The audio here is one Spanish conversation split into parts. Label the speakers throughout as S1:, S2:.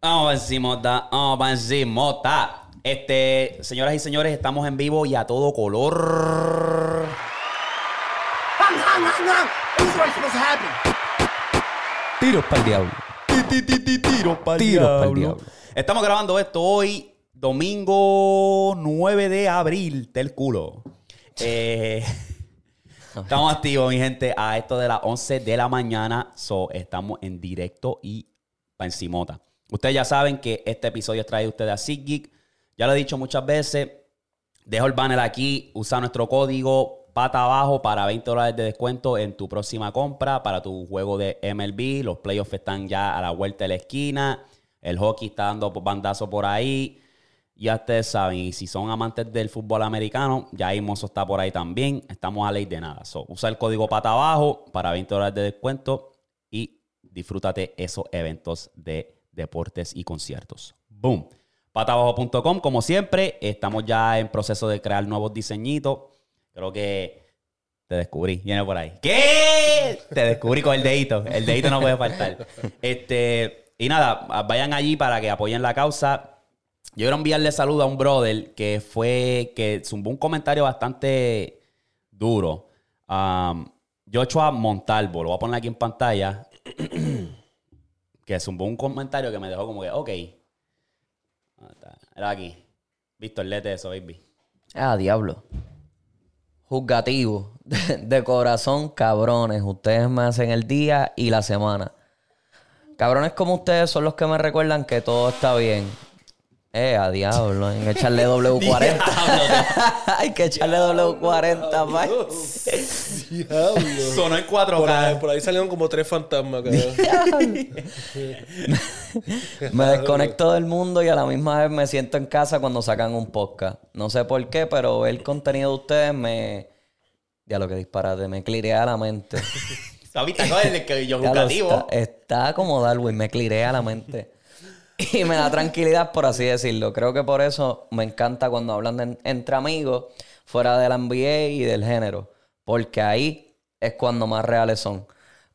S1: Vamos para encimota, vamos para encimota. Este, señoras y señores, estamos en vivo y a todo color.
S2: Hang, hang, hang, hang. This is what's supposed to happen.
S3: Tiros para el diablo.
S1: Tiros para
S3: Tiros pa'l diablo.
S1: Estamos grabando esto hoy, domingo 9 de abril, del culo. Eh, estamos activos, mi gente, a esto de las 11 de la mañana. So, estamos en directo y para encimota. Ustedes ya saben que este episodio es traído a ustedes a SeatGeek. Ya lo he dicho muchas veces. Dejo el banner aquí. Usa nuestro código pata abajo para 20 dólares de descuento en tu próxima compra para tu juego de MLB. Los playoffs están ya a la vuelta de la esquina. El hockey está dando bandazo por ahí. Ya ustedes saben, y si son amantes del fútbol americano, ya ahí Mozo está por ahí también. Estamos a ley de nada. So, usa el código pata abajo para 20 dólares de descuento y disfrútate esos eventos de deportes y conciertos. Boom. Patabajo.com, como siempre, estamos ya en proceso de crear nuevos diseñitos. Creo que te descubrí, viene por ahí. ¿Qué? Te descubrí con el dedito. El dedito no puede faltar. Este, y nada, vayan allí para que apoyen la causa. Yo quiero enviarle salud a un brother que fue, que zumbó un comentario bastante duro. Um, Joshua Montalvo, lo voy a poner aquí en pantalla. que zumbó un comentario que me dejó como que, ok. ¿Dónde está? Era aquí. Víctor, léete eso, baby.
S3: Ah, diablo.
S4: juzgativo. De, de corazón, cabrones. Ustedes me hacen el día y la semana. Cabrones como ustedes son los que me recuerdan que todo está bien. Eh, a diablo, hay que echarle W40. hay que echarle W40, más.
S3: Diablo.
S1: Sonó en 4K.
S3: Por ahí, por ahí salieron como tres fantasmas, cabrón.
S4: Me desconecto del mundo y a la misma vez me siento en casa cuando sacan un podcast. No sé por qué, pero ver el contenido de ustedes me. Ya lo que disparate, me clirea la mente.
S1: ¿Sabiste? No, el que yo
S4: Ya lo
S1: juzgativo.
S4: Está, eh. está como Darwin, me clirea la mente. Y me da tranquilidad, por así decirlo. Creo que por eso me encanta cuando hablan de- entre amigos, fuera de la NBA y del género. Porque ahí es cuando más reales son.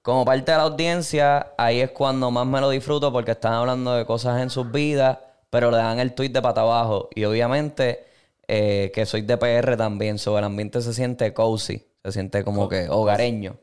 S4: Como parte de la audiencia, ahí es cuando más me lo disfruto porque están hablando de cosas en sus vidas, pero le dan el tweet de pata abajo. Y obviamente eh, que soy de PR también, sobre el ambiente se siente cozy, se siente como que hogareño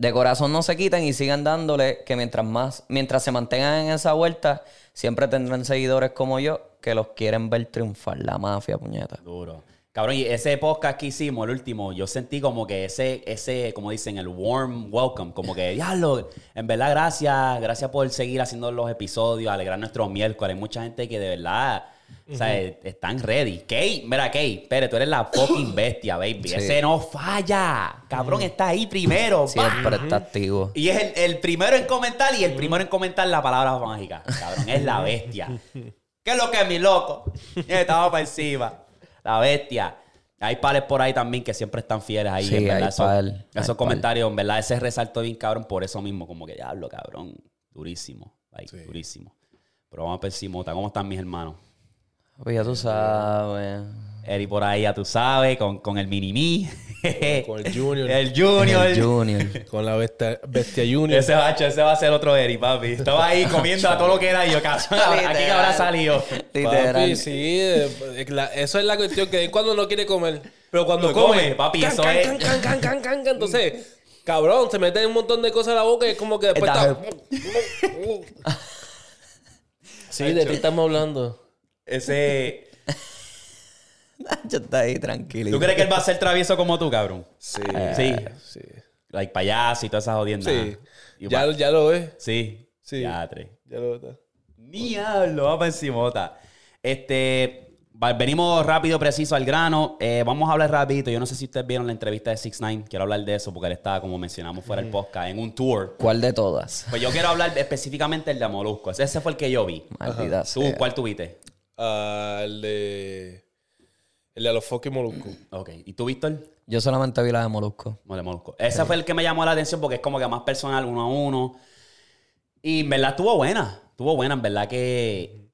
S4: de corazón no se quitan y sigan dándole que mientras más, mientras se mantengan en esa vuelta, siempre tendrán seguidores como yo que los quieren ver triunfar. La mafia, puñeta.
S1: Duro. Cabrón, y ese podcast que hicimos, el último, yo sentí como que ese, ese, como dicen, el warm welcome, como que, diablo, en verdad, gracias, gracias por seguir haciendo los episodios, alegrar nuestros miércoles. Hay mucha gente que de verdad, o sea, eh, están ready. Kate, mira, Kate, pero tú eres la fucking bestia, baby.
S4: Sí.
S1: Ese no falla. Cabrón, está ahí primero. pa.
S4: Siempre está activo.
S1: Y es el, el primero en comentar y el primero en comentar la palabra mágica. Cabrón, es la bestia. ¿Qué es lo que es mi loco? Y Estamos para encima. La bestia. Hay pales por ahí también que siempre están fieles ahí.
S4: Sí,
S1: en verdad,
S4: hay
S1: esos-
S4: pal, hay
S1: Esos
S4: pal.
S1: comentarios, en verdad, ese resalto bien cabrón por eso mismo. Como que diablo, cabrón. Durísimo. Like, Durísimo. Pero vamos para encima. ¿Cómo están mis hermanos?
S4: Pues ya tú sabes.
S1: Eri por ahí, ya tú sabes, con, con el mini-mi.
S3: Con el Junior.
S1: El Junior.
S4: El Junior.
S3: Con la bestia, bestia Junior.
S1: Ese bacho, ese va a ser otro Eri, papi. Estaba ahí comiendo a todo lo que era y yo, cabrón, aquí que habrá salido.
S3: Papi,
S4: Literal.
S3: Ah, pues, sí. eh, la- eso es la cuestión que es cuando no quiere comer. Pero cuando
S1: Lo
S3: come,
S1: come, papi, eso
S3: can,
S1: es.
S3: can, can, can, can, can, can. Entonces, cabrón, se mete un montón de cosas a la boca y es como que después
S4: Está-
S3: está... sí, de ti estamos hablando.
S1: Ese.
S4: Yo está ahí tranquilo.
S1: ¿Tú crees que él va a ser travieso como tú, cabrón?
S3: Sí.
S1: Sí.
S3: Sí.
S1: Like payaso y todas esas jodiendas.
S3: Sí.
S1: Y
S3: Ya,
S1: va-
S3: ya lo ves.
S1: Sí.
S3: Sí.
S1: Ya, tres.
S3: Ya lo ves.
S1: Diablo, vamos encimota. Este, va- venimos rápido, preciso al grano. Eh, vamos a hablar rapidito. Yo no sé si ustedes vieron la entrevista de 6 9 Quiero hablar de eso porque él estaba, como mencionamos, fuera del podcast, en un tour.
S4: ¿Cuál de todas?
S1: Pues yo quiero hablar de- específicamente el de Molusco. Ese- Ese fue el que yo vi.
S4: Maldita
S1: ¿Tú
S4: sea.
S1: cuál tuviste?
S3: Ah, el de... El de a los fucking moluscos.
S1: Ok. ¿Y tú, Víctor?
S4: Yo solamente vi la de Molusco.
S1: No, de Molusco. Ese fue el que me llamó la atención porque es como que más personal, uno a uno. Y en verdad estuvo buena. Estuvo buena, en verdad que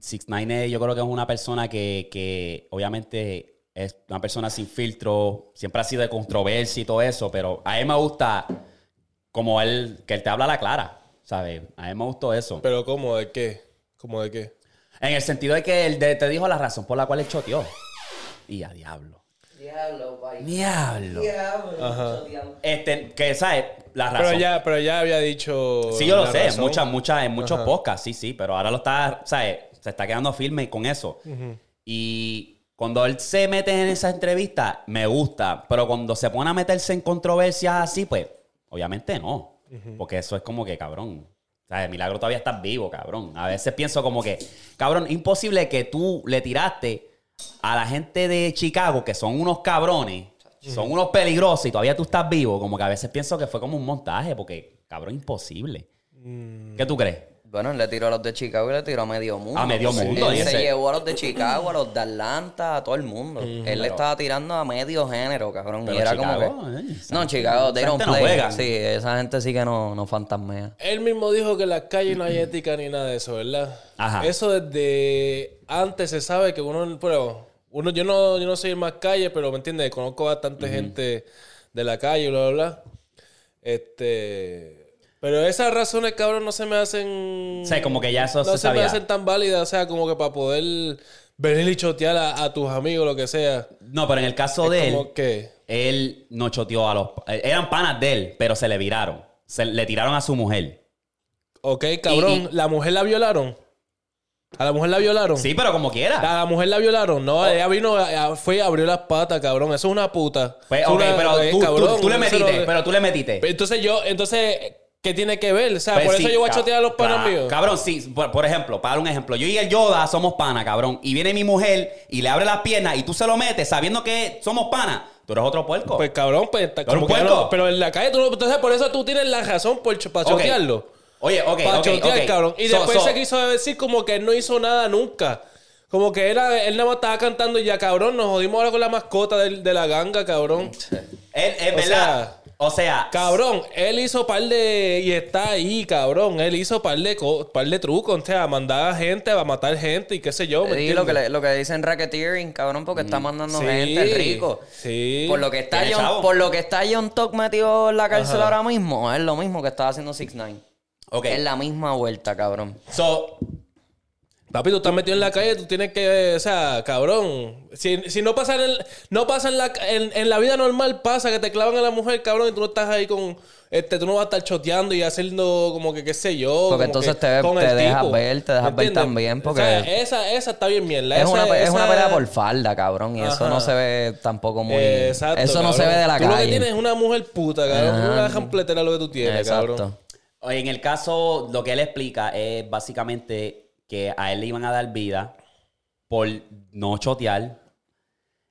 S1: Six Nine yo creo que es una persona que, que obviamente es una persona sin filtro. Siempre ha sido de controversia y todo eso, pero a él me gusta como él, que él te habla a la clara. O ¿Sabes? A mí me gustó eso.
S3: Pero ¿cómo? ¿De qué? ¿Cómo de qué?
S1: En el sentido de que él de- te dijo la razón por la cual él choteó. Y a diablo.
S4: Diablo, país.
S1: Diablo.
S4: Diablo.
S3: Ajá.
S1: Este, que ¿sabes? La razón.
S3: Pero ya, pero ya había dicho.
S1: Sí, yo lo
S3: la
S1: sé,
S3: razón.
S1: muchas, muchas, en muchos
S3: Ajá.
S1: podcasts, sí, sí, pero ahora lo está, ¿sabes? Se está quedando firme con eso. Y cuando él se mete en esa entrevista, me gusta, pero cuando se pone a meterse en controversias así, pues, obviamente no, porque eso es como que, cabrón, ¿sabes? Milagro todavía estás vivo, cabrón. A veces pienso como que, cabrón, imposible que tú le tiraste a la gente de Chicago, que son unos cabrones, son unos peligrosos y todavía tú estás vivo, como que a veces pienso que fue como un montaje, porque, cabrón, imposible.
S3: Mm.
S1: ¿Qué tú crees?
S4: Bueno, le tiró a los de Chicago y le tiró a medio mundo.
S1: A medio mundo,
S4: Él
S1: y
S4: se
S1: ese-
S4: llevó a los de Chicago, a los de Atlanta, a todo el mundo. Él le estaba tirando a medio género, cabrón.
S1: Pero
S4: y era
S1: Chicago,
S4: como que...
S1: eh,
S4: no, Chicago, they
S1: esa
S4: don't
S1: gente no
S4: play.
S1: juega.
S4: Sí, esa gente sí que no, no fantasmea.
S3: Él mismo dijo que en las calles no hay ética ni nada de eso, ¿verdad?
S1: Ajá.
S3: Eso desde antes se sabe que uno, bueno, uno, yo no, yo no soy el más calle, pero me entiendes, conozco bastante gente de la calle, bla, bla, bla. Este. Pero esas razones, cabrón, no se me hacen.
S1: O sea, como que ya eso
S3: no
S1: se
S3: se, me
S1: sabía.
S3: hacen tan válidas, o sea, como que para poder venir y chotear a, a tus amigos, lo que sea.
S1: No, pero en el caso de
S3: Es
S1: él,
S3: como que.
S1: él no choteó a los... eh, Eran panas de él, pero se le viraron. Se le tiraron a su mujer.
S3: Ok, cabrón,
S1: Y- y-
S3: la mujer la violaron. A la mujer la violaron.
S1: Sí, pero como quiera.
S3: A la mujer la violaron.
S1: Oh.
S3: No, ella vino, a- a- fue y abrió las patas, cabrón. Eso es una puta.
S1: Pues,
S3: Eso
S1: ok,
S3: es una-
S1: pero
S3: eh,
S1: tú, tú-
S3: cabrón,
S1: tú le
S3: eso
S1: metiste,
S3: no- Pues,
S1: pero tú le metiste.
S3: Entonces yo, entonces, ¿qué tiene que ver? O sea,
S1: Pues
S3: por
S1: sí,
S3: eso yo voy a
S1: ca-
S3: chotear a los panas
S1: ca-
S3: míos.
S1: Cabrón, sí. Por, por ejemplo, para dar un ejemplo. Yo y el Yoda somos panas, cabrón. Y viene mi mujer y le abre las piernas y tú se lo metes sabiendo que somos panas. Tú eres otro puerco.
S3: Pues cabrón, pues está-
S1: Pero un
S3: como que
S1: puerco.
S3: no- pero en la calle tú no- entonces por eso tú tienes la razón por, ch- para
S1: Ok.
S3: chotearlo.
S1: Oye, ok,
S3: para
S1: ok,
S3: chotear,
S1: ok.
S3: cabrón. Y
S1: So-
S3: después
S1: so-
S3: se quiso decir como que él no hizo nada nunca. Como que era, él nada más estaba cantando y ya, cabrón, nos jodimos ahora con la mascota del- de la ganga, cabrón.
S1: Él- Es
S3: O
S1: verdad. O sea,
S3: Cabrón, él hizo par de. Y está ahí, cabrón. Él hizo par de, co- par de trucos. O sea, mandaba gente a matar gente y qué sé yo. ¿me
S4: Sí, lo que,
S3: entiendes?
S4: le- lo que dicen racketeering, cabrón, porque está mandando
S3: Sí,
S4: gente rico.
S3: sí.
S4: Por lo que está
S1: Mm, Tiene chavo.
S4: John, por lo que está John Tuck metido en la cárcel ahora mismo, es lo mismo que estaba haciendo 6 9
S1: ok.
S4: Es la misma vuelta, cabrón.
S1: So,
S3: Papi, tú estás metido en la calle, tú tienes que. O sea, cabrón. Si, si no pasa, en, el- no pasa en, la, en, en la vida normal, pasa que te clavan a la mujer, cabrón, y tú no estás ahí con. Este, tú no vas a estar choteando y haciendo como que qué sé yo.
S4: Porque
S3: como
S4: entonces
S3: que
S4: te-
S3: con
S4: te
S3: el
S4: dejas
S3: tipo.
S4: ver, te dejas
S3: ¿Me
S4: ver
S3: entiendes?
S4: también, porque-
S3: O sea, esa, esa está bien mierda.
S4: Es, una,
S3: Esa-
S4: es una
S3: esa-
S4: pelea por falda, cabrón. Y eso
S3: Ajá.
S4: no se ve tampoco muy.
S3: Eh, exacto,
S4: eso no se
S3: cabrón.
S4: ve de la
S3: tú
S4: calle.
S3: Lo que tienes es una mujer puta, cabrón.
S4: Ajá.
S3: Una jampletera lo que tú tienes,
S4: Exacto.
S3: cabrón.
S1: en el caso, lo que él explica es básicamente que a él le iban a dar vida por no chotear.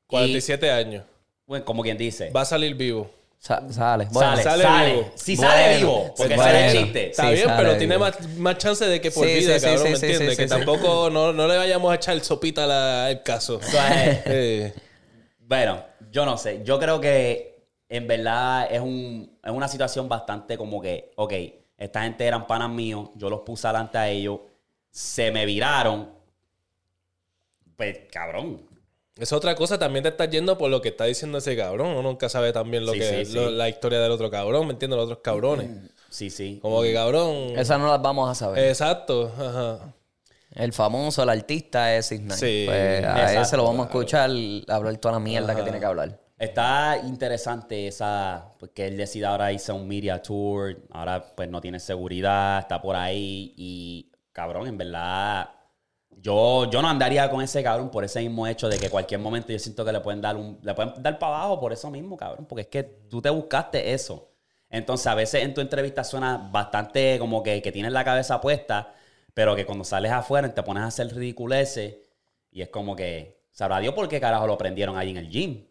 S3: 47 años.
S1: Bueno, como quien dice.
S3: Va a salir vivo.
S4: Sa- sale. Bueno,
S1: sale,
S3: sale
S1: sale.
S3: vivo.
S1: Si
S4: Bueno,
S1: sale vivo, porque
S4: bueno.
S1: sale el chiste.
S3: Está
S4: Sí,
S3: bien,
S4: sale
S3: pero
S4: vivo.
S3: tiene más, más chance de que por
S4: Sí,
S3: vida,
S4: sí, sí,
S3: cabrón.
S4: sí,
S3: ¿Me
S4: sí,
S3: entiendes?
S4: sí,
S3: que
S4: sí.
S3: tampoco no, no le vayamos a echar sopita la- el caso.
S1: O sea, eh,
S3: Eh,
S1: Bueno, yo no sé. Yo creo que en verdad es, un, es una situación bastante como que, ok, esta gente eran panas míos, yo los puse adelante a ellos, se me viraron. Pues, cabrón.
S3: es otra cosa, también te estás yendo por lo que está diciendo ese cabrón. Uno nunca sabe también lo
S1: Sí,
S3: que
S1: sí,
S3: lo-
S1: sí.
S3: la historia del otro cabrón, ¿me entiendes? Los otros cabrones.
S1: Sí, sí.
S3: Como que cabrón.
S4: Esas no las vamos a saber.
S3: Exacto. Ajá.
S4: El famoso, el artista es Cisnay.
S3: Sí,
S4: pues a
S1: exacto,
S4: ese lo vamos a escuchar hablar toda la mierda que tiene que hablar.
S1: Está interesante esa, porque él decida ahora irse a un media tour, ahora pues no tiene seguridad, está por ahí y cabrón, en verdad, yo, yo no andaría con ese cabrón por ese mismo hecho de que cualquier momento yo siento que le pueden dar un, le pueden dar para abajo por eso mismo, cabrón, porque es que tú te buscaste eso. Entonces a veces en tu entrevista suena bastante como que, que tienes la cabeza puesta, pero que cuando sales afuera te pones a hacer ridiculeces y es como que, sabrá Dios por qué carajo lo prendieron ahí en el gym.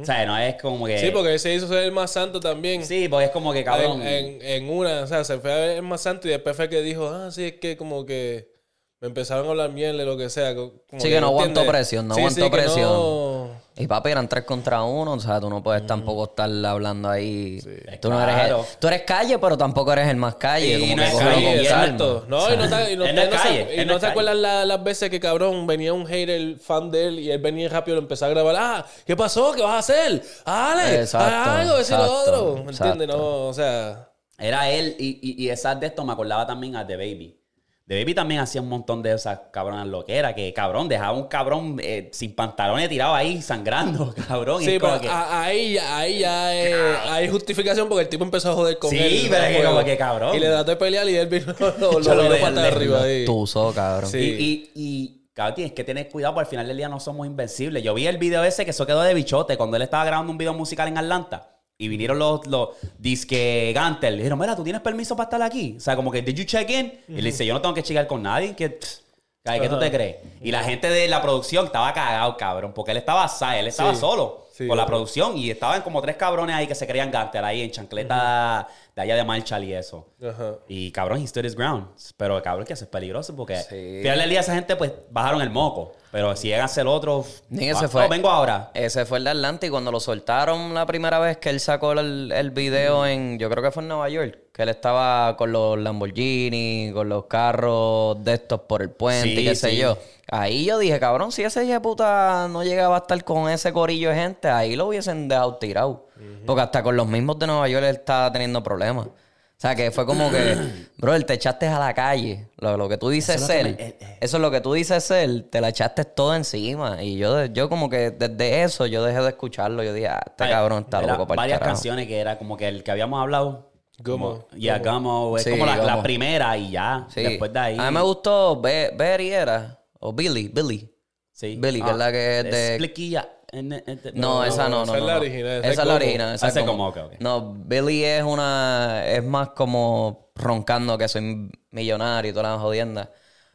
S1: O sea, no es como
S4: Eh.
S1: que.
S3: Sí, porque se hizo ser el más santo también.
S1: Sí, porque es como que cabrón.
S3: En, en- en una, o sea, se fue a ver el más santo y después fue que dijo, ah, sí, es que como que me empezaron a hablar mierda y lo que sea. co- como
S4: Sí, que no aguantó
S3: ¿entiendes?
S4: presión, no aguantó
S3: que
S4: presión.
S3: no-
S4: Y papi, eran tres contra uno, o sea, tú no puedes tampoco estar hablando ahí. Tú, no eres
S1: Claro.
S4: tú eres calle, pero tampoco eres el más calle.
S1: Y
S4: como
S1: no
S4: que
S1: es
S4: cógelo
S1: calle,
S4: con
S3: exacto.
S4: calma.
S3: No, y no, te- y no,
S1: En la
S3: y no se-
S1: calle,
S3: y
S1: en
S3: no
S1: la
S3: se
S1: calle.
S3: acuerdan la- las veces que, cabrón, venía un hater, fan de él, y él venía rápido y lo empezó a grabar. Ah, ¿qué pasó? ¿Qué vas a hacer? Dale, haz
S4: Exacto,
S3: algo, decir lo
S4: exacto,
S3: otro. ¿Me entiendes?
S4: exacto.
S3: No, o sea...
S1: Era él y, y- y esas de esto me acordaba también a The Baby. The Baby también hacía un montón de esas cabronas loqueras que, cabrón, dejaba un cabrón eh, sin pantalones tirado ahí sangrando, cabrón. y
S3: Sí, pues, ah,
S1: es como
S3: pero
S1: que-
S3: a- ahí, ya- ahí ya eh, hay justificación porque el tipo empezó a joder con
S1: Sí,
S3: él.
S1: pero es
S3: ¿no?
S1: que
S3: Juego.
S1: como que cabrón.
S3: Y le trató de pelear y él vino,
S1: Yo
S3: lo, lo
S1: lo
S3: vino
S1: veo,
S3: pata
S1: le-
S3: arriba ahí.
S4: Tuzo, cabrón.
S3: Sí.
S1: Y, y, y, cabrón, tienes que tener cuidado, porque al final del día no somos invencibles. Yo vi el video ese que eso quedó de bichote cuando él estaba grabando un video musical en Atlanta. Y vinieron los, los disque Gantel. Le dijeron, mira, ¿tú tienes permiso para estar aquí? O sea, como que, ¿did you check in? Y le dice, yo no tengo que checar con nadie. Que, pff, cabrón, ¿Qué tú te crees? Y la gente de la producción estaba cagado, cabrón, porque él estaba sa- él estaba
S3: Sí.
S1: solo
S3: Sí.
S1: con la producción y estaban como tres cabrones ahí que se creían Gantel ahí en chancleta de allá de Marshall y eso.
S3: Ajá.
S1: Y cabrón, he stood his ground. Pero cabrón, que eso es peligroso porque
S4: Sí.
S1: al final del día esa gente pues bajaron el moco. Pero si llegan a ser otro.
S4: Ni ese
S1: "Ah,
S4: fue.
S1: No, vengo ahora.
S4: Ese fue el de Atlanta y cuando lo soltaron la primera vez que él sacó el, el video en, yo creo que fue en Nueva York, que él estaba con los Lamborghini, con los carros de estos por el puente y
S1: Sí,
S4: qué sé
S1: sí.
S4: yo. Ahí yo dije, cabrón, si ese hijo de puta no llegaba a estar con ese corillo de gente, ahí lo hubiesen dejado tirado. Porque hasta con los mismos de Nueva York él estaba teniendo problemas. O sea, que fue como que, bro, te echaste a la calle. Lo, lo que tú dices
S1: Eso es
S4: ser,
S1: lo que me- eh, eh.
S4: eso es lo que tú dices ser, te la echaste todo encima. Y yo, de- yo como que desde eso yo dejé de escucharlo. Yo dije, ah, este
S1: Ay,
S4: cabrón está
S1: era
S4: loco para el
S1: Varias
S4: carajo.
S1: canciones que era como que el que habíamos hablado.
S3: Gummo.
S1: Y a Gummo. Es
S4: Sí,
S1: como la, la
S4: Gummo.
S1: primera y ya.
S4: Sí.
S1: Después de ahí.
S4: A mí me gustó Be- Betty era, o Billy, Billy.
S1: sí. Ah,
S4: Billy, que es la que es de-
S1: Expliquilla. En- en-
S4: No,
S1: en-
S4: esa no, no.
S3: esa es
S4: no,
S3: la
S4: no.
S3: original, esa
S4: Esa
S3: es
S4: es la
S3: como-
S4: original. esa
S1: Ah,
S4: es
S1: esa es
S4: como-
S1: como, ok, ok.
S4: No, Billy es una. Es más como roncando que soy millonario y todas las jodiendas.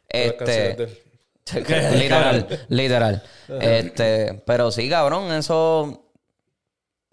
S3: Las canciones
S4: Este.
S3: del-
S4: literal, literal. Este, pero sí, cabrón, eso.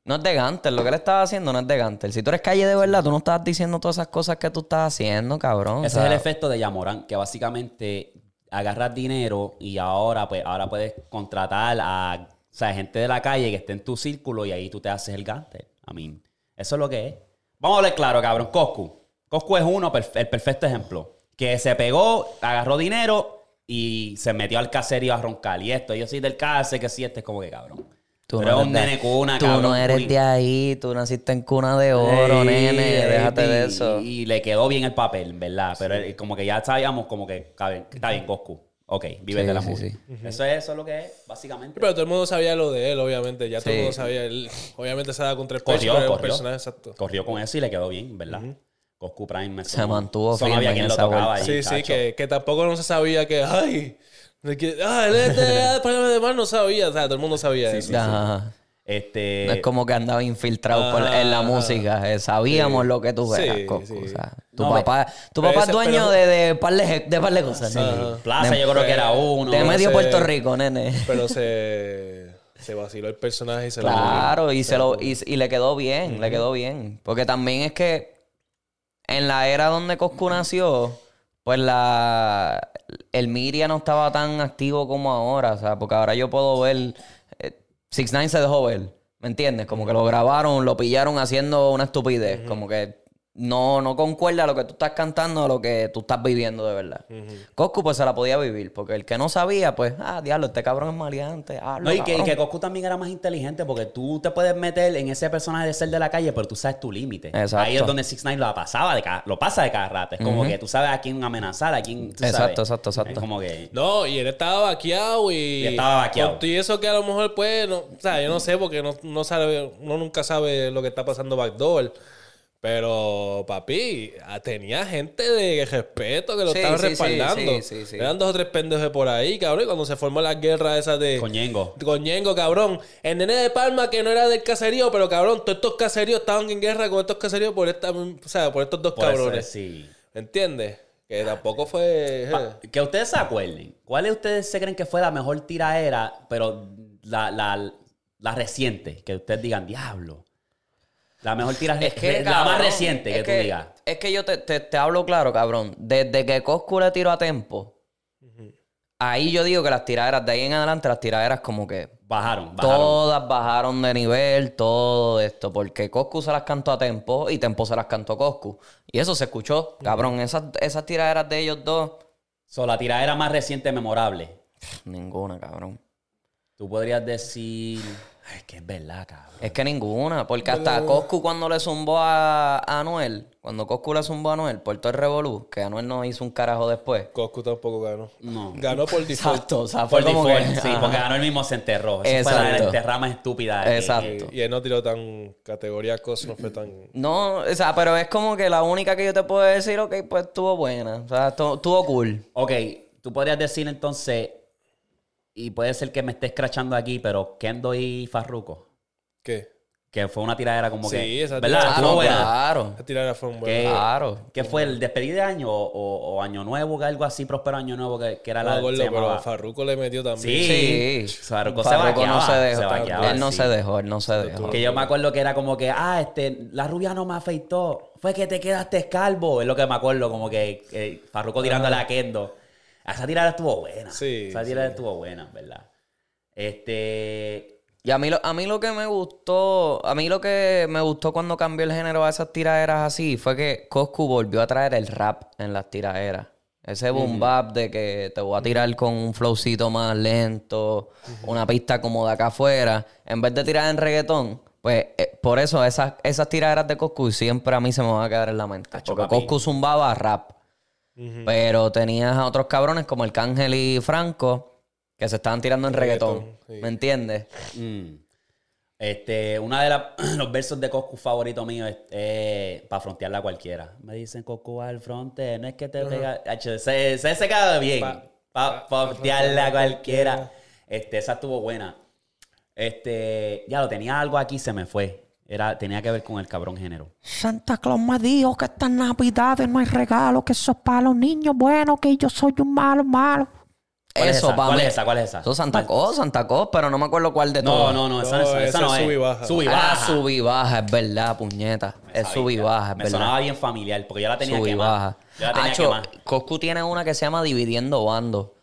S4: No es de Gantel, lo que él estaba haciendo no es de Gantel. Si tú eres calle de verdad, tú no estás diciendo todas esas cosas que tú estás haciendo, cabrón.
S1: Ese
S4: o
S1: es el
S4: sea,
S1: efecto de Yamorán, que básicamente agarras dinero y ahora, pues, ahora puedes contratar a o sea, gente de la calle que esté en tu círculo y ahí tú te haces el gante. I mean, eso es lo que es. Vamos a hablar claro, cabrón. Coscu. Coscu es uno, perf- el perfecto ejemplo. Que se pegó, agarró dinero y se metió al caserío a roncar. Y esto, yo soy del case, que sí, este es como que cabrón.
S4: tú
S1: Tú
S4: no
S1: eres un
S4: de-
S1: nene cuna,
S4: Tú
S1: cabrón.
S4: no eres
S1: cuni.
S4: de ahí, tú naciste en cuna de oro,
S1: Ey,
S4: nene.
S1: ey,
S4: déjate de
S1: y-
S4: eso.
S1: Y le quedó bien el papel, en ¿verdad? Pero él- como que ya sabíamos, como que está bien, está bien Goku. Ok, vive
S4: Sí,
S1: de la
S4: sí,
S1: movie.
S4: sí.
S1: Eso es eso es lo que es, básicamente.
S3: Pero todo el mundo sabía lo de él, obviamente. Ya todo el
S4: Sí.
S3: mundo sabía. Él, obviamente se da con tres
S1: Corrió,
S3: pero era un
S1: corrió.
S3: personaje exacto.
S1: Corrió con eso y le quedó bien, ¿verdad? Goku Prime me
S4: Se
S1: sonó-
S4: mantuvo
S1: sonó,
S4: firme
S1: había
S4: en
S1: quien
S4: esa
S1: lo tocaba
S4: vuelta.
S1: ahí,
S3: Sí, sí,
S1: chacho.
S3: que, que tampoco no se sabía que, ay, de que, ah, él es de ah, problema de mal, no sabía, o sea, todo el mundo sabía eso.
S4: Ajá, ajá.
S1: Este,
S4: No
S3: Eh,
S4: es como que andaba infiltrado por- en la
S3: Ajá.
S4: música. eh, Sabíamos lo que tú
S3: Ah, Sí,
S4: eras, Coco.
S3: sí.
S4: o sea, tu
S1: No,
S4: papá, tu
S3: pero
S4: papá es
S3: ese-
S4: dueño
S3: pero-
S4: de, de, par de, de par de cosas. nene.
S1: Plaza, yo creo que era uno.
S4: De medio
S3: ese-
S4: Puerto Rico, nene.
S3: Pero se, se vaciló el personaje y se lo
S4: Claro, y, se lo, y, y le quedó bien, le quedó bien. Porque también es que en la era donde Coscu nació, pues la el Miria no estaba tan activo como ahora, o sea, porque ahora yo puedo ver eh, Six Nine se dejó ver, ¿me entiendes? Como que lo grabaron, lo pillaron haciendo una estupidez, como que no no concuerda lo que tú estás cantando a lo que tú estás viviendo de verdad. Coscu pues se la podía vivir, porque el que no sabía, pues, ah, diablo, este cabrón es maleante. Ah,
S1: No, y que, y que Goku también era más inteligente porque tú te puedes meter en ese personaje de ser de la calle, pero tú sabes tu límite.
S4: Exacto.
S1: Ahí es donde Six Nine lo pasaba de cada- lo pasa de cada rato. Es como que tú sabes a quién amenazar, a quién. tú sabes.
S4: Exacto, exacto, exacto.
S1: Es como que.
S3: No, y él estaba vaqueado y...
S1: Y estaba vaqueado.
S3: Con- Y eso que a lo mejor, pues, no, o sea, yo no sé porque no, no sabe, uno nunca sabe lo que está pasando backdoor. Pero, papi, ah, tenía gente de respeto que lo
S4: Sí,
S3: estaban
S4: sí, sí,
S3: respaldando.
S4: sí, sí, sí.
S3: Eran dos o tres pendejos por ahí, cabrón. Y cuando se formó la guerra esa de...
S1: Coñengo.
S3: Coñengo, cabrón. El nene de Palma que no era del caserío, pero cabrón, todos estos caseríos estaban en guerra con estos caseríos por esta, o sea, por estos dos
S1: Por eso
S3: cabrones.
S1: es, sí.
S3: ¿Entiendes? Que tampoco fue. eh.
S1: Pa- que ustedes se acuerden, ¿cuál de ustedes se creen que fue la mejor tiraera, pero la, la, la reciente? Que ustedes digan, diablo. La mejor tira
S4: Es que,
S1: la
S4: cabrón,
S1: más reciente que,
S4: es
S1: tú digas.
S4: Es que yo te, te- te hablo claro, cabrón. Desde que Coscu le tiró a tempo, ahí yo digo que las tiraderas, de ahí en adelante, las tiraderas como que
S1: Bajaron, bajaron.
S4: todas bajaron de nivel, todo esto. Porque Coscu se las cantó a tempo y tempo se las cantó Coscu. Y eso se escuchó, cabrón. Esas, esas tiraderas de ellos dos,
S1: So, la tiraera más reciente memorable.
S4: ninguna, cabrón.
S1: Tú podrías decir. Ay, que es verdad, cabrón.
S4: Es que ninguna, porque hasta Coscu cuando le zumbó a, a Anuel, cuando Coscu le zumbó a Anuel por todo el revolú, que Anuel no hizo un carajo después.
S3: Coscu tampoco ganó. Ganó por default.
S4: Exacto, o sea, fue
S1: Por
S4: como
S1: default,
S4: que-
S1: sí,
S4: ajá.
S1: porque ganó el mismo se enterró. Eso fue la
S4: Exacto.
S1: enterrama estúpida. que-
S4: Exacto.
S1: que-
S3: Y él no tiró tan categoría cosas, no fue tan.
S4: No, o sea, pero es como que la única que yo te puedo decir, ok, pues estuvo buena. O sea, estu- estuvo cool.
S1: Ok, tú podrías decir entonces, y puede ser que me esté escrachando aquí, pero Kendo y Farruko,
S3: ¿Qué?
S1: que fue una tiradera como
S3: Sí,
S1: que.
S3: esa
S1: ¿Verdad?
S3: tiradera.
S1: Ah, Estuvo
S4: Claro,
S1: buena. Eh,
S4: claro.
S3: La tirada fue un buen.
S1: Que-
S4: Claro.
S1: ¿Qué fue? ¿El despedida de año o, o- o año nuevo? Que algo así, próspero año nuevo, que, que era
S3: No,
S1: la.
S3: gordo,
S1: se
S3: pero
S1: llamaba-
S3: Farruko le metió
S1: Sí.
S3: también.
S4: Sí.
S1: Farruko se
S4: Farruko no
S1: vaqueaba,
S4: se
S1: se
S4: dejó.
S1: vaqueaba,
S4: él no
S1: sí.
S4: se dejó, él no se dejó.
S1: Que yo me acuerdo que era como que, ah, este, la rubia no me afeitó. Fue que te quedaste calvo. Es lo que me acuerdo, como que eh, Farruko tirándole a Kendo. Esa tirada estuvo buena.
S3: Sí,
S1: Esa tirada estuvo buena, ¿verdad? Este.
S4: Y a mí, lo, a mí lo que me gustó, a mí lo que me gustó cuando cambió el género a esas tiraderas así fue que Coscu volvió a traer el rap en las tiraderas. Ese boom bap de que te voy a tirar con un flowcito más lento, una pista como de acá afuera, en vez de tirar en reggaetón. Pues eh, por eso esas, esas tiraderas de Coscu siempre a mí se me van a quedar en la mente. porque
S1: papi.
S4: Coscu zumbaba rap. Pero tenías a otros cabrones como el Cángel y Franco que se estaban tirando en reggaetón.
S3: Reggaetón, sí.
S4: ¿Me entiendes?
S1: mm, este, una de la- los versos de Coscu favorito mío es para frontearla a cualquiera. Me dicen Coscu al fronte, no es que te pega. Hacho, Se, se, se queda bien.
S3: Pa-
S1: Para frontearla a cualquiera. Este, esa estuvo buena. Este, ya lo tenía algo aquí, se me fue. Era, tenía que ver con el cabrón género.
S5: Santa Claus me dijo que estas navidades no hay regalos, que eso es para los niños buenos, que yo soy un malo, malo.
S1: ¿Cuál es
S4: Eso,
S1: esa?
S4: pa'
S1: ¿Cuál
S4: mí.
S1: es esa? ¿Cuál es esa?
S4: Eso es Santa Claus, Santa Claus, pero no me acuerdo cuál de
S1: No,
S4: todos.
S1: no, no, esa,
S3: No,
S1: esa- esa
S3: esa
S1: no
S3: es
S1: es.
S3: sub y baja.
S1: Sub y
S4: Ah,
S1: baja.
S4: sub y baja, es verdad, puñeta. Es sub y baja, es
S1: Me
S4: verdad.
S1: sonaba bien familiar, porque yo la tenía
S4: sub
S1: que
S4: y baja.
S1: Yo la tenía
S4: Hacho,
S1: quemada.
S4: Coscu tiene una que se llama Dividiendo Bando,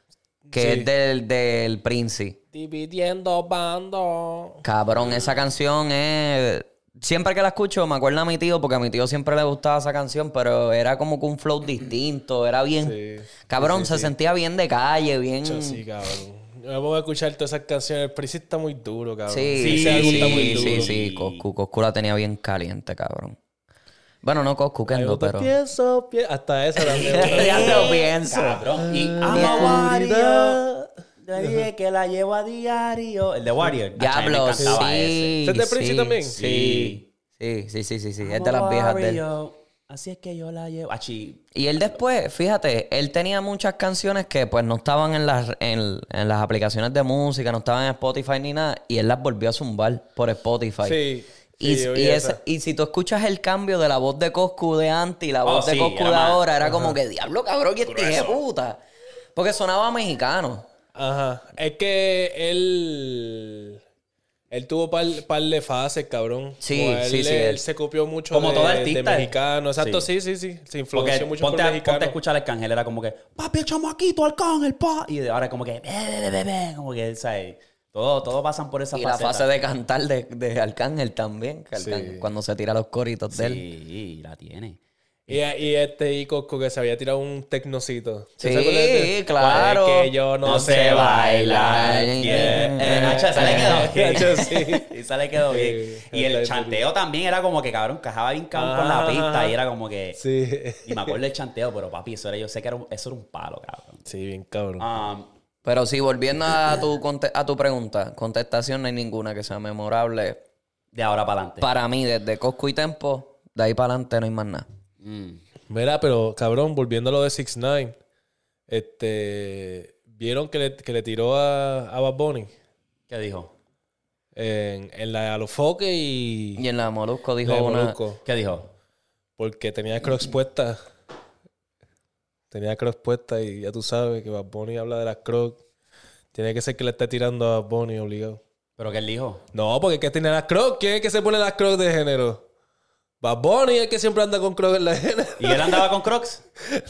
S4: que es del, del Prince.
S3: Dividiendo bando.
S4: Cabrón, esa canción es. Siempre que la escucho me acuerdo a mi tío, porque a mi tío siempre le gustaba esa canción, pero era como que un flow distinto, era bien.
S3: Sí.
S4: Cabrón, se sentía bien de calle, bien.
S3: Yo sí, cabrón. Vamos a escuchar todas esas cancionnes. El Prince está muy duro, cabrón.
S4: Sí,
S1: Sí,
S4: sí,
S1: algo está muy
S4: sí, sí,
S1: duro.
S4: Coscu, Coscu la tenía bien caliente, cabrón. Bueno, no Coscu,
S3: Me
S4: Kendo,
S3: gusta,
S4: pero...
S3: pienso, pie- Hasta esa también.
S4: ya te lo pienso.
S1: Cabrón. Y ama Wario. Le dije que la llevo a diario. El de Wario.
S4: Diablo,
S1: Acho, a mí me encantaba ese.
S4: sí.
S3: ¿Ese es de Prince
S4: sí,
S3: también?
S4: Sí. Sí, sí, sí, sí, sí. Es de las viejas de él.
S1: Wario, Así es que yo la llevo. Achi.
S4: Y él después, fíjate, él tenía muchas canciones que pues no estaban en las, en, en las aplicaciones de música, no estaban en Spotify ni nada, y él las volvió a zumbar por Spotify.
S3: Sí,
S4: Y,
S3: sí, yo
S4: y
S3: vi
S4: esa-
S3: esa.
S4: y si tú escuchas el cambio de la voz de Coscu de antes y la
S1: Oh,
S4: voz de
S1: sí,
S4: Coscu
S1: era
S4: de
S1: más-
S4: ahora, era como que diablo cabrón, que este hijo de puta. Porque sonaba mexicano.
S3: Ajá. Es que él. Él tuvo par, par de fases, cabrón.
S4: Sí,
S3: Como él,
S4: sí, sí,
S3: Él,
S4: él.
S3: se copió mucho
S1: Como
S3: de,
S1: todo
S3: de
S1: artista.
S3: mexicano. Exacto, sí, sí, sí. Se influenció
S1: Porque
S3: mucho
S1: ponte,
S3: por
S1: a-
S3: mexicano.
S1: ponte a escuchar al Cángel, era como que, papi, el chamaquito, Arcángel, pa. Y de ahora como que, "Be, be, be, be", como que, ¿sabes? Todo, todo pasan por esa
S4: Y la
S1: faceta.
S4: fase de cantar de, de Arcángel también, que Arcángel,
S3: Sí.
S4: cuando se tira los coritos de él.
S1: Sí, la tiene.
S3: Y, y este y Cosco que se había tirado un tecnocito. ¿Te
S4: Sí,
S3: acuerdas de-
S4: claro.
S3: Pues es que yo no, sé bailar.
S4: bailar.
S1: bien. Eh, Nacho, esa le quedó bien.
S3: Nacho, sí.
S1: Esa le quedó bien.
S3: Sí,
S1: Y
S3: está
S1: el
S3: bien
S1: chanteo también era como que, cabrón, cajaba bien cabrón con la
S3: Ajá.
S1: pista. Y era como que...
S3: Sí.
S1: Y me acuerdo del chanteo, pero papi, eso era, yo sé que era un- eso era un palo, cabrón.
S3: Sí, bien cabrón.
S1: Um,
S4: Pero sí, volviendo a tu, conte- a tu pregunta, contestación no hay ninguna que sea memorable.
S1: de ahora para adelante.
S4: Para mí, desde Coscu y Tempo, de ahí para adelante no hay más nada.
S1: Mm.
S3: Mira, pero cabrón, volviendo a lo de 6 9 este vieron que le, que le tiró a, a Bad Bunny
S1: ¿Qué dijo?
S3: en, en la a los foques y,
S4: Y en la Molusco dijo
S3: la de
S4: una...
S3: Molusco,
S1: ¿Qué dijo?
S3: porque tenía crocs puesta. Tenía crocs puesta y ya tú sabes que Bad Bunny habla de las crocs. Tiene que ser que le esté tirando a Bad Bunny obligado.
S1: ¿Pero qué él dijo?
S3: No, porque es que tiene las crocs. ¿Quién es que se pone las crocs de género? Bad Bunny es el que siempre anda con crocs en la género.
S1: ¿Y él andaba con Crocs?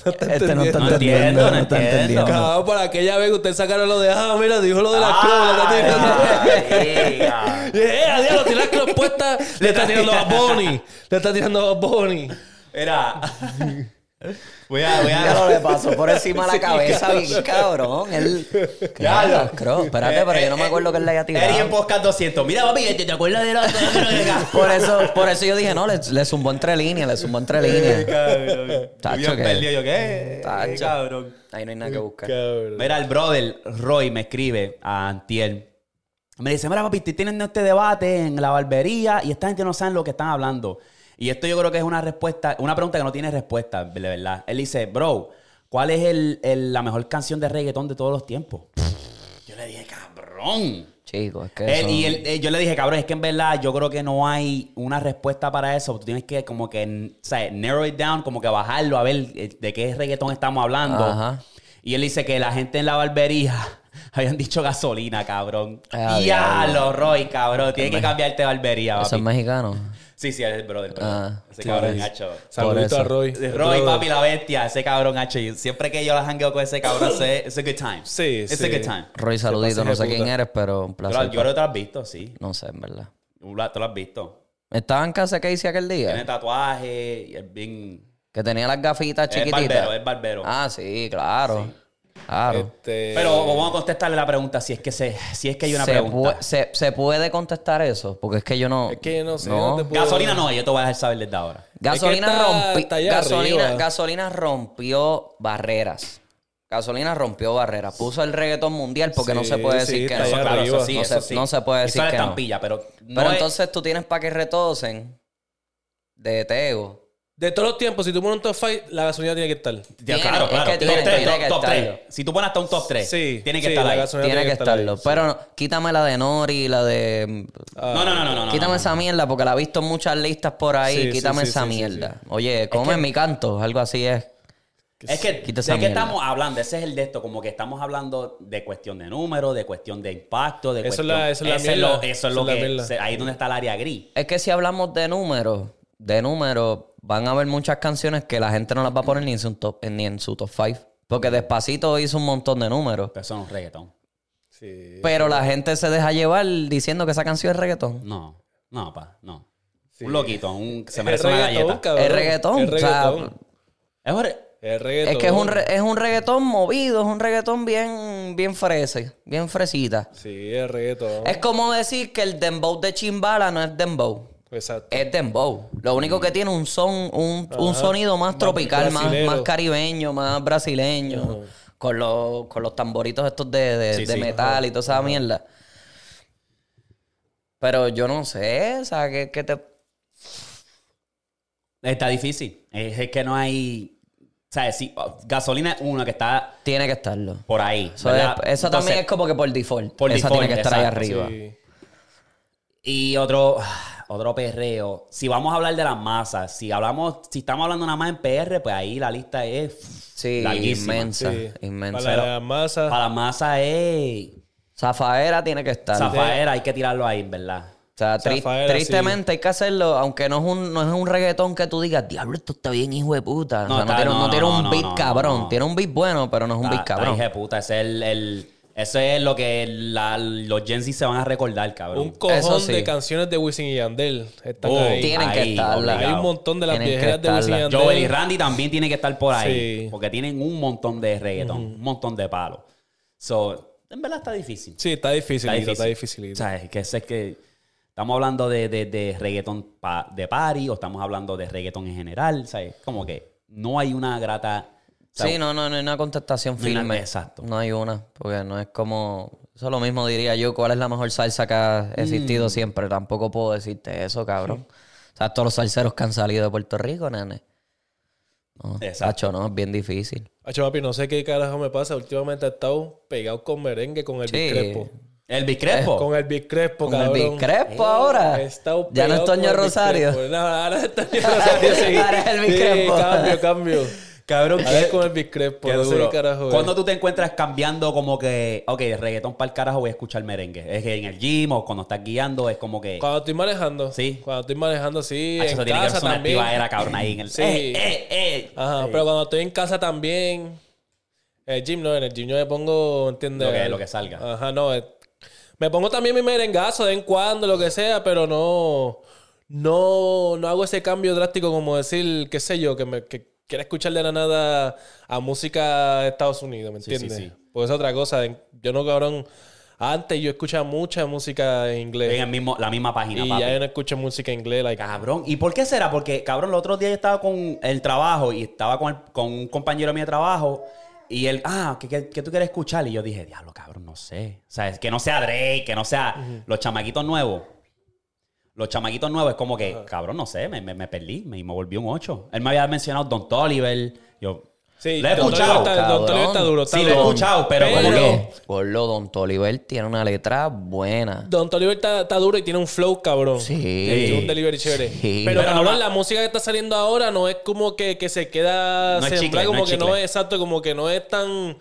S4: Este no está
S1: No entiendo, no entiendo.
S3: Cabrón, por aquella vez que ustedes sacaron lo de, ah, mira, dijo lo de las crocs, lo está tirando.
S1: Ah,
S3: Yeah, yeah, diablo, tiene las crocs puestas, le está tirando a Bonnie. Le está tirando a Bonnie.
S1: Era. Voy a, voy
S4: Ya lo
S1: a.
S4: le pasó por encima de la cabeza, bien cabrón. Él. Claro, cabrón. Espérate, pero yo
S1: Eh,
S4: no me acuerdo que él le haya
S1: Eri en
S4: tirado.
S1: podcast 200. Mira, papi, este, ¿te, te acuerdas de la.?
S4: Por eso, por eso yo dije, no, le, le zumbó entre líneas, le zumbó entre líneas.
S1: cabrón.
S4: Tacho,
S1: Yo
S4: que-
S1: perdido, yo qué.
S4: Tacho.
S1: Cabrón.
S4: Ahí no hay nada que buscar.
S3: Cabrón.
S1: Mira, el brother Roy me escribe a Antiel. Me dice, mira, papi, estoy teniendo este debate en la barbería y esta gente no sabe lo que están hablando. Y esto yo creo que es una respuesta, una pregunta que no tiene respuesta, de verdad. Él dice, bro, ¿cuál es el- el- la mejor canción de reggaetón de todos los tiempos? Yo le dije, cabrón.
S4: Chicos, es que.
S1: Él-
S4: eso-
S1: y él- eh, yo le dije, cabrón, es que en verdad yo creo que no hay una respuesta para eso. Tú tienes que como que, n- o sea, narrow it down, como que bajarlo a ver eh, de qué reggaetón estamos hablando.
S4: Ajá.
S1: Y él dice que la gente en la barbería habían dicho gasolina, cabrón.
S4: Ah,
S1: ya,
S4: diablo.
S1: lo Roy, cabrón. Tienes que cambiarte de barbería,
S4: Eso es
S1: papi.
S4: mexicano.
S1: Sí, sí, es el brother. brother.
S4: Ah,
S1: Ese cabrón, hacho.
S4: Por
S3: Saludito
S4: eso.
S3: a Roy.
S1: Roy, papi, la bestia. Ese cabrón, hacho. Y Siempre que yo la jangueo con ese cabrón, ese- it's a good time.
S3: Sí,
S1: it's
S3: sí.
S1: a good time.
S4: Roy,
S3: Se pasa
S4: saludito. No
S3: de
S4: sé quién
S3: puta.
S4: eres, pero un
S1: Yo,
S4: placer.
S1: creo que te lo has visto, sí.
S4: No sé, en verdad.
S1: Tú la- tú lo has visto.
S4: Estaba en casa Casey aquel
S1: Tiene
S4: día.
S1: tatuaje y es bien.
S4: Que tenía las gafitas
S1: Es
S4: chiquititas.
S1: barbero, es barbero.
S4: Ah, sí, claro. Claro.
S3: Este,
S1: Pero vamos a contestarle la pregunta si es que se, si es que hay una
S4: se,
S1: pregunta.
S4: pue- se- se puede contestar eso? Porque es que yo no.
S3: Es que yo no sé, no te puedo-
S1: Gasolina no, yo te voy a dejar saber desde ahora.
S4: Gasolina,
S3: Es que está-
S4: rompi-
S3: está allá
S4: gasolina,
S3: arriba.
S4: gasolina rompió barreras. Gasolina rompió barreras. Puso el reggaetón mundial porque no
S3: Sí,
S4: se puede
S3: sí,
S4: decir que
S3: está
S4: no.
S3: allá
S1: claro,
S3: arriba.
S1: eso sí,
S4: No
S1: eso
S4: se-
S1: sí.
S4: no se puede
S1: Eso
S4: decir
S1: es la
S4: que no.
S1: estampilla, pero no
S4: Pero
S1: es-
S4: entonces tú tienes para que retocen de Tego.
S3: De todos los tiempos, si tú pones un top fight, la gasolina tiene que estar.
S1: Ya,
S4: tiene-
S1: claro, claro.
S4: es que
S1: top
S4: tiene-
S1: 3,
S4: tiene
S1: top,
S4: que
S1: top tres.
S4: estarlo.
S1: Si tú pones hasta un top 3,
S3: Sí,
S1: tiene que
S3: sí,
S1: estar
S3: la
S1: ahí.
S3: gasolina
S4: Tiene que
S3: ahí.
S4: estarlo. Pero no, quítame la de Nori, la de.
S3: Ah,
S1: No, no, no, no, no. no,
S4: quítame
S1: no.
S4: esa mierda porque la he visto en muchas listas por ahí.
S3: Sí,
S4: quítame
S3: sí, sí,
S4: esa
S3: sí, sí,
S4: mierda. Oye, come mi canto, algo así es.
S1: Es que,
S4: Quita
S1: ¿de
S4: esa
S1: qué
S4: mierda.
S1: estamos hablando? Ese es el de esto, como que estamos hablando de cuestión de número, de cuestión de impacto, de
S3: Eso es
S1: cuestión...
S3: la- eso es la
S1: Ese
S3: mierda.
S1: lo- Eso es lo
S3: Eso es la
S1: que...
S3: mierda.
S1: se- Ahí es donde está el área gris.
S4: Es que si hablamos de números, de números, van a haber muchas canciones que la gente no las va a poner ni en su top, eh, ni en su top 5. Porque despacito hizo un montón de números.
S1: Pero eso no es reggaetón.
S3: Sí,
S1: Pues,
S4: Pero la gente se deja llevar diciendo que esa canción es reggaetón.
S1: No, no, pa, no. Un loquito, un, se merece
S3: Es
S1: una
S3: reggaetón,
S1: galleta.
S3: cabrón.
S4: Es reggaetón,
S3: Es
S4: o sea,
S3: reggaetón.
S1: Es hor-
S3: Es reggaetón.
S4: Es que es un, re- es un reggaetón movido, es un reggaetón bien, bien frese, bien fresita.
S3: Sí, es reggaetón.
S4: Es como decir que el dembow de Chimbala no es dembow.
S3: Exacto.
S4: Es dembow. Lo único
S1: Mm.
S4: que tiene un son, un, un sonido más tropical, más,
S3: brasilero.
S4: más caribeño, más brasileño. Con los, con los tamboritos estos de, de-
S1: Sí,
S4: de
S1: sí.
S4: metal y toda esa mierda. Pero yo no sé, o sea, que, que te.
S1: Está difícil. Es, es que no hay. ¿Sabes? Sí, oh, gasolina es una que está
S4: Tiene que estarlo.
S1: por ahí.
S4: Eso, es-
S1: ¿verdad?
S4: eso también es
S1: Entonces,
S4: como que por default.
S1: Por
S4: esa
S1: default,
S4: tiene que estar ahí
S1: exacto,
S4: arriba.
S3: Sí.
S1: Y otro, otro perreo. Si vamos a hablar de las masas, si hablamos, si estamos hablando nada más en PR, pues ahí la lista es.
S4: Sí,
S1: Larguísima.
S4: inmensa.
S3: Sí.
S4: Inmensa.
S3: Para la masa.
S1: Para las masas es.
S4: Zafaera tiene que estar.
S1: Zafaera, hay que tirarlo ahí, en verdad.
S4: O sea, tri-
S3: Zafaera,
S4: tristemente hay que hacerlo, aunque no es un, no es un reggaetón que tú digas, diablo, esto está bien, hijo de puta.
S1: No,
S4: o sea,
S1: está-
S4: no tiene,
S1: no,
S4: no tiene
S1: no,
S4: un
S1: no,
S4: beat
S1: no, no,
S4: cabrón.
S1: no.
S4: Tiene un beat bueno, pero no es un
S1: Está-
S4: beat
S1: está
S4: cabrón.
S1: hija de puta. Ese es el. el- eso es lo que la- los Gen Z se van a recordar, cabrón.
S3: Un cojón
S4: sí.
S3: de canciones de Wisin y Yandel. Están
S1: Oh,
S3: ahí.
S4: Tienen que
S1: ahí,
S4: estarla.
S1: obligado.
S3: Hay un montón de las
S4: Tienen que
S3: viejeras de Wisin y
S4: estarla.
S3: Yandel.
S1: Joel y Randy también tiene que estar por ahí.
S3: Sí.
S1: Porque tienen un montón de reggaetón, un montón de palos. So, en verdad está difícil.
S3: Sí, está difícil,
S1: Está
S3: está difícil. Está
S1: O
S3: dificilito.
S1: sea, es que es que estamos hablando de, de, de reggaetón pa- de party o estamos hablando de reggaetón en general. ¿sabes? Como que no hay una grata. ¿sabes?
S4: Sí, no, no, no hay una contestación
S1: No hay una-
S4: firme.
S1: exacto.
S4: No hay una, porque no es como... Eso lo mismo diría yo, ¿cuál es la mejor salsa que ha
S3: Mm.
S4: existido siempre? Tampoco puedo decirte eso, cabrón. O sea, todos los salseros que han salido de Puerto Rico, nene. No,
S1: Exacto.
S4: Sacho, no, es bien difícil.
S3: Hacho, papi, no sé qué carajo me pasa. Últimamente he estado pegado con merengue, con el
S4: Sí.
S3: Bicrepo.
S1: El Bicrepo.
S3: Con el Bicrepo,
S4: Con el
S3: cabrón. Eh,
S4: Big Crespo ahora.
S3: He estado
S4: Ya no es
S3: pegado con
S4: Toño
S3: el Big
S4: Rosario.
S3: Crespo. No, ahora es Toño Rosario, sí.
S4: Ahora es el Big
S3: Sí,
S4: Crespo.
S3: cambio, cambio.
S1: Cabrón,
S3: Ahora es con el Bicrepo.
S1: Qué
S3: No sé
S1: duro.
S3: qué carajo es.
S1: Cuando tú te encuentras cambiando como que, ok, reggaetón para el carajo voy a escuchar merengue. Es que en el gym o cuando estás guiando es como que...
S3: Cuando estoy manejando.
S1: Sí.
S3: Cuando estoy manejando, sí.
S1: Ah, eso
S3: en
S1: tiene que
S3: casa
S1: ser una
S3: también.
S1: activadera, cabrón, ahí en el...
S3: Sí.
S1: Eh, eh, eh.
S3: Ajá, pero cuando estoy en casa también. En el gym, no, en el gym yo me pongo, ¿entiendes?
S1: Lo que- lo que salga.
S3: Ajá, no. eh, Me pongo también mi merengazo de vez en cuando, lo que sea, pero no. No, no hago ese cambio drástico como decir, qué sé yo, que me. Que, quiere escuchar de la nada a música de Estados Unidos, ¿me
S1: Sí, sí,
S3: entiendes?
S1: sí.
S3: Pues es otra cosa. en- Yo no, cabrón. Antes yo escuchaba mucha música en
S1: En
S3: inglés.
S1: el mismo, la misma página,
S3: y
S1: papi.
S3: ya yo no escucho música en inglés. like,
S1: Cabrón, ¿y por qué será? Porque, cabrón, el otro día yo estaba con el trabajo y estaba con, el- con un compañero mío de trabajo y él, ah, ¿qué, qué, qué tú quieres escuchar? Y yo dije, diablo, cabrón, no sé. O sea, es que no sea Drake, que no sea los chamaquitos nuevos. Los chamaquitos nuevos es como que, cabrón, no sé, me, me, me perdí me, me volví un 8. Él me había mencionado Don Tolliver. Yo,
S3: Sí,
S1: lo he
S3: Don
S1: escuchado.
S3: Toliver está- Don Toliver está
S4: cabrón.
S3: duro. está
S1: Sí, lo he
S3: duro.
S1: escuchado, pero como
S4: Por
S1: que-
S4: lo, por lo, Don Toliver tiene una letra buena.
S3: Don Toliver está, está duro y tiene un flow, cabrón.
S4: Sí.
S3: Tiene un delivery chévere.
S4: Sí.
S3: Pero,
S1: Pero
S3: cabrón,
S1: no-
S3: la música que está saliendo ahora no es como que, que se
S1: No
S3: queda
S1: es
S3: sembrada,
S1: chicle,
S3: como
S1: no es
S3: que no
S1: chicle.
S3: es exacto, como que no es tan.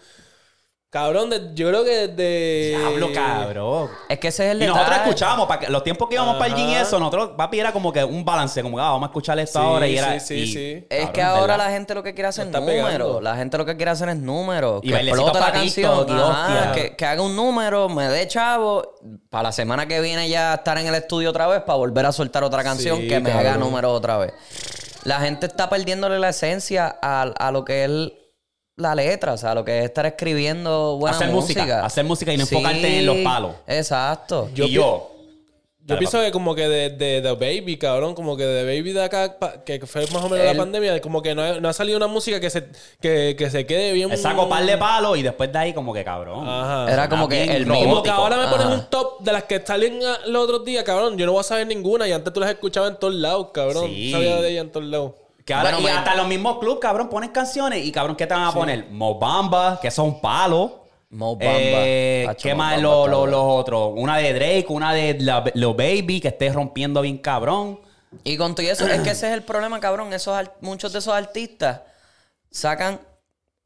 S3: Cabrón, de- yo creo que desde.
S1: diablo, cabrón.
S4: Es que ese es el
S1: Y nosotros
S4: detalle.
S1: escuchábamos, para que- los tiempos que íbamos para el gym y eso, nosotros, papi, era como que un balance, como que ah, vamos a escuchar esto
S3: Sí,
S1: ahora y
S3: sí,
S1: era.
S3: sí,
S1: y-
S3: sí.
S4: Es
S1: cabrón,
S4: que ahora
S1: ¿verdad?
S4: la gente lo que quiere hacer es
S3: Está
S4: números.
S3: pegando.
S4: La gente lo que quiere hacer es números.
S1: Y
S4: que
S1: bailecitos
S4: explota la
S1: para TikTok
S4: canción.
S1: y
S4: Ajá,
S1: hostia.
S4: que, que haga un número, me dé chavo. Para la semana que viene ya estar en el estudio otra vez para volver a soltar otra canción
S3: Sí,
S4: que me haga
S3: cabrón.
S4: números otra vez. La gente está perdiéndole la esencia a, a lo que es la letra, o sea, a lo que es estar escribiendo buena
S1: Hacer música, hacer música y no enfocarte en los palos.
S4: Exacto.
S1: y yo
S3: Yo
S1: Dale,
S3: pienso que como que de, de The Baby, cabrón, como que de The Baby de acá, pa- que fue más o menos
S4: Él-
S3: la pandemia, como que no ha, no ha salido una música que se, que, que se quede bien.
S1: Le saco par de palos y después de ahí como que cabrón.
S3: Ajá.
S4: Era como
S1: Suena
S4: que
S1: bien
S4: el
S1: robótico.
S4: mismo
S3: Como que ahora me pones
S4: Ajá.
S3: un top de las que salen ah, los otros días, cabrón. Yo no voy a saber ninguna y antes tú las escuchabas en todos lados, cabrón.
S1: Sí.
S3: Sabía de ella en todos lados.
S1: Que ahora
S4: Bueno,
S1: y
S4: me-
S1: hasta los mismos clubes, cabrón, ponen canciones y cabrón, ¿qué te van a poner? Mobamba, que son palos.
S4: Mo Bamba.
S1: Eh,
S4: Hacho,
S1: ¿Qué
S4: Mo
S1: más
S4: Bamba
S1: lo-
S4: está
S1: lo-
S4: duro.
S1: los otros? Una de Drake, una de la- Lil Baby, que esté rompiendo bien cabrón.
S4: Y con todo eso, es que ese es el problema, cabrón. Esos, ar- muchos de esos artistas sacan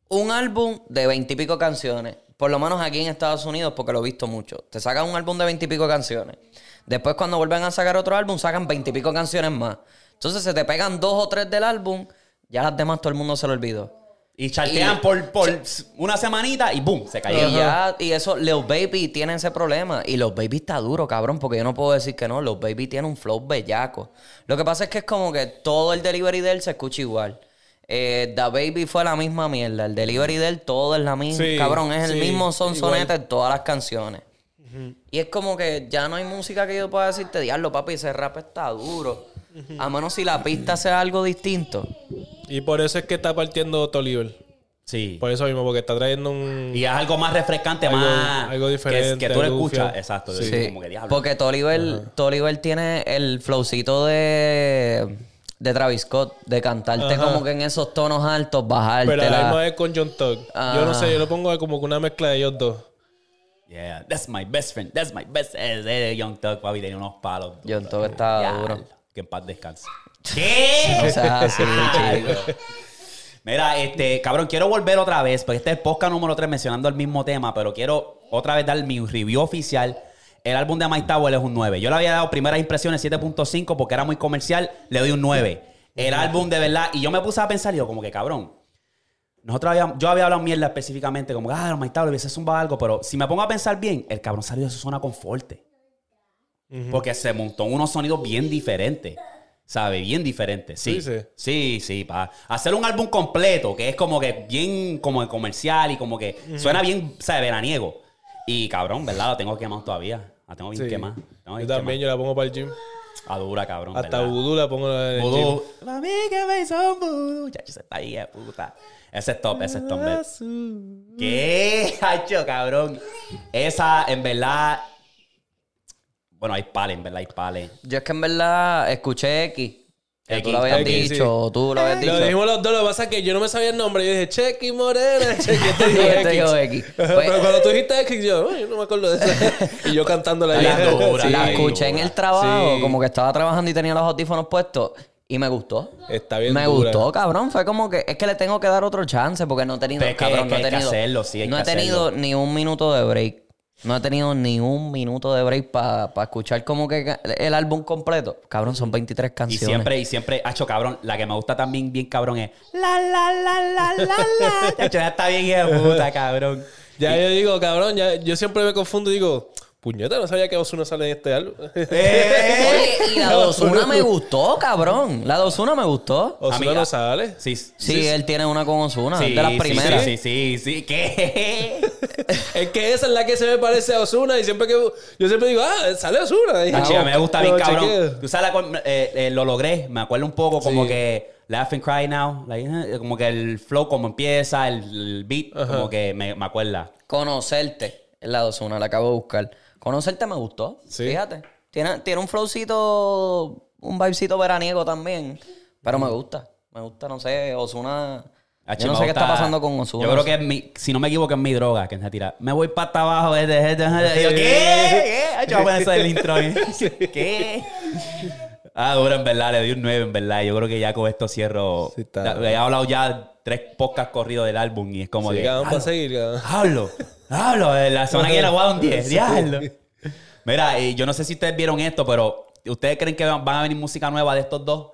S4: un álbum de veintipico canciones. Por lo menos aquí en Estados Unidos, porque lo he visto mucho. Te sacan un álbum de veintipico canciones. Después, cuando vuelven a sacar otro álbum, sacan veintipico canciones más. Entonces, se te pegan dos o tres del álbum, ya las demás todo el mundo se lo olvidó.
S1: Y chartean
S4: Y-
S1: por, por una semanita y boom, se
S4: Y
S1: cayeron.
S4: ya, y eso, Lil Baby tiene ese problema. Y Los Baby está duro, cabrón, porque yo no puedo decir que no. Los Baby tiene un flow bellaco. Lo que pasa es que es como que todo el delivery de él se escucha igual. Eh, The Baby fue la misma mierda. El delivery de él todo es la misma.
S3: Sí,
S4: cabrón, es
S3: sí,
S4: el mismo
S3: igual.
S4: sonsonete en todas las canciones. Y es como que ya no hay música que yo pueda decirte, diablo, papi, ese rap está duro. A menos si la pista sea algo distinto.
S3: Y por eso es que está partiendo Toliver.
S1: Sí.
S3: Por eso mismo, porque está trayendo un.
S1: Y es algo más refrescante,
S3: Algo-
S1: más.
S3: algo
S1: que- Que,
S3: diferente,
S1: tú lo
S3: algo
S1: escuchas.
S3: fiel.
S1: Exacto.
S3: Sí.
S1: decir, Como que diablo.
S4: Porque Toliver, Toliver tiene el flowcito de, de Travis Scott, de cantarte
S3: Ajá.
S4: como que en esos tonos altos, bajarte
S3: Pero
S4: la-
S3: la misma es con John Tog. Yo no sé, yo lo pongo como que una mezcla de ellos dos.
S1: Yeah, that's my best friend. That's my best. Eh, eh, Young Thug, papi, tenía unos palos.
S4: John Thug estaba
S1: Diablo,
S4: duro.
S1: Que en paz descanse. ¿Qué?
S4: O sea, así,
S1: Diablo.
S4: chico.
S1: Mira, este, cabrón, quiero volver otra vez, porque este es podcast número 3 mencionando el mismo tema, pero quiero otra vez dar mi review oficial. El álbum de Mike Tower es un 9. Yo le había dado primeras impresiones 7.5 porque era muy comercial, le doy un 9. El álbum de verdad, y yo me puse a pensar, y yo como que cabrón, nosotros habíamos, yo había hablado mierda específicamente, como, ah, Mike Tower hubiese zumbado algo, pero si me pongo a pensar bien, el cabrón salió de su zona conforte. Porque se montó unos sonidos bien diferentes. ¿Sabe? Bien diferentes. Sí. Sí,
S3: dices?
S1: sí, pa. Hacer un álbum completo, que es como que bien como comercial y como que suena bien, ¿sabe? Veraniego. Y cabrón, ¿verdad? La tengo quemado todavía. La tengo bien
S3: Sí.
S1: quemada. La tengo
S3: Yo
S1: bien
S3: también, yo la pongo para el gym.
S1: quemada. A dura, cabrón.
S3: Hasta
S1: ¿verdad?
S3: Voodoo la pongo en el gym.
S1: Vudú. Mami, que me hizo vudú. Chacho, ese está ahí, de puta. Ese es top, ese es top. ¿verdad? ¿Qué? Hacho, cabrón. Esa, en verdad. Bueno, hay pales, en verdad, hay pales.
S4: Yo es que en verdad escuché X. Que tú
S1: X,
S4: lo habías
S3: X, sí.
S4: dicho, tú lo habías dicho.
S3: Lo dijimos los dos, lo que pasa es que yo no me sabía el nombre. Yo dije, Chequi Morena, Chequi, este
S4: Sí,
S3: dijo
S4: este dijo
S3: X.
S4: X.
S3: Pero
S4: Pues-
S3: cuando tú dijiste X, yo, "Ay, yo no me acuerdo de eso. y yo cantando la
S1: La dura,
S3: Sí.
S4: la
S1: Ay,
S4: escuché en
S1: dura.
S4: el trabajo,
S3: Sí.
S4: como que estaba trabajando y tenía los audífonos puestos. Y me gustó.
S3: Está bien
S4: Me
S3: dura.
S4: gustó, cabrón. Fue como que es que le tengo que dar otro chance porque no he tenido,
S1: Pero es que-
S4: cabrón,
S1: es que
S4: no he
S1: hay que
S4: tenido,
S1: hacerlo, sí, hay
S4: no
S1: que
S4: he tenido
S1: hacerlo.
S4: ni un minuto de break. No he tenido ni un minuto de break para escuchar como que ca- el álbum completo. Cabrón, son 23
S1: Y
S4: canciones.
S1: siempre, y siempre, hacho, cabrón, la que me gusta también bien cabrón es Ah, la la la la la la. Hacho, ya está bien hija de puta, cabrón.
S3: Ya yo digo, cabrón, ya, yo siempre me confundo y digo, Puñeta, no sabía que Osuna sale en este álbum.
S1: ¡Eh!
S4: Oye, y la Dozuna me gustó, cabrón. La Dozuna me gustó.
S3: Osuna
S1: Amiga.
S3: no sale.
S1: Sí,
S4: Sí, él tiene una con Osuna,
S1: sí,
S4: de las
S1: sí,
S4: primeras.
S1: Sí, sí, sí, ¿Qué?
S3: Es que esa es la que se me parece a Osuna y siempre que yo siempre digo, ah, sale Osuna.
S1: La chica me gusta bien, cabrón. Tú sabes, la cual- eh, eh, lo logré. Me acuerdo un poco como
S3: Sí.
S1: que Laugh and Cry Now. like, eh, como que el flow, como empieza, el, el beat, como que me, me acuerda.
S4: Conocerte es la Dozuna, la acabo de buscar. Conocerte me gustó.
S3: Sí.
S4: Fíjate. Tiene, tiene un flowcito, un vibecito veraniego también. Pero me gusta. Me gusta, no sé, Osuna. Yo no sé qué está pasando con Osuna.
S1: Yo creo que, es mi, si no me equivoco, es mi droga que se tira. Me voy para abajo. eh, desde- desde- desde- y yo, ¿Qué? ¿Qué? Ay, Yo voy a poner el intro. ahí. ¿Qué? Ah, duro, en verdad. Le di un 9, en verdad. Yo creo que ya con esto cierro.
S3: Sí, está.
S1: Da- He hablado ya tres podcasts corridos del álbum y es como que...
S3: Llegamos
S1: "Ah,
S3: para seguir. cabrón.
S1: Hablo, hablo. La semana que viene voy a dar un 10. Diablo. Mira, eh, yo no sé si ustedes vieron esto, pero ¿ustedes creen que van van a venir música nueva de estos dos?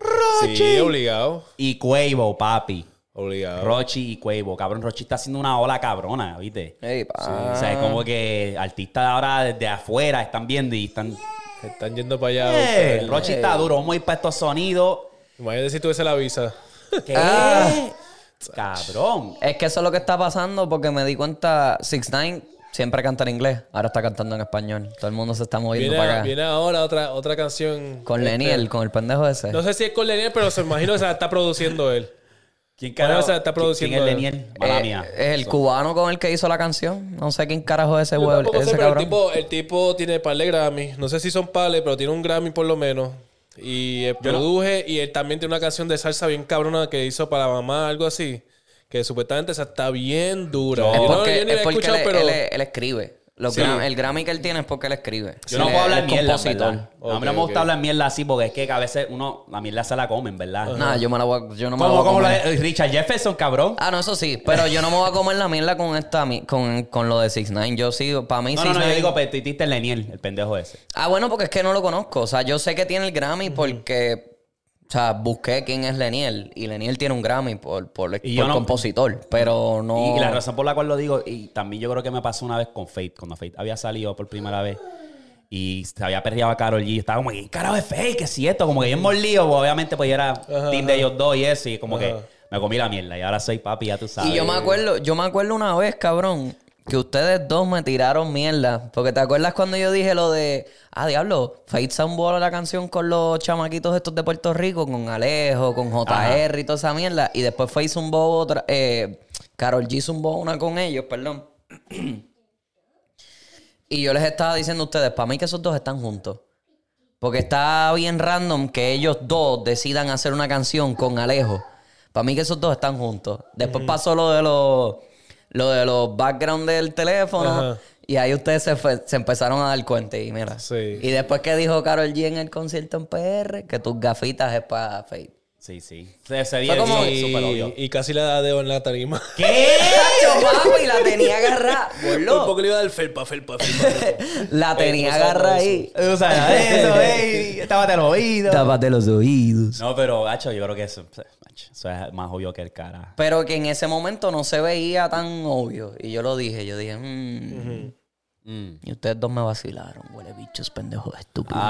S1: Ah,
S3: Sí, obligado.
S1: Y Cuevo, papi.
S3: Obligado.
S1: Rochi y Cuevo. Cabrón, Rochi está haciendo una ola cabrona, ¿viste?
S4: Ey, pa.
S1: O sea, es como que artistas ahora desde afuera están viendo y están...
S3: Están yendo para allá.
S1: Eh,
S3: ustedes.
S1: Rochi está duro. Vamos a ir para estos sonidos.
S3: Imagínate si tuviese la visa.
S1: ¿Qué?
S4: Ah.
S1: Cabrón.
S4: Es que eso es lo que está pasando porque me di cuenta, Six Nine siempre canta en inglés, ahora está cantando en español. Todo el mundo se está moviendo
S3: Viene,
S4: para acá.
S3: viene ahora otra, otra canción.
S4: Con Leniel, con el pendejo ese.
S3: No sé si es con Leniel, pero se imagino que se la está produciendo él.
S1: ¿Quién
S3: carajo- está
S1: ¿Qui-
S3: produciendo
S1: ¿Quién es
S3: él?
S1: Leniel? Mala
S4: Eh,
S1: mía.
S4: Es el cubano con el que hizo la canción. No sé quién carajo es ese
S3: Yo
S4: huevo.
S3: tampoco sé,
S4: Ese
S3: pero el
S4: cabrón.
S3: tipo, el tipo tiene par de Grammy. No sé si son pales, pero tiene un Grammy por lo menos. Y él produje y él también tiene una canción de salsa bien cabrona que hizo para la mamá, algo así. Que supuestamente esa está bien dura.
S1: No.
S3: Yo
S4: es
S3: no-
S4: porque,
S3: yo ni
S4: es
S3: la he
S4: porque
S3: escuchado,
S4: él,
S3: pero...
S4: él- él escribe. Los
S3: Sí.
S4: gra- el Grammy que él tiene es porque él escribe.
S1: Yo no
S4: Él
S1: puedo
S4: es-
S1: hablar
S4: él es
S1: mierda, en
S4: compositor.
S1: ¿verdad? a mí no
S3: Ok,
S1: me
S3: ok.
S1: gusta hablar mierda así porque es que a veces uno la mierda se la comen, ¿verdad?
S4: Nah, yo me la voy a- yo no me la voy
S1: Como,
S4: a
S1: como
S4: comer.
S1: la de Richard Jefferson, cabrón.
S4: Ah, no, eso sí. Pero yo no me voy a comer la mierda con esta mi- con, con lo de Six Nine. Yo sigo, para mí
S1: No,
S4: Six
S1: no, no, yo
S4: Nine-
S1: digo Petitiste Leniel, el pendejo ese.
S4: Ah, bueno, porque es que no lo conozco. O sea, yo sé que tiene el Grammy porque. O sea, busqué quién es Leniel. Y Leniel tiene un Grammy por, por,
S1: Y
S4: por
S1: yo no-
S4: compositor. Pero no.
S1: Y la razón por la cual lo digo, y también yo creo que me pasó una vez con Faith, cuando Faith había salido por primera vez y se había perdido a Carol G. Estaba como, ¿qué carajo es Faith? ¿Qué es esto? Como que yo mordido, pues, obviamente, pues yo era team de ellos dos y eso, y como que me comí la mierda. Y ahora soy papi, ya tú sabes.
S4: Y yo me acuerdo, yo me acuerdo una vez, cabrón, que ustedes dos me tiraron mierda. Porque te acuerdas cuando yo dije lo de, ah, diablo, Fate Soundball la canción con los chamaquitos estos de Puerto Rico, con Alejo, con JR y toda esa mierda. Y después Fate hizo un bobo otra, eh, Carol G hizo un bobo una con ellos, perdón. Y yo les estaba diciendo a ustedes, para mí que esos dos están juntos. Porque está bien random que ellos dos decidan hacer una canción con Alejo. Para mí que esos dos están juntos. Después pasó lo de los lo de los background del teléfono.
S3: Ajá.
S4: Y ahí ustedes se, fue- se empezaron a dar cuenta y mira.
S3: Sí.
S4: Y después que dijo Carol G en el concierto en PR que tus gafitas es para Fate.
S1: Sí, sí. Se, se vio
S4: Fue como-
S1: sí, súper obvio.
S3: y, y casi la da dedo en la tarima.
S1: ¿Qué?
S4: ¡Cacho, papi! La tenía agarrada.
S3: Por
S4: boludo.
S3: poco le iba a dar felpa, felpa, felpa. felpa.
S4: La tenía
S3: tú Eh, sabes
S4: agarrada
S3: eso.
S4: ahí.
S1: Tú sabes eso, ey. Tápate los oídos.
S4: Tápate los oídos.
S1: No, pero, hacho, yo creo que eso, macho, eso es más obvio que el cara.
S4: Pero que en ese momento no se veía tan obvio. Y yo lo dije, yo dije, "Mm".
S3: Mm.
S4: y ustedes dos me vacilaron, huele bichos pendejos estúpidos.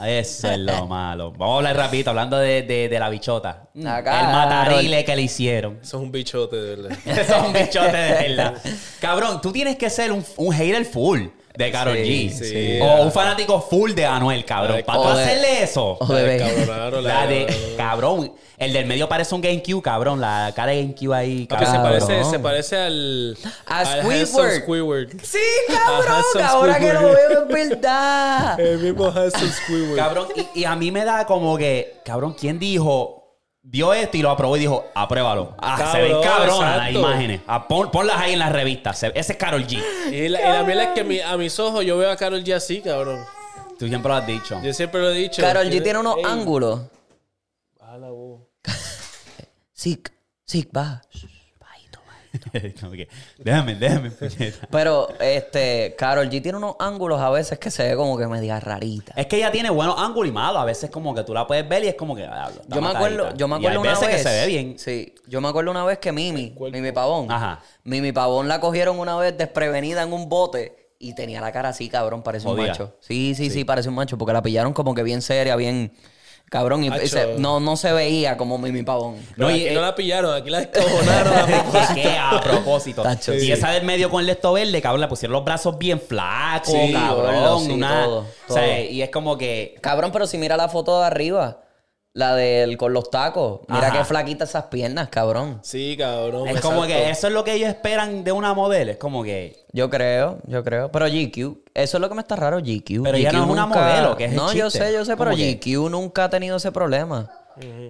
S1: Ah, eso es lo malo. Vamos a hablar rapidito, hablando de, de- de la bichota.
S3: Mm.
S4: Acá,
S1: el matarile que le hicieron.
S3: Eso es un bichote, de verdad.
S1: Son un bichote de verdad. Cabrón, tú tienes que ser un, un hater full de Karol
S4: Sí,
S1: G.
S3: sí.
S1: O un fanático full de Anuel, cabrón.
S3: Ay,
S1: Para tú
S4: o de-
S1: hacerle eso.
S4: o de Bey.
S3: Cabronaron
S1: La de, cabrón, el del medio parece un GameCube, cabrón. La cara de GameCube ahí,
S3: Papi, se
S1: cabrón.
S3: parece, se parece al...
S4: A
S3: al handsome
S4: Squidward.
S3: Squidward.
S4: Sí, cabrón,
S3: Ajá, son
S4: ahora que lo
S3: Squidward.
S4: veo es verdad.
S3: El mismo handsome Squidward.
S1: Cabrón, y, y a mí me da como que, cabrón, ¿quién dijo? Vio esto y lo aprobó y dijo, apruébalo. Ah, se ven
S3: Cabrón,
S1: cabronas las
S3: exacto.
S1: imágenes. Ah, pon- ponlas ahí en las revistas. Se- ese es Carol G.
S3: Y la, y la mierda es que mi- a mis ojos yo veo a Carol G así, cabrón.
S1: Tú siempre lo has dicho.
S3: Yo siempre lo he dicho.
S4: Carol G tiene unos
S3: Ey,
S4: ángulos.
S3: baja la voz.
S4: Sick, sick, baja.
S1: Como que, déjame, déjame, puñeta.
S4: Pero este, Carol G tiene unos ángulos a veces que se ve como que media rarita.
S1: Es que ella tiene buenos ángulos y malos. A veces como que tú la puedes ver y es como que... ah, está
S4: Yo me acuerdo,
S1: matadita.
S4: yo me
S1: Y hay
S4: acuerdo una
S1: veces
S4: vez.
S1: que se ve bien.
S4: Sí, yo me acuerdo una vez que Mimi, Mimi Pavón.
S1: Ajá.
S4: Mimi Pavón la cogieron una vez desprevenida en un bote y tenía la cara así, cabrón, parece un
S1: Jodida.
S4: macho. Sí, sí, sí, parece un macho, porque la pillaron como que bien seria, bien cabrón. Y se- no, no se veía como Mimi Pavón.
S3: No,
S1: No, y-
S3: aquí
S1: eh,
S3: no la pillaron, aquí la descojonaron a propósito.
S1: ¿Qué? A propósito.
S4: Tacho,
S1: y
S4: sí.
S1: esa del medio con el esto verde, cabrón, le pusieron los brazos bien flacos,
S4: Sí, gordo,
S1: cabrón.
S4: sí,
S1: una-
S4: todo,
S1: o sea,
S4: todo.
S1: y es como que.
S4: Cabrón, pero si mira la foto de arriba, la del con los tacos, mira
S1: Ajá.
S4: qué flaquita esas piernas, cabrón.
S3: Sí,
S4: Oh,
S3: cabrón.
S1: Es como
S3: exacto.
S1: que eso es lo que ellos esperan de una modelo. Es como que.
S4: Yo creo, yo creo. Pero GQ, eso es lo que me está raro, GQ.
S1: Pero ella
S4: GQ
S1: no es una modelo, que es el
S4: No, yo
S1: chiste.
S4: sé, yo sé, pero
S1: ¿Cómo que?
S4: GQ nunca ha tenido ese problema.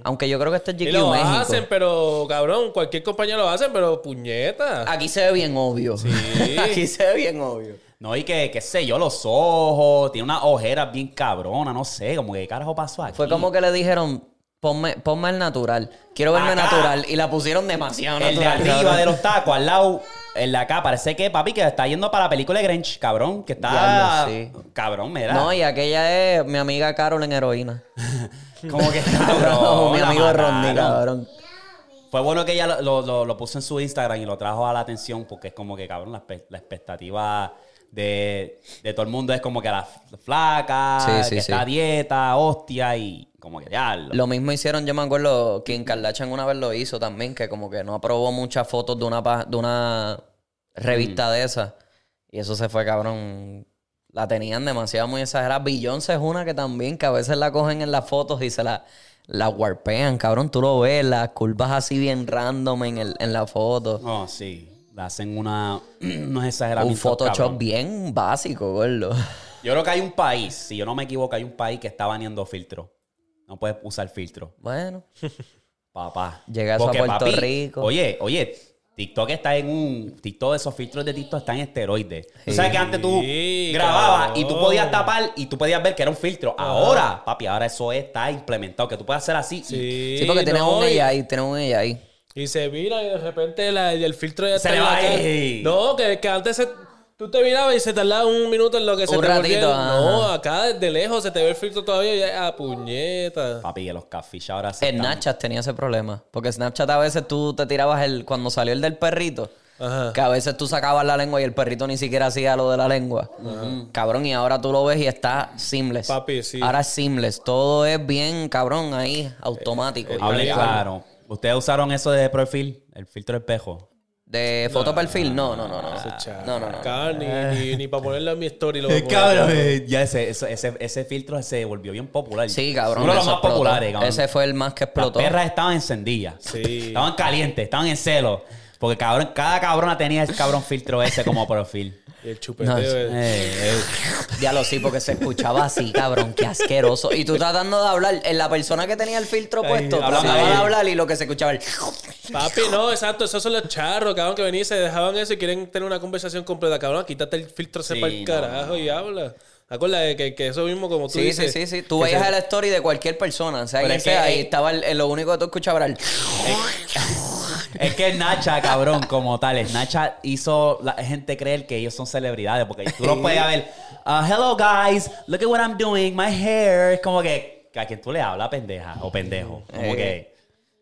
S4: Aunque yo creo que este es GQ
S3: Y lo
S4: México.
S3: hacen, pero cabrón, cualquier compañía lo hacen, pero puñeta.
S4: Aquí se ve bien obvio. Aquí se ve bien obvio.
S1: No, y que, qué sé yo, los ojos, tiene unas ojeras bien cabrona, no sé, como que ¿qué carajo pasó aquí.
S4: Fue como que le dijeron, ponme, ponme el natural. Quiero verme
S1: Acá.
S4: natural. Y la pusieron demasiado
S1: El de
S4: natural.
S1: arriba
S4: cabrón.
S1: de los tacos, al lado, el de acá, parece que papi que está yendo para la película de Grinch, cabrón, que está.
S4: Diablo,
S1: Cabrón, mira.
S4: No, y aquella es mi amiga Carol en heroína.
S1: Como que
S4: Cabrón,
S1: cabrón.
S4: mi
S1: la
S4: amigo Rodney,
S1: mataron.
S4: cabrón.
S1: Fue bueno que ella lo, lo- lo- lo puso en su Instagram y lo trajo a la atención porque es como que, cabrón, la, espe- la expectativa de, de todo el mundo es como que la f- flaca,
S4: Sí, sí,
S1: que
S4: sí.
S1: está a dieta, hostia y como que ya. lo-
S4: Lo mismo hicieron, yo me acuerdo, Kim Kardashian una vez lo hizo también, que como que no aprobó muchas fotos de una, pa- de una revista de esas. Y eso se fue, cabrón. La tenían demasiado muy exagerada. Beyoncé es una que también, que a veces la cogen en las fotos y se la, la warpean, cabrón. Tú lo ves, las curvas así bien random en, el, en la foto.
S1: No, sí. Le hacen una. no es exageramiento.
S4: Un Photoshop
S1: cabrón.
S4: bien básico, gordo.
S1: Yo creo que hay un país, si yo no me equivoco, hay un país que está baneando filtro. No puedes usar filtro.
S4: Bueno,
S1: Papá.
S4: Llega eso a
S1: Porque,
S4: Puerto Rico.
S1: Oye, oye, TikTok está en un. TikTok, esos filtros de TikTok están en esteroides. Tú sabes que antes tú
S3: Sí,
S1: grababas
S3: cabrón.
S1: y tú podías tapar y tú podías ver que era un filtro. Ahora, papi, ahora eso está implementado, que tú puedes hacer así.
S3: Sí,
S4: sí, porque tienen
S3: no,
S4: un
S3: y-
S4: ella ahí, tienen un ella ahí.
S3: Y se vira y de repente la- y el filtro ya
S1: Se
S3: está
S1: le
S3: en
S1: va
S3: la cara.
S1: ahí.
S3: No, que, que antes se- tú te mirabas y se tardaba un minuto en lo que se
S4: Un
S3: te
S4: ratito,
S3: volvía el- No,
S4: ajá.
S3: acá desde lejos se te ve el filtro todavía y a puñeta.
S1: Papi, que los catfish ahora se
S4: En
S1: están-
S4: Snapchat tenía ese problema. Porque Snapchat a veces tú te tirabas el. Cuando salió el del perrito.
S3: Ajá.
S4: Que a veces tú sacabas la lengua y el perrito ni siquiera hacía lo de la lengua. Cabrón, y ahora tú lo ves y está seamless.
S3: Papi, sí.
S4: Ahora es seamless. Todo es bien, cabrón, ahí, automático.
S1: Hable
S4: Cabrón.
S1: claro. ¿Ustedes usaron eso de perfil? El filtro de espejo.
S4: De fotoperfil, no, no, no, no.
S3: Ese chaval.
S4: No, no, no.
S3: Acá ni, ni, ni para ponerlo en mi story lo voy a poner.
S1: Cabrón, Eh, ya ese, ese, ese, ese filtro se volvió bien popular.
S4: Sí, cabrón.
S1: Uno de los
S4: eso
S1: más
S4: explotó.
S1: populares, cabrón.
S4: Ese fue el más que
S1: Las
S4: explotó.
S1: perras estaban encendidas.
S3: Sí.
S1: Estaban calientes, estaban en celo. Porque cabrón, cada cabrona tenía el cabrón filtro ese como perfil.
S3: Y el chupeteo. es-
S1: Eh,
S4: Ya lo sí, porque se escuchaba así, cabrón, qué asqueroso. Y tú tratando de hablar, en la persona que tenía el filtro puesto,
S1: hablando
S4: trataba de
S1: ahí.
S4: hablar y lo que se escuchaba el...
S3: Papi, no, exacto, esos son los charros, cabrón, que venían y se dejaban eso y quieren tener una conversación completa, cabrón, quítate el filtro ese
S1: Sí,
S3: para el
S1: no,
S3: carajo y habla. Acuérdate de que, que eso mismo como tú
S4: Sí, sí,
S3: dices.
S4: sí, sí. Tú
S3: que
S4: veías
S3: se-
S4: la story de cualquier persona, o sea,
S1: Pero
S4: quien
S1: es que-
S4: sea, ahí estaba el- lo único que tú escuchabas era el...
S1: eh. es que Nacha, cabrón, como tal, Nacha hizo la gente creer que ellos son celebridades. Porque tú los puedes ver. "Ah, hello guys, look at what I'm doing, my hair. Es como que, que a quien tú le hablas, pendeja o pendejo. Como
S4: Eh,
S1: que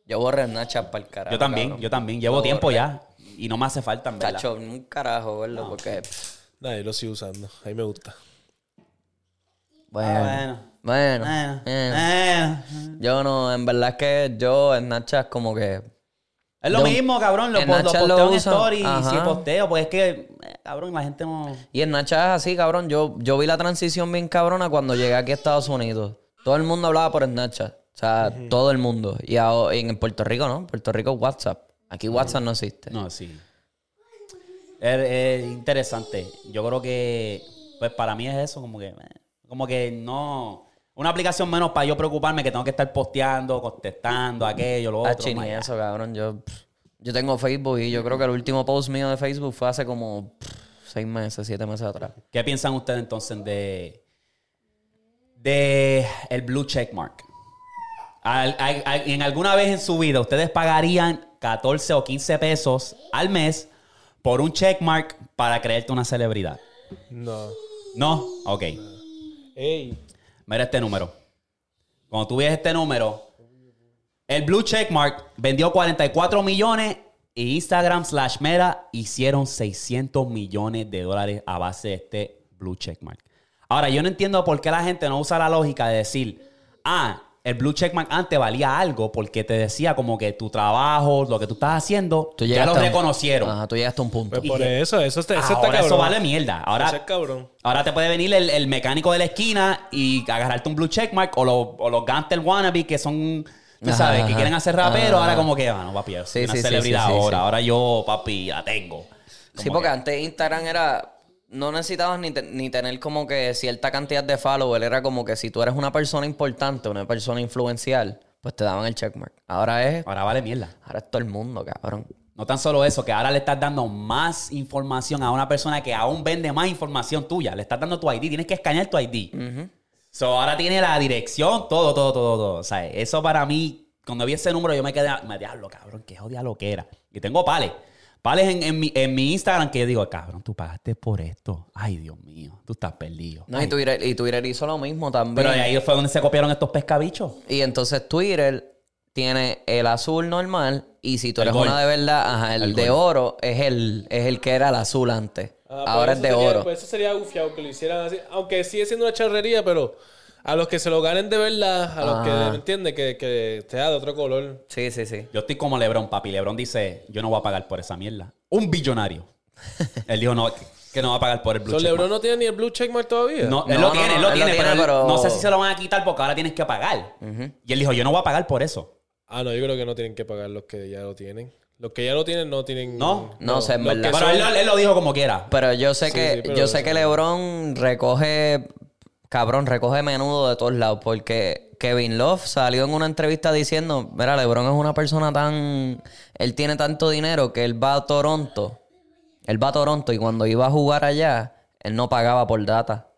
S4: Yo borré Nacha para el carajo.
S1: yo también, yo también. Llevo tiempo ya. Y no me hace falta, en verdad.
S4: eh. Cacho, un carajo, ¿verdad? Porque... pff,
S3: Nah, yo lo sigo usando, a mí me gusta.
S1: Ah,
S4: Bueno.
S1: Bueno.
S4: Bueno.
S1: Bueno. eh.
S4: bueno.
S1: bueno.
S4: Yo no, en verdad es que yo en Nacha es como que...
S1: Es lo
S4: Yo-
S1: mismo, cabrón. Lo,
S4: en
S1: po- lo
S4: Snapchat lo
S1: posteo en
S4: usan.
S1: story y
S4: Ajá.
S1: si posteo, pues es que, eh, cabrón, la gente no.
S4: Y en Nacha es así, cabrón. Yo, yo vi la transición bien cabrona cuando llegué aquí a Estados Unidos. Todo el mundo hablaba por Snapchat. O sea, todo el mundo. Y aho- en Puerto Rico, ¿no? En Puerto Rico WhatsApp. Aquí WhatsApp no existe.
S1: No, sí. Es, es interesante. Yo creo que, pues para mí es eso, como que, eh, como que no. Una aplicación menos para yo preocuparme que tengo que estar posteando, contestando, aquello, lo
S4: Ah,
S1: otro.
S4: chini,
S1: my God.
S4: eso, cabrón. Yo, pff, yo tengo Facebook y yo creo que el último post mío de Facebook fue hace como pff, seis meses, siete meses atrás.
S1: ¿Qué piensan ustedes entonces de. de el blue checkmark? Al- al- al- en alguna vez en su vida, ustedes pagarían 14 o 15 pesos al mes por un checkmark para creerte una celebridad.
S3: No.
S1: ¿No? Ok.
S3: Ey,
S1: Mira este número. Cuando tú ves este número, el blue checkmark vendió 44 millones e Instagram slash Meta hicieron 600 millones de dólares a base de este blue checkmark. Ahora, yo no entiendo por qué la gente no usa la lógica de decir, ah, el blue checkmark antes valía algo porque te decía como que tu trabajo, lo que tú estás haciendo,
S4: Tú
S1: ya
S4: llegaste
S1: lo
S4: a un-
S1: reconocieron.
S4: Ajá, tú llegaste a un punto.
S3: Pues por
S1: Y-
S3: eso, eso está, eso está
S1: Ahora
S3: cabrón.
S1: eso vale mierda. Ahora,
S3: Eso es cabrón.
S1: ahora te puede venir el, el mecánico de la esquina y agarrarte un blue checkmark o los, o los Gantel wannabe que son, tú
S4: Ajá,
S1: sabes, que
S4: ajá.
S1: quieren hacer rapero.
S4: Ah.
S1: ahora como que, bueno, papi, yo soy
S4: Sí,
S1: una
S4: sí, sí,
S1: celebridad
S4: sí, sí,
S1: ahora.
S4: sí.
S1: Ahora yo, papi, la tengo.
S4: Sí,
S1: Como
S4: porque
S1: que-
S4: antes Instagram era. No necesitabas ni, te- ni tener como que cierta cantidad de followers. Era como que si tú eres una persona importante, una persona influencial, pues te daban el checkmark. Ahora es.
S1: Ahora vale mierda.
S4: Ahora es todo el mundo, cabrón.
S1: No tan solo eso, que ahora le estás dando más información a una persona que aún vende más información tuya. Le estás dando tu ID, tienes que escanear tu ID. So, ahora tiene la dirección, todo, todo, todo, todo. O sea, eso para mí, cuando vi ese número, yo me quedé, me diablo, cabrón, qué jodida lo que era. Y tengo pales. Pales en, en mi, en mi Instagram que yo digo, cabrón, tú pagaste por esto. Ay, Dios mío, tú estás perdido.
S4: No, y Twitter, y Twitter hizo lo mismo también.
S1: Pero de ahí fue donde se copiaron estos pescabichos.
S4: Y entonces Twitter tiene el azul normal. Y si tú
S1: El
S4: eres
S1: gold.
S4: una de verdad, ajá, el,
S1: El
S4: de
S1: gold.
S4: oro es el, es el que era el azul antes.
S3: Ah, pues
S4: Ahora es
S3: eso
S4: de
S3: sería-
S4: oro.
S3: Pues eso sería gufiado que lo hicieran así. Aunque sigue siendo una charrería, pero a los que se lo ganen de verdad, a los que,
S4: Ajá.
S3: ¿me entiendes? Que, que sea de otro color.
S4: Sí, sí, sí.
S1: Yo estoy como Lebron, papi. Lebron dice, yo no voy a pagar por esa mierda. Un billonario. Él dijo, no, que- que no va a pagar por el blue
S3: So,
S1: check
S3: LeBron no tiene ni el blue checkmark todavía.
S1: mark. No, él
S4: No,
S1: lo
S4: no,
S1: tiene, él
S4: no,
S1: lo tiene, pero, él-
S4: pero-
S1: no sé si se lo van a quitar porque ahora tienes que pagar. Y él dijo, yo no voy a pagar por eso.
S3: Ah, no, yo creo que no tienen que pagar los que ya lo tienen. Los que ya lo tienen no tienen.
S1: No.
S4: No sé, en
S3: Los que
S4: verdad.
S1: Pero
S3: son-
S1: él, lo- él lo dijo como quiera.
S4: Pero yo sé
S3: Sí,
S4: que
S3: sí, pero
S4: yo
S3: eso-
S4: sé que LeBron recoge cabrón, recoge menudo de todos lados porque Kevin Love salió en una entrevista diciendo, "Mira, LeBron es una persona tan él tiene tanto dinero que él va a Toronto. Él va a Toronto y cuando iba a jugar allá, él no pagaba por data.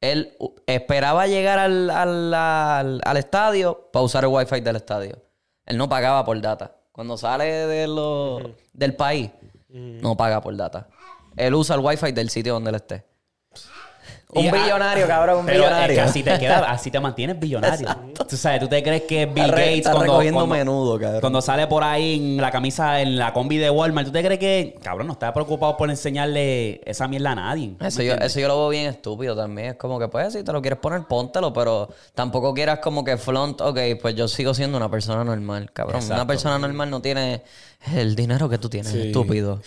S4: Él u- esperaba llegar al, al- al- al estadio para usar el wifi del estadio. Él no pagaba por data. Cuando sale de lo- del país, no paga por data. Él usa el wifi del sitio donde él esté. Un
S1: Y-
S4: billonario, cabrón, un
S1: Pero
S4: billonario.
S1: es que así te, queda, así te mantienes billonario. Tú sabes, tú te crees que Bill
S4: Está re-
S1: Gates
S4: está
S1: cuando,
S4: recogiendo
S1: cuando-
S4: menudo, cabrón.
S1: cuando sale por ahí en la camisa, en la combi de Walmart, ¿tú te crees que, cabrón, no está preocupado por enseñarle esa mierda a nadie?
S4: Eso yo, eso yo lo veo bien estúpido también. Es como que, pues, si te lo quieres poner, póntelo, pero tampoco quieras como que flaunt, ok, pues yo sigo siendo una persona normal, cabrón. Una persona normal no tiene el dinero que tú tienes, estúpido.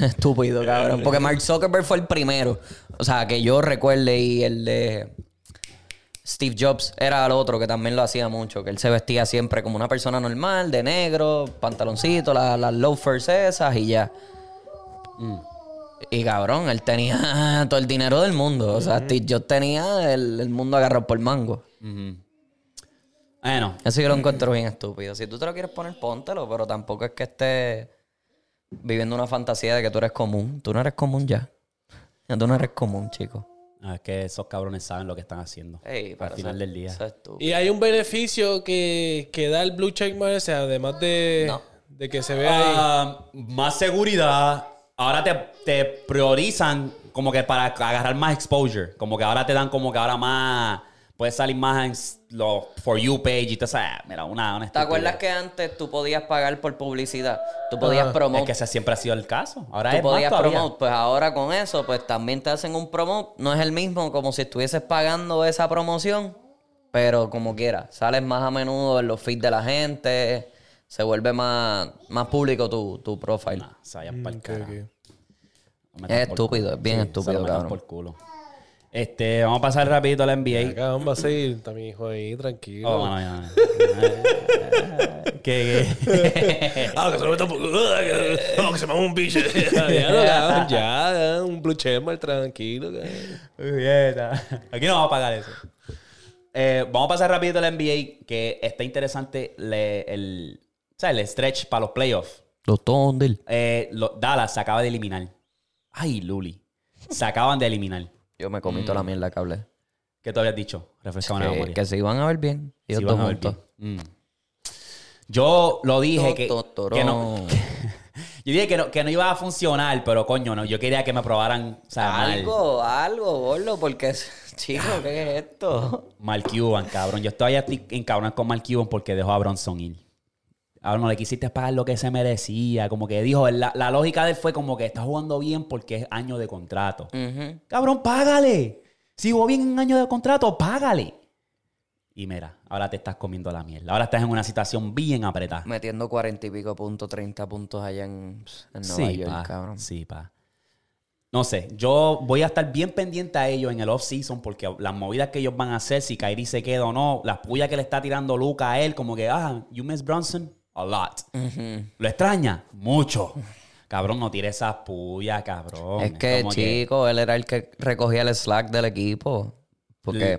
S4: estúpido, cabrón. Porque Mark Zuckerberg fue el primero. O sea, que yo recuerde y el de... Steve Jobs era el otro que también lo hacía mucho, que él se vestía siempre como una persona normal, de negro, pantaloncito, la- las loafers esas y ya. Y cabrón, él tenía todo el dinero del mundo. O sea, Steve Jobs tenía el, el mundo agarrado por mango.
S1: Bueno,
S4: Eso yo lo encuentro bien estúpido. Si tú te lo quieres poner, póntelo, pero tampoco es que estés viviendo una fantasía de que tú eres común. Tú no eres común ya. Ya tú no eres común, chico.
S1: Ah, Es que esos cabrones saben lo que están haciendo.
S4: Ey,
S1: al
S4: pero
S1: final
S4: eso-
S1: del día.
S4: eso es estúpido.
S3: Y hay un beneficio que, que da el blue checkmark ese, además de,
S4: No.
S3: de que se vea ahí.
S1: Ah, más seguridad. Ahora te, te priorizan como que para agarrar más exposure. Como que ahora te dan como que ahora más. Puedes salir más en los For You page y te sabes. Mira, una. una
S4: ¿Te acuerdas
S1: estupidez.
S4: que antes tú podías pagar por publicidad? Tú podías
S1: Ah,
S4: promover.
S1: Es que ese siempre ha sido el caso. Ahora
S4: tú
S1: es
S4: podías
S1: más todavía.
S4: promote, pues ahora con eso, pues también te hacen un promote. No es el mismo como si estuvieses pagando esa promoción, pero como quieras, sales más a menudo en los feeds de la gente, se vuelve más, más público tu, tu profile.
S1: Nah, o sea, ya Ah, pa'l
S3: Que-
S1: carajo.
S3: que-
S1: No me dan
S4: Es
S1: por
S4: estúpido,
S1: culo.
S4: es bien
S1: Sí, se
S4: estúpido,
S1: lo metan
S4: cabrón.
S1: por culo. Este, vamos a pasar rapidito a la NBA.
S3: Acá vamos a seguir también, hijo ahí, tranquilo.
S1: Oh, no, ya, ya. Que- que-
S3: Ah, que se lo metan por. Ah, que- No, que se me haga un bicho. ya, no, cabrón, ya, ya, un blue checkmark, tranquilo. cabrón.
S1: Muy bien, está. Aquí no vamos a pagar eso. Eh, vamos a pasar rapidito a la NBA, que está interesante le- el, o sea, el stretch para los playoffs.
S4: Los Thunder.
S1: Eh, lo- Dallas se acaba de eliminar. Ay, Luli. Se acaban de eliminar.
S4: Yo me comí
S1: Mm.
S4: toda la mierda que hablé.
S1: ¿Qué te habías dicho? Refrescame la
S4: Que,
S1: memoria.
S4: que se iban a ver bien. Ellos
S1: Sí,
S4: dos
S1: van a ver
S4: juntos.
S1: bien. Mm. Yo lo dije que,
S4: Totorón.
S1: que no. Yo dije que no, que no iba a funcionar, pero coño, no. Yo quería que me probaran o sea, mal.
S4: Algo, algo, boludo, porque, chico, ¿qué es esto?
S1: Mark Cuban, cabrón. Yo todavía estoy encabronado con Mark Cuban porque dejó a Bronson Hill. ah, no le quisiste pagar lo que se merecía. Como que dijo, la, la lógica de él fue como que está jugando bien porque es año de contrato.
S4: Ujú.
S1: Cabrón, págale. Si jugó bien en año de contrato, págale. Y mira, ahora te estás comiendo la mierda. Ahora estás en una situación bien apretada.
S4: Metiendo cuarenta y pico puntos, 30 puntos allá en, en Nueva
S1: sí,
S4: York,
S1: pa,
S4: cabrón.
S1: Sí, pa. No sé, yo voy a estar bien pendiente a ellos en el off-season porque las movidas que ellos van a hacer, si Kyrie se queda o no, las puyas que le está tirando Luca a él, como que, ah, you miss Bronson a lot. ¿Lo extraña? Mucho. Cabrón, no tire esas puyas, cabrón.
S4: Es que,
S1: como
S4: chico, él era el que recogía el slack del equipo. Porque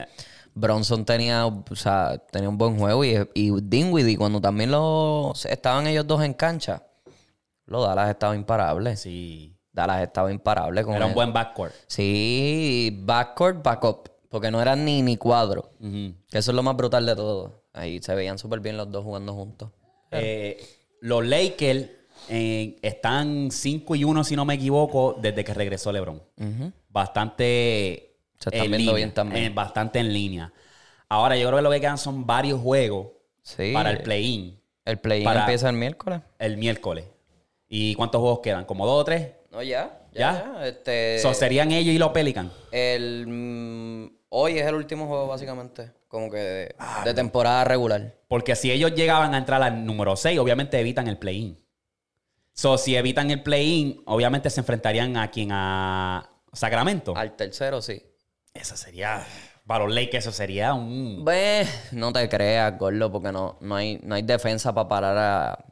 S4: Bronson tenía, o sea, tenía un buen juego y, y Dinwiddie, cuando también los, estaban ellos dos en cancha, lo Dallas estaba imparable.
S1: Sí.
S4: Dallas estaba imparable con
S1: Era un
S4: él.
S1: buen backcourt.
S4: Sí, backcourt, backup. Porque no eran ni, ni cuadro.
S1: Ujú.
S4: Que eso es lo más brutal de todo. Ahí se veían súper bien los dos jugando juntos.
S1: Eh, los Lakers eh, están 5 y 1, si no me equivoco, desde que regresó LeBron. Bastante.
S4: Se están
S1: en
S4: viendo
S1: línea,
S4: bien también.
S1: eh, bastante en línea. Ahora, yo creo que lo que quedan son varios juegos
S4: Sí.
S1: para el play-in
S4: El play
S1: para-
S4: empieza el miércoles.
S1: el miércoles. ¿Y cuántos juegos quedan? ¿Como dos o tres?
S4: No, ya.
S1: ¿Ya?
S4: Ya. ya, Este,
S1: So, serían ellos y los Pelicans.
S4: el, mm, hoy es el último juego, básicamente. Como que de, de temporada regular.
S1: Porque si ellos llegaban a entrar al número 6, obviamente evitan el play-in. So, si evitan el play-in, obviamente se enfrentarían a quien a Sacramento.
S4: Al tercero, sí.
S1: Eso sería. Para los Lakers, eso sería un.
S4: Ve, no te creas, Gordo, porque no, no, hay, no hay defensa para parar a.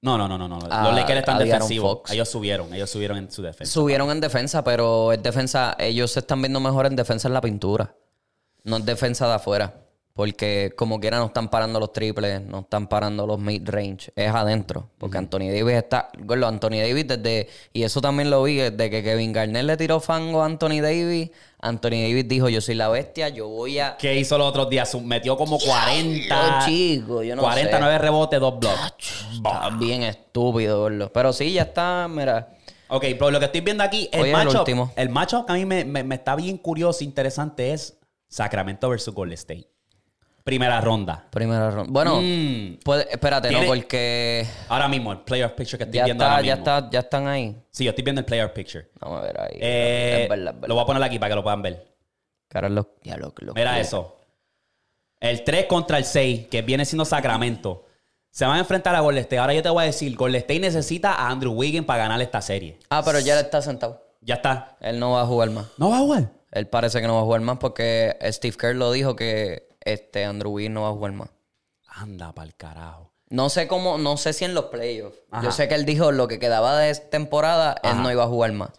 S1: No, no, no, no. no. Los
S4: A-
S1: Lakers
S4: a
S1: están
S4: De'Aaron
S1: defensivos.
S4: ah, Fox.
S1: Ellos subieron, ellos subieron en su defensa.
S4: Subieron en defensa, pero es defensa. Ellos se están viendo mejor en defensa en la pintura. No en defensa de afuera. Porque como quiera no están parando los triples, no están parando los mid-range. Es adentro. Porque Anthony Davis está. Gordo, Anthony Davis desde. Y eso también lo vi, desde que Kevin Garnett le tiró fango a Anthony Davis. Anthony Davis dijo: Yo soy la bestia, yo voy a.
S1: ¿Qué hizo los otros días? Sub- Metió como 40.
S4: Yo, chico, yo no
S1: 49
S4: sé.
S1: rebotes, dos blocks.
S4: Está bien estúpido, gordo. Pero sí, ya está, mira.
S1: Ok, pero lo que estoy viendo aquí, el
S4: Hoy es el
S1: macho.
S4: último.
S1: El macho que a mí me, me- me está bien curioso, interesante, es Sacramento versus Golden State. Primera ronda.
S4: Primera ronda. Bueno,
S1: Mm.
S4: puede- espérate, no,
S1: Tiene-
S4: porque.
S1: Ahora mismo, el player picture que estoy
S4: Ya
S1: viendo
S4: está,
S1: ahora
S4: ya
S1: mismo.
S4: está, ya están ahí.
S1: Sí, yo estoy viendo el player picture.
S4: Vamos a ver ahí.
S1: Eh,
S4: es verdad, es
S1: Lo
S4: verdad.
S1: voy a poner aquí para que lo puedan ver.
S4: Cara, los- ya, los- los-
S1: Mira eso. El 3 contra el 6, que viene siendo Sacramento. Se van a enfrentar a Golden State. Ahora yo te voy a decir, Golden State necesita a Andrew Wiggins para ganar esta serie.
S4: Ah, pero ya él está sentado.
S1: Ya está.
S4: Él no va a jugar más.
S1: No va a jugar.
S4: Él parece que no va a jugar más porque Steve Kerr lo dijo que este Andrew Wiggins no va a jugar más.
S1: Anda pa'l carajo.
S4: No sé cómo, no sé si en los playoffs.
S1: Ajá.
S4: Yo sé que él dijo lo que quedaba de esta temporada, él no iba a jugar más.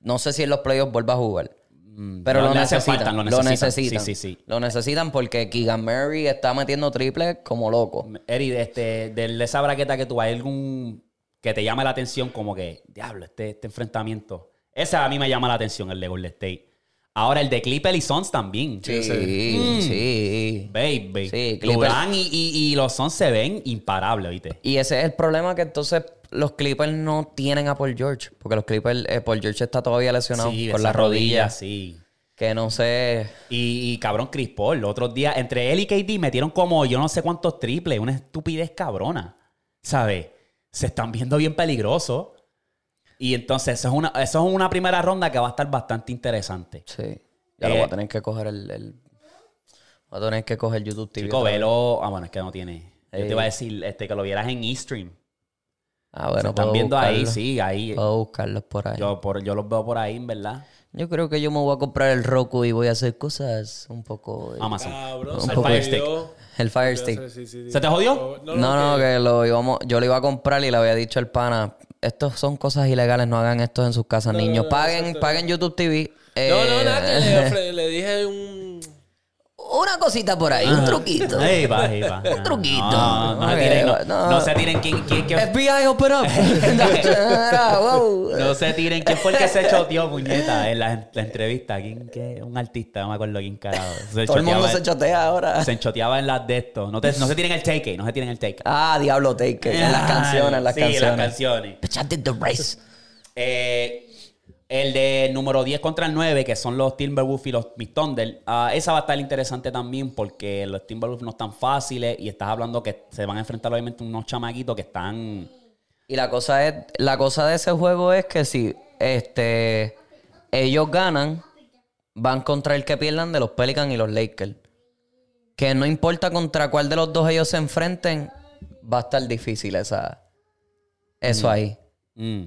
S4: No sé si en los playoffs vuelva a jugar. Pero
S1: Mm, no,
S4: lo,
S1: le hacen
S4: necesitan,
S1: falta, lo
S4: lo
S1: necesitan.
S4: necesitan.
S1: Sí, sí, sí.
S4: Lo necesitan porque Keegan Murray está metiendo triples como loco.
S1: Eri, de este, de, de esa braqueta que tú hay algún que te llame la atención, como que, diablo, este, este enfrentamiento. Ese a mí me llama la atención, el de Golden State. Ahora, el de Clipper y Suns también. Mm.
S4: Sí, sí.
S1: Baby.
S4: Sí, Clippers.
S1: Durán y, y- y los Suns se ven imparables, ¿viste?
S4: Y ese es el problema que entonces los Clippers no tienen a Paul George. Porque los Clippers, eh, Paul George está todavía lesionado
S1: Sí,
S4: con
S1: esa
S4: las rodillas.
S1: sí.
S4: Que no sé.
S1: Y, y, cabrón, Chris Paul, los otros días, entre él y KD metieron como yo no sé cuántos triples, una estupidez cabrona. ¿Sabes? Se están viendo bien peligrosos. Y entonces, eso es, una, eso es una primera ronda que va a estar bastante interesante.
S4: Sí. Ya lo
S1: Eh.
S4: voy a tener que coger el. el- Voy a tener que coger YouTube TV.
S1: Chico,
S4: otra vez.
S1: velo. Ah, bueno, es que no tiene. Yo te
S4: Eh.
S1: iba a decir este, que lo vieras en eStream.
S4: Ah,
S1: Se
S4: bueno,
S1: están
S4: puedo
S1: viendo ahí,
S4: buscarlo. Oh.
S1: sí, ahí.
S4: Puedo buscarlos por ahí. Yo...
S1: Yo, por, yo los veo por ahí, en verdad.
S4: creo que yo me voy a comprar el Roku y voy a hacer cosas un poco. eh,
S1: Amazon.
S3: Cabrón,
S1: El
S3: se
S1: Fire
S3: me
S1: Stick.
S3: olvidó.
S4: El Fire Stick.
S3: Sí, sí, sí.
S1: ¿Se te jodió?
S3: No,
S4: No, no,
S3: que-
S4: que lo íbamos, yo lo iba a comprar y le había dicho al pana, estos son cosas ilegales, no hagan esto en sus casas, niños. paguen, paguen YouTube TV.
S3: No,
S4: eh,
S3: no, nada, que le, ofre- le dije un...
S4: Una cosita por ahí, un truquito.
S1: Ahí va, ahí va. Un
S4: truquito.
S1: No, no, se
S4: Ok,
S1: tiren, no,
S4: va, no.
S1: no se tiren quién, quién, quién-
S4: FBI, open up. Era, wow.
S1: No se tiren. ¿Quién fue el que se choteó, puñeta? En la, la entrevista. ¿Quién, qué? Un artista, no me acuerdo quién carajo. Se
S4: Todo el mundo
S1: choteaba-
S4: se chotea ahora.
S1: Se enchoteaba en las de esto. No, te- no se tiren el take, no se tiren el take. Ah,
S4: Ah, Diablo Take, en las canciones, en las
S1: sí, en las
S4: canciones.
S1: canciones.
S4: Bitch, I did the race.
S1: Eh, El de número 10 contra el 9, que son los Timberwolves y los Miss Thunder. ah, esa va a estar interesante también porque los Timberwolves no están fáciles y estás hablando que se van a enfrentar obviamente unos chamaquitos que están...
S4: Y la cosa es, la cosa de ese juego es que si este ellos ganan, van contra el que pierdan de los Pelicans y los Lakers. Que no importa contra cuál de los dos ellos se enfrenten, va a estar difícil esa, eso ahí.
S1: Mm.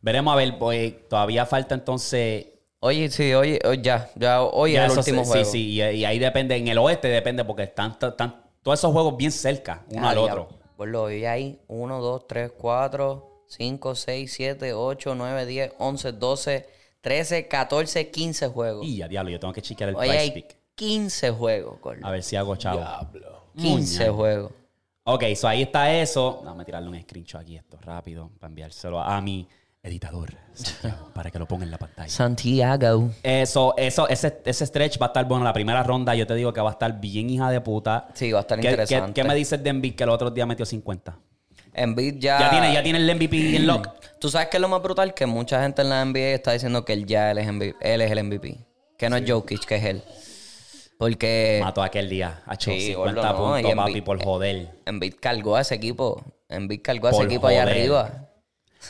S1: Veremos a ver, pues, todavía falta entonces...
S4: Oye, sí, oye, oye, ya, ya hoy
S1: ya
S4: es el
S1: eso
S4: último
S1: se-
S4: juego.
S1: Sí, sí, y, y ahí depende, en el oeste depende porque están, están todos esos juegos bien cerca uno
S4: Ah,
S1: al
S4: diablo.
S1: otro.
S4: Pues lo vi ahí. 1, 2, 3, 4, 5, 6, 7, 8, 9, 10, 11, 12, 13, 14, 15 juegos.
S1: Y ya, diablo, yo tengo que chequear el
S4: Hoy
S1: price
S4: hay
S1: pick.
S4: 15 juegos, Gordo.
S1: A ver si hago chavo.
S3: Diablo.
S4: 15 juegos.
S1: Ok, so ahí está eso. Dame tirarle un screenshot aquí esto rápido para enviárselo a mi editador Santiago, para que lo ponga en la pantalla.
S4: Santiago.
S1: Eso, eso, ese, ese stretch va a estar bueno. La primera ronda yo te digo que va a estar bien hija de puta.
S4: Sí, va a estar
S1: ¿Qué- qué-
S4: interesante.
S1: ¿Qué, me dices de Embiid que el otro día metió 50?
S4: Embiid ya.
S1: Ya tiene, ya tiene el MVP en lock.
S4: Tú sabes que es lo más brutal que mucha gente en la NBA está diciendo que él ya él es, MVP, él es el MVP. Que no es Jokic, que es él. Porque
S1: Mató aquel día. Ha hecho
S4: Eh. Sí,
S1: 50
S4: gordo, no, y
S1: puntos,
S4: Embiid-
S1: papi, por joder.
S4: Embiid cargó a ese equipo. Embiid cargó a ese
S1: Por
S4: equipo allá
S1: joder.
S4: arriba.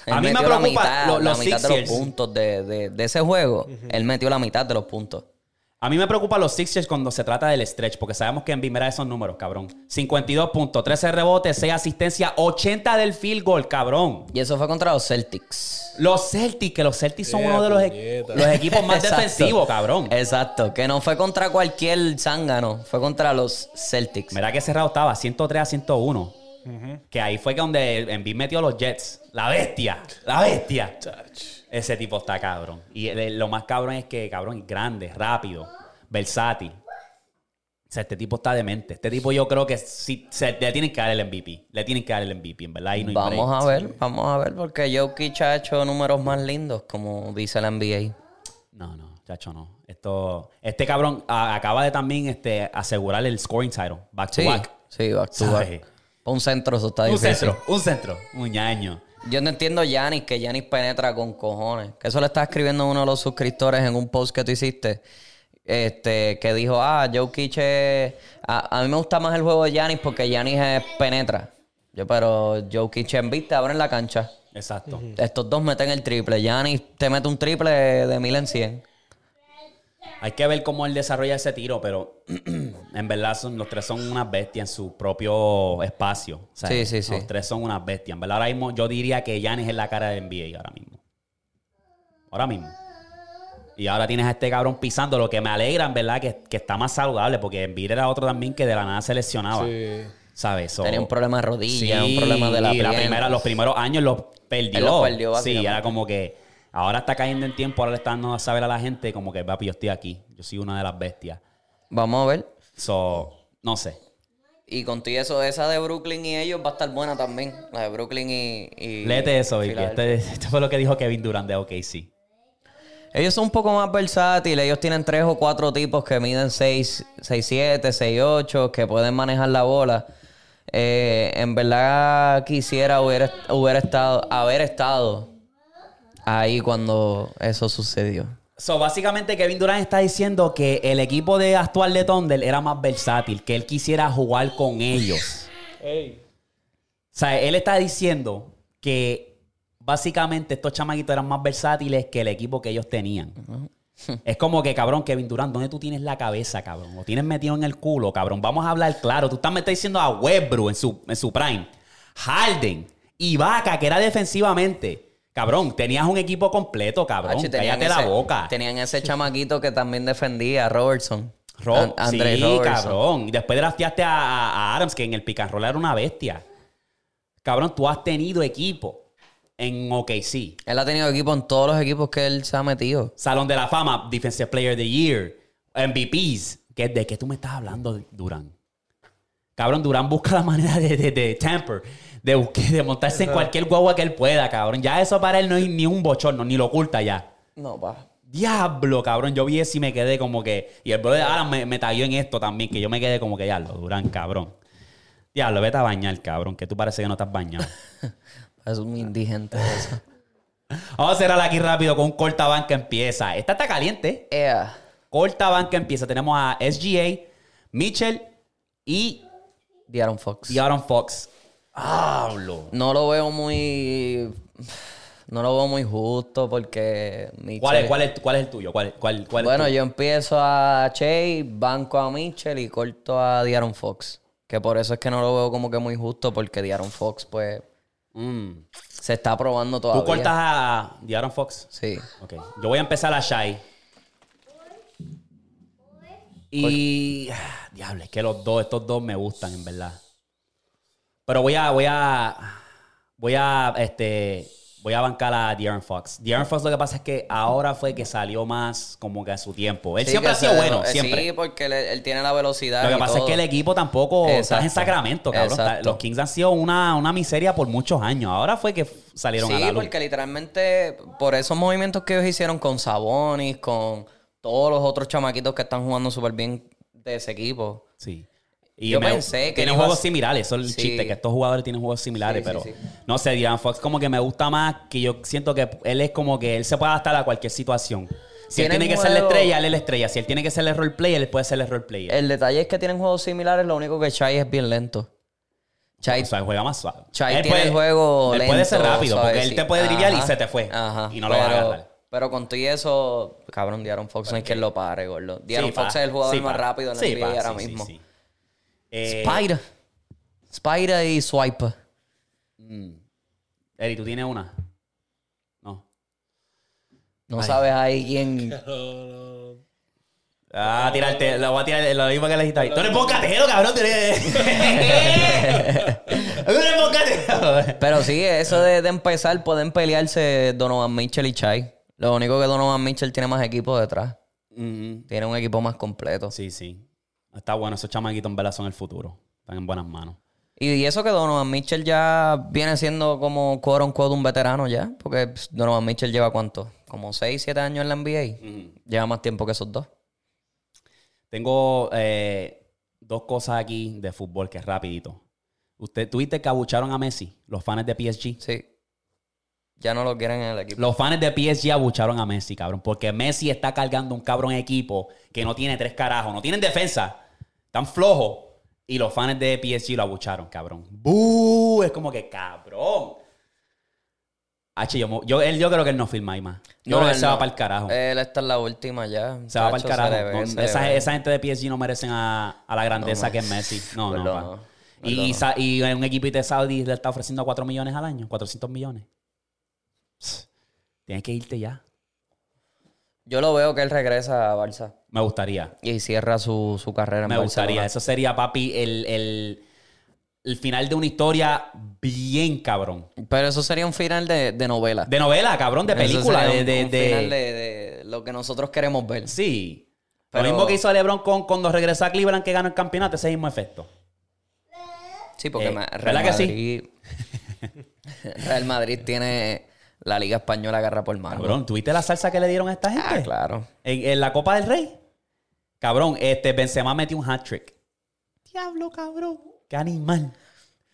S1: A mí me
S4: metió la
S1: preocupa
S4: mitad-
S1: lo- los
S4: la mitad de los
S1: Sixers.
S4: puntos de, de- de ese juego. Él metió la mitad de los puntos.
S1: A mí me preocupa los Sixers cuando se trata del stretch, porque sabemos que en mira esos números, cabrón. 52 puntos, 13 rebotes, 6 asistencias, 80 del field goal, cabrón.
S4: Y eso fue contra los Celtics.
S1: Los Celtics, que los Celtics son
S3: Eh,
S1: uno de los, e-
S3: puñeta.
S1: los equipos más
S4: Exacto.
S1: defensivos, cabrón.
S4: Exacto. Que no fue contra cualquier zángano. Fue contra los Celtics.
S1: Mira que cerrado estaba, 103 a 101. Que ahí fue que donde Embiid metió a los Jets. La bestia, la bestia.
S3: Chach.
S1: Ese tipo está cabrón. Y el- el- lo más cabrón es que, cabrón, es grande, rápido, versátil. O sea, este tipo está demente. Este tipo yo creo que sí, se- le tienen que dar el MVP. Le tienen que dar el MVP, en verdad. ahí no hay break.
S4: Vamos a ver, vamos a ver, porque Jokic ha hecho números más lindos, como dice la NBA.
S1: No, no, chacho, no. Esto, este cabrón a- acaba de también este, asegurar el scoring title. Back to
S4: Sí,
S1: back.
S4: sí, back to
S1: ¿Sabes?
S4: back. Un centro, eso está
S1: Un
S4: difícil.
S1: centro, un centro. Muñaño.
S4: Yo no entiendo Yanis, que Yanis penetra con cojones. Que eso le estaba escribiendo uno de los suscriptores en un post que tú hiciste. Este, que dijo, ah, Jokic es- a, a mí me gusta más el juego de Yanis porque Yanis es- penetra. Yo, pero Jokic en vista, abren la cancha.
S1: Exacto.
S4: Estos dos meten el triple. Yanis te mete un triple de mil en cien.
S1: Hay que ver cómo él desarrolla ese tiro, pero en verdad son, los tres son unas bestias en su propio espacio. O sea,
S4: Sí, sí, sí.
S1: Los tres son unas bestias. En verdad, ahora mismo yo diría que Giannis es la cara del NBA ahora mismo. Ahora mismo. Y ahora tienes a este cabrón pisando, lo que me alegra, en verdad, que, que está más saludable, porque Embiid era otro también que de la nada se lesionaba.
S3: Sí.
S1: ¿Sabes? So-
S4: Tenía un problema de rodilla,
S1: Sí,
S4: un problema de la,
S1: y
S4: pierna.
S1: primera, Los primeros años los perdió.
S4: Él los perdió,
S1: sí,
S4: básicamente.
S1: era como que ahora está cayendo en tiempo, ahora le está dando a saber a la gente como que, papi, yo estoy aquí. Yo soy una de las bestias.
S4: Vamos a ver.
S1: So, no sé.
S4: Y contigo eso, esa de Brooklyn y ellos va a estar buena también. La de Brooklyn y. y
S1: Léete eso, Vicky.
S4: Filadelfia.
S1: Este, esto fue lo que dijo Kevin Durant de OKC.
S4: Ellos son un poco más versátiles. Ellos tienen tres o cuatro tipos que miden 6, 6, 7, 6, 8, que pueden manejar la bola. Eh, en verdad quisiera hubiera, hubiera estado, haber estado ahí cuando eso sucedió.
S1: So, básicamente Kevin Durant está diciendo que el equipo de actual de Thunder era más versátil, que él quisiera jugar con ellos.
S3: Ey.
S1: O sea, él está diciendo que básicamente estos chamaquitos eran más versátiles que el equipo que ellos tenían. Es como que, cabrón, Kevin Durant, ¿dónde tú tienes la cabeza, cabrón? ¿Lo tienes metido en el culo, cabrón? Vamos a hablar claro. Tú estás, me estás diciendo a Webbrew en su, en su prime. Harden, Ibaka, que era defensivamente. Cabrón, tenías un equipo completo, cabrón.
S4: Hache, tenían
S1: Cállate la
S4: ese-
S1: boca.
S4: Tenían ese chamaquito que también defendía, Robertson.
S1: Ro-
S4: An- Andre
S1: sí,
S4: Robertson.
S1: cabrón. Y después drafteaste a, a- a Adams, que en el pick and roll era una bestia. Cabrón, tú has tenido equipo en OKC.
S4: Él ha tenido equipo en todos los equipos que él se ha metido.
S1: Salón de la Fama, Defensive Player of the Year, MVPs. ¿Qué- ¿De qué tú me estás hablando, Durán? Cabrón, Durán busca la manera de, de, de tamper, de, busque- de montarse en cualquier guagua que él pueda, cabrón. Ya eso para él no es ni un bochorno, ni lo oculta ya.
S4: No, pa.
S1: Diablo, cabrón. Yo vi eso y me quedé como que. Y el brother Alan me, me tagueó en esto también, que yo me quedé como que, diablo, Durán, cabrón. Diablo, vete a bañar, cabrón, que tú parece que no estás bañado.
S4: Es un indigente eso.
S1: Vamos a cerrar aquí rápido con un corta banca empieza. Esta está caliente.
S4: Ea.
S1: Corta banca empieza. Tenemos a SGA, Mitchell y
S4: The Aaron Fox.
S1: The Aaron Fox. Hablo.
S4: No lo veo muy. No lo veo muy justo porque. Mitchell-
S1: ¿Cuál es, cuál, es, ¿Cuál es el tuyo? ¿Cuál, cuál, cuál es
S4: Bueno,
S1: el tuyo?
S4: yo empiezo a Che, banco a Mitchell y corto a Diaron Fox. Que por eso es que no lo veo como que muy justo porque Diaron Fox, pues,
S1: Mm.
S4: se está probando todavía.
S1: Tú cortas a The Aaron Fox.
S4: Sí.
S1: Ok. Yo voy a empezar a Shai. Y. ah, Diablo, es que los dos, estos dos me gustan, en verdad. Pero voy a. Voy a. Voy a. Este. Voy a bancar a De'Aaron Fox. De'Aaron Fox lo que pasa es que ahora fue que salió más como que a su tiempo. Él
S4: Sí,
S1: siempre
S4: que
S1: ha sido
S4: se-
S1: bueno,
S4: eh,
S1: siempre.
S4: Sí, porque él, él tiene la velocidad.
S1: Lo que
S4: y
S1: pasa es
S4: todo.
S1: que el equipo tampoco está en
S4: Exacto.
S1: Sacramento, cabrón. Está-
S4: Exacto.
S1: Los Kings han sido una, una miseria por muchos años. Ahora fue que salieron a
S4: Sí,
S1: la luz.
S4: porque literalmente por esos movimientos que ellos hicieron con Sabonis, con todos los otros chamaquitos que están jugando súper bien de ese equipo.
S1: Sí. Y
S4: Yo pensé que
S1: tienen
S4: iba a-
S1: juegos similares, eso es el
S4: Sí.
S1: chiste, que estos jugadores tienen juegos similares,
S4: Sí, sí,
S1: pero
S4: sí.
S1: no sé, Dylan Fox como que me gusta más, que yo siento que él es como que él se puede adaptar a cualquier situación. Si él
S4: Tiene
S1: tiene que ser la
S4: juego- Eh,
S1: estrella, él es la estrella. Si él tiene que ser el role player, él puede ser el role player.
S4: El detalle es que tienen juegos similares, lo único que Chai es bien lento. Chai
S1: O sea, juega más suave.
S4: Chai tiene el juego
S1: él
S4: lento,
S1: puede ser rápido, porque
S4: suavecito.
S1: él te puede driblar y
S4: Ajá,
S1: se te fue.
S4: ajá,
S1: y no lo va a
S4: pero-
S1: agarrar.
S4: Pero con todo y eso, cabrón, Diaron Fox no hay quien lo pare, gordo. Diaron
S1: Pues Sí,
S4: Fox
S1: pa.
S4: es el jugador
S1: Sí,
S4: más
S1: pa.
S4: rápido en la
S1: Sí,
S4: NBA
S1: pa.
S4: ahora
S1: Sí, sí,
S4: mismo.
S1: sí. Eh,
S4: Spider. Spider y Swiper.
S1: Eri, ¿tú tienes una? No.
S4: No sabes ahí quién.
S1: Ah, tirarte, lo voy a tirar, lo mismo que le dijiste ahí. Tú eres bocatero, cabrón, tú eres. tú eres bocatero.
S4: Pero sí, eso de, de empezar, pueden pelearse Donovan Mitchell y Chai. Lo único que Donovan Mitchell tiene más equipo detrás.
S1: Mm,
S4: Tiene un equipo más completo.
S1: Sí, sí. Está bueno, esos chamaquitos en verdad son el futuro. Están en buenas manos.
S4: Y, y eso que Donovan Mitchell ya viene siendo como quote unquote un veterano ya. Porque pues, Donovan Mitchell lleva cuánto? Como 6, 7 años en la NBA. Lleva más tiempo que esos dos.
S1: Tengo eh, dos cosas aquí de fútbol que es rapidito. Usted, ¿Tuviste que abucharon a Messi? Los fans de PSG.
S4: Sí. Ya no lo quieren en el equipo.
S1: Los fans de PSG abucharon a Messi, cabrón. Porque Messi está cargando un cabrón equipo que no tiene tres carajos. No tienen defensa. Están flojos. Y los fans de PSG lo abucharon, cabrón. ¡Bú! Es como que, cabrón. H, yo, mo- yo, él, yo creo que él no firma ahí más. Yo creo que
S4: él
S1: se va
S4: no.
S1: para el carajo.
S4: Él está en la última ya.
S1: se va para el
S4: Chacho,
S1: carajo.
S4: se le ve,
S1: No,
S4: se le
S1: esa,
S4: ve.
S1: esa gente de PSG no merecen a, a la grandeza que es Messi. No, no,
S4: Verdad,
S1: pa.
S4: no.
S1: Y,
S4: Verdad,
S1: y
S4: no.
S1: sa- y un equipo de Saudi le está ofreciendo 4 millones al año, 400 millones. Pss, Tienes que irte ya.
S4: Yo lo veo que él regresa a Barça.
S1: Me gustaría.
S4: Y cierra su, su carrera en
S1: Me gustaría.
S4: Barcelona.
S1: Eso sería, papi, el, el- el final de una historia bien cabrón.
S4: Pero eso sería un final de, de novela.
S1: De novela, cabrón, de
S4: Eso
S1: película. De,
S4: sería un-
S1: de-
S4: un
S1: de-
S4: final de- de lo que nosotros queremos ver.
S1: Sí.
S4: Pero-
S1: Lo mismo que hizo LeBron con, cuando regresó a Cleveland que ganó el campeonato, ese mismo efecto.
S4: Sí, porque
S1: Eh,
S4: ma- Real
S1: ¿verdad que sí?
S4: Madrid. Real Madrid tiene la Liga Española agarra por mano.
S1: Cabrón, ¿tuviste la salsa que le dieron a esta gente?
S4: Ah, claro.
S1: en, en la Copa del Rey. Cabrón, este Benzema metió un hat-trick. Diablo, cabrón. Qué animal.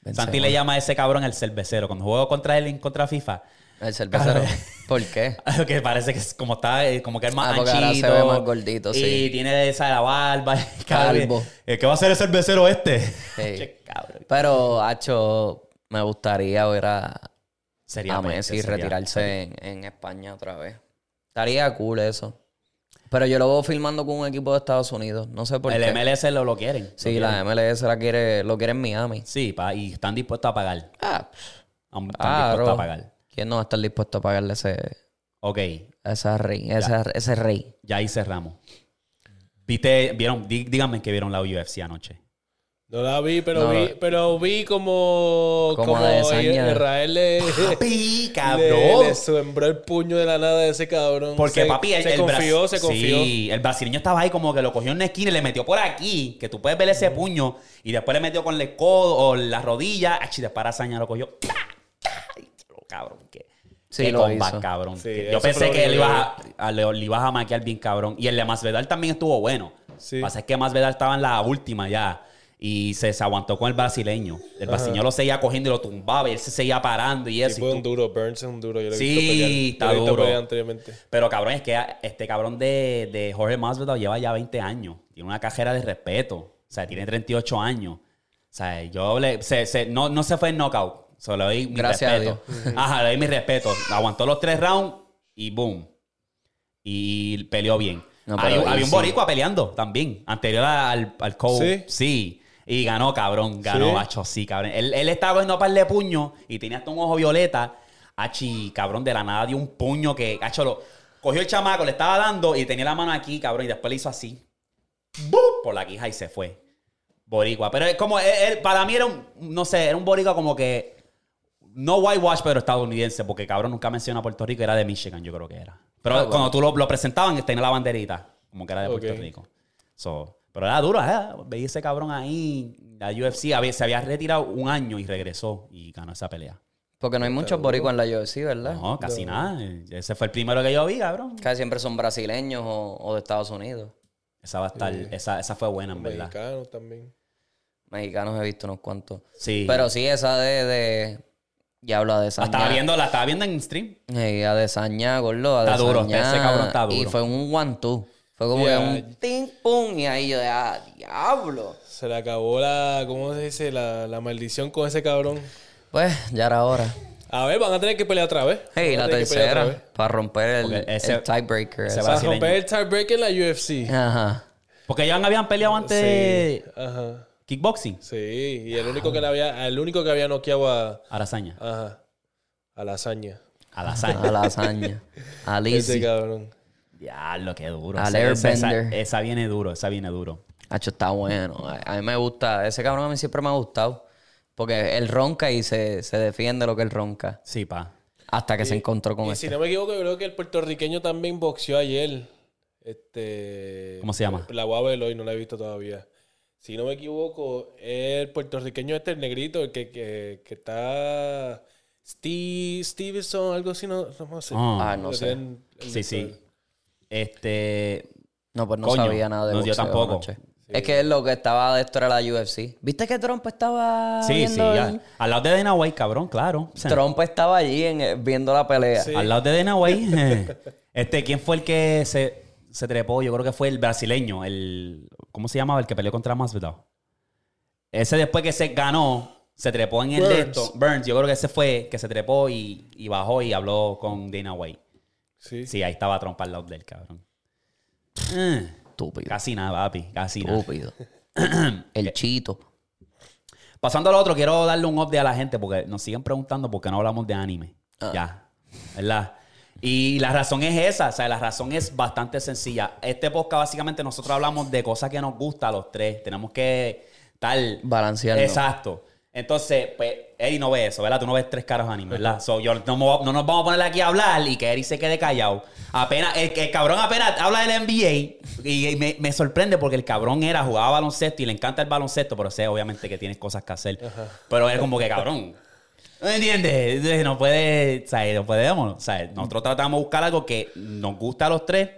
S4: Benzema.
S1: Santi le llama a ese cabrón el cervecero. Cuando jugó contra él en contra FIFA,
S4: El cervecero.
S1: Cabrón.
S4: ¿Por qué?
S1: que parece que es como está, eh, como que es más
S4: Ah, porque ahora se
S1: anchito.
S4: ve más gordito,
S1: Y
S4: sí.
S1: tiene esa de la barba.
S4: Calvo.
S1: Eh, ¿Qué va a hacer el cervecero este?
S4: Sí.
S1: Che, cabrón.
S4: Pero, Hacho, me gustaría ver a,
S1: Sería
S4: a
S1: mente,
S4: Messi
S1: sería-
S4: Ah, retirarse en, en España otra vez. Estaría cool eso. Pero yo lo veo filmando con un equipo de Estados Unidos. No sé por
S1: El
S4: qué.
S1: MLS lo, lo quieren.
S4: Sí,
S1: Lo
S4: la
S1: quieren.
S4: MLS la quiere, lo quiere en Miami.
S1: Sí, pa, y están dispuestos a pagar.
S4: Ah,
S1: Am- Están dispuestos
S4: claro.
S1: a pagar.
S4: ¿Quién no va a estar dispuesto a pagarle ese,
S1: Ok,
S4: a esa rey, a esa- ese rey?
S1: ya ahí cerramos. ¿Viste, vieron, Dí- díganme que vieron la UFC anoche.
S3: No la vi, pero
S4: No,
S3: vi,
S4: la-
S3: pero vi como,
S4: Como la de Saña.
S3: Israel le,
S1: Papi,
S3: le, le sembró el puño de la nada de ese cabrón.
S1: Porque
S3: se,
S1: papi, el,
S3: se
S1: el
S3: confió,
S1: bras-
S3: se confió.
S1: Sí, el brasileño estaba ahí como que lo cogió en una esquina y le metió por aquí, que tú puedes ver ese puño, y después le metió con el codo o la rodilla, ach, y después Arazaña lo cogió. ¡Tá! ¡Tá! Ay, lo cabrón, que.
S4: Sí,
S1: qué
S4: lo
S1: combat,
S4: hizo.
S1: cabrón.
S3: Sí,
S1: Que
S3: eso
S1: Yo
S3: fue
S1: pensé
S3: lo
S1: que le
S3: único que
S1: ibas a, a- le, le ibas a maquiar bien cabrón. Y el de Masvedal también estuvo bueno.
S3: Sí.
S1: Lo que pasa es que Masvedal estaba en la última ya. Y se, se aguantó con el brasileño. El brasileño lo seguía cogiendo y lo tumbaba y él se seguía parando y eso.
S3: Tipo
S1: Y
S3: es
S1: tú-
S3: un duro, Burns es un duro. Yo lo he
S1: Sí,
S3: visto pelear. Yo
S1: está
S3: lo he visto
S1: duro.
S3: pelear anteriormente.
S1: Pero cabrón, es que a- este cabrón de, de Jorge Masvidal lleva ya 20 años. Tiene una cajera de respeto. O sea, tiene 38 años. O sea, yo le... Se, se- no, no se fue en knockout. Se le doy mi
S4: Gracias a
S1: respeto. Ajá, le doy mi respeto. Aguantó los tres rounds y boom. Y peleó bien.
S4: No, pero
S1: había,
S4: ahí
S1: había un
S4: sí.
S1: boricua peleando también. Anterior al, al Cole.
S3: ¿Sí?
S1: Sí. Y ganó, cabrón. Ganó,
S3: ¿Sí?
S1: macho. Sí, cabrón. Él, él estaba cogiendo par de puños y tenía hasta un ojo violeta. Achi, cabrón, de la nada dio un puño que, cacho, lo cogió el chamaco, le estaba dando y tenía la mano aquí, cabrón, y después le hizo así. ¡Bup! Por la quija y se fue. Boricua. Pero es como, él- él- para mí era un, no sé, era un boricua como que, no whitewash, pero estadounidense, porque cabrón nunca menciona a Puerto Rico, era de Michigan, yo creo que era. Pero
S4: Ah, bueno.
S1: cuando tú lo, lo presentaban, tenía la banderita, como que era de Puerto
S3: Ok.
S1: Rico. So, pero era duro, ¿eh? veía ese cabrón ahí, la UFC había- se había retirado un año y regresó y ganó esa pelea.
S4: Porque no hay muchos boricuas en la UFC,
S3: Ah,
S4: ¿verdad?
S1: No, casi nada. Ese fue el primero que yo vi, cabrón.
S4: Casi siempre son brasileños o, o de Estados Unidos.
S1: Esa va a estar, esa, esa fue buena, en verdad.
S3: Mexicano también.
S4: Mexicanos he visto unos cuantos.
S1: Sí.
S4: Pero sí, esa de... de... Ya habla de
S1: la
S4: esa.
S1: estaba viendo, la estaba viendo en stream.
S4: Ey, a desañar, gordo, a
S1: Está duro,
S4: desañar.
S1: ese cabrón está duro.
S4: Y fue un one-two. Fue como
S3: Yeah.
S4: que un ting pum y ahí yo de, ah, diablo.
S3: Se le acabó la, ¿cómo se dice? La, la maldición con ese cabrón.
S4: Pues, ya era hora.
S3: A ver, van a tener que pelear otra vez.
S4: Hey,
S3: Van a
S4: la
S3: tener que pelear otra
S4: tercera,
S3: vez.
S4: para romper el,
S1: Porque ese-
S4: el tiebreaker.
S1: ese
S4: ese.
S1: va-
S3: Para
S1: Brasileño.
S3: romper el tiebreak en la
S4: Ah.
S3: UFC.
S4: Ajá.
S1: Porque ya habían peleado antes
S3: Sí.
S1: de
S3: Ajá.
S1: kickboxing.
S3: Sí, y el único que le había, el único que había noqueado a,
S1: Arazaña.
S3: ajá, a la hazaña.
S1: A la hazaña.
S4: A la hazaña. A
S3: Ese
S4: Lizzy.
S3: cabrón.
S1: Diablo, qué duro.
S4: Al
S1: Esa- esa, esa-
S4: Airbender.
S1: esa viene duro, esa viene duro.
S4: Hacho, está bueno. A, a mí me gusta. Ese cabrón a mí siempre me ha gustado. Porque él ronca y se, se defiende lo que él ronca.
S1: Sí, pa.
S4: Hasta que se encontró con
S3: Y
S4: este.
S3: si no me equivoco, yo creo que el puertorriqueño también boxeó ayer. Este,
S1: ¿Cómo se llama?
S3: La voy a ver hoy, no la he visto todavía. Si no me equivoco, el puertorriqueño este, el negrito, el que, que, que está Steve Stevenson, algo así, no, no sé.
S1: Ah,
S4: Ah, no
S3: Lo
S4: sé.
S3: tienen- el-
S1: Sí, sí. Este.
S4: No, pues no
S1: Coño,
S4: sabía nada de
S1: no, yo
S4: boxeo
S1: tampoco.
S4: anoche. Es que lo que estaba de esto era la UFC. ¿Viste que Trump estaba
S1: Sí, sí.
S4: viendo
S1: ya.
S4: el-
S1: Al lado de Dana White, cabrón, claro. O sea,
S4: Trump estaba allí en- eh, viendo la pelea.
S3: Sí.
S1: Al lado de Dana White. este, ¿quién fue el que se, se trepó? Yo creo que fue el brasileño. El, ¿Cómo se llamaba? El que peleó contra Masvidal. Ese después que se ganó, se trepó en el de
S3: Burns.
S1: esto. Burns, yo creo que ese fue que se trepó y, y bajó y habló con Dana White.
S3: Sí.
S1: Sí, ahí estaba Trump al lado del cabrón. Mm.
S4: Estúpido.
S1: Casi nada, papi. Casi nada.
S4: Estúpido. el chito.
S1: Pasando al otro, quiero darle un update a la gente porque nos siguen preguntando por qué no hablamos de anime. Ya, ¿verdad? Y la razón es esa, o sea, la razón es bastante sencilla. Este podcast básicamente nosotros hablamos de cosas que nos gustan a los tres. Tenemos que tal...
S4: Balancearlo.
S1: Exacto. Entonces, pues, Eri no ve eso, ¿verdad? Tú no ves tres caras de anime, ¿verdad? So, yo, no, me voy- no nos vamos a poner aquí a hablar y que Eri se quede callado. Apenas, el, el cabrón apenas habla del NBA y, y me, me sorprende porque el cabrón era, jugaba baloncesto y le encanta el baloncesto, pero sé obviamente que tienes cosas que hacer. Pero es como que, cabrón, ¿Me entiendes? Entonces, No puede, o sea, no podemos. O sea, nosotros tratamos de buscar algo que nos gusta a los tres.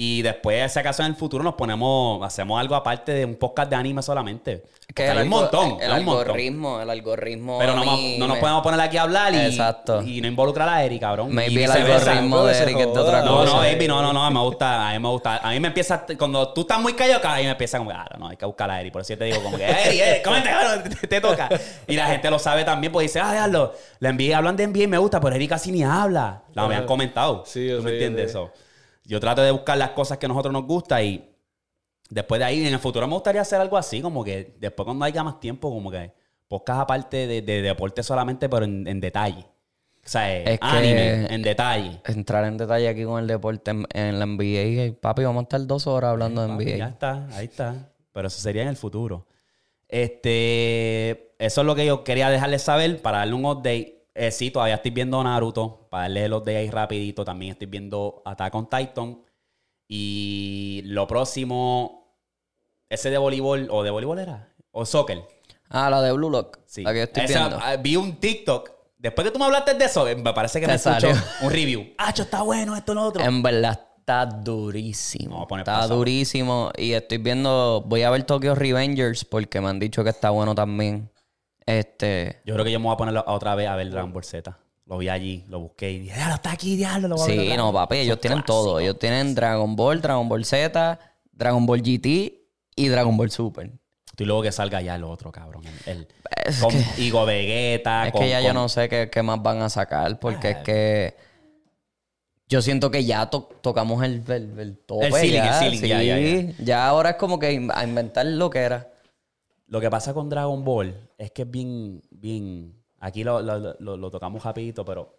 S1: Y después, si acaso en el futuro, nos ponemos, hacemos algo aparte de un podcast de anime solamente.
S4: Que
S1: Porque hay
S4: el
S1: un
S4: algo-
S1: montón.
S4: El
S1: hay un montón.
S4: algoritmo, el algoritmo.
S1: Pero
S4: a
S1: no,
S4: mí
S1: ma- no nos
S4: me-
S1: podemos poner aquí a hablar y,
S4: Exacto.
S1: y no involucrar a Eric, cabrón. Y
S4: Maybe el
S1: viceversa.
S4: algoritmo de Eric es de otra
S1: No,
S4: cosa.
S1: no, baby, no, no, no, me gusta, a mí me gusta. A mí me empieza, cuando tú estás muy callado, a mí me empieza como, ah, no, hay que buscar a Eri. Por eso yo te digo como que, Eri, Eri, comenta, cabrón, te, te toca. Y la gente lo sabe también, pues dice, ah, déjalo, la NBA, hablan de NBA y me gusta, pero Eri casi ni habla. No, me han comentado.
S3: Sí,
S1: ¿Tú
S3: sí,
S1: me entiendes
S3: sí.
S1: eso? Yo trato de buscar las cosas que a nosotros nos gusta y después de ahí, en el futuro me gustaría hacer algo así, como que después cuando haya más tiempo, como que podcast aparte de, de deporte solamente, pero en, en detalle. O sea,
S4: Es que-
S1: anime, en detalle.
S4: Entrar en detalle aquí con el deporte en, en la NBA. Papi, vamos a estar dos horas hablando de
S1: Papi,
S4: NBA.
S1: Ya está, ahí está. Pero eso sería en el futuro. Este, eso es lo que yo quería dejarles saber para darle un update. Eh, sí, todavía estoy viendo Naruto, para darle el update ahí rapidito. También estoy viendo Attack on Titan. Y lo próximo, ese de voleibol, o de voleibol era, o soccer.
S4: Ah, la de Blue Lock.
S1: Sí.
S4: La que yo estoy
S1: Esa-
S4: viendo.
S1: ah, vi un TikTok. Después que tú me hablaste de eso, eh, me parece que
S4: Te
S1: me escuchó
S4: salió.
S1: un review. Ah, está bueno esto, lo otro.
S4: En verdad, Está durísimo.
S1: Vamos a poner
S4: está
S1: pasado.
S4: durísimo. Y estoy viendo. Voy a ver Tokyo Revengers porque me han dicho que está bueno también. Este.
S1: Yo creo que yo me voy a poner otra vez a ver Dragon Ball Z. Lo vi allí, lo busqué y dije, diablo, está aquí, diablo, lo voy a ver.
S4: Sí, no, papi, ellos tienen todo. Ellos tienen Dragon Ball, Dragon Ball Z, Dragon Ball GT y Dragon Ball Super.
S1: Y luego que salga ya el otro, cabrón. El, el- con Igo Vegeta.
S4: Es
S1: con-
S4: que ya yo
S1: con- Ah.
S4: no sé qué, qué más van a sacar porque es que yo siento que ya to- tocamos el, el, el tope.
S1: El ceiling, el
S4: ya,
S1: ceiling, ya, ya,
S4: sí. Ya ahora es como que in- a inventar lo que era.
S1: Lo que pasa con Dragon Ball es que es bien, bien. Aquí lo, lo- lo- lo tocamos rapidito, pero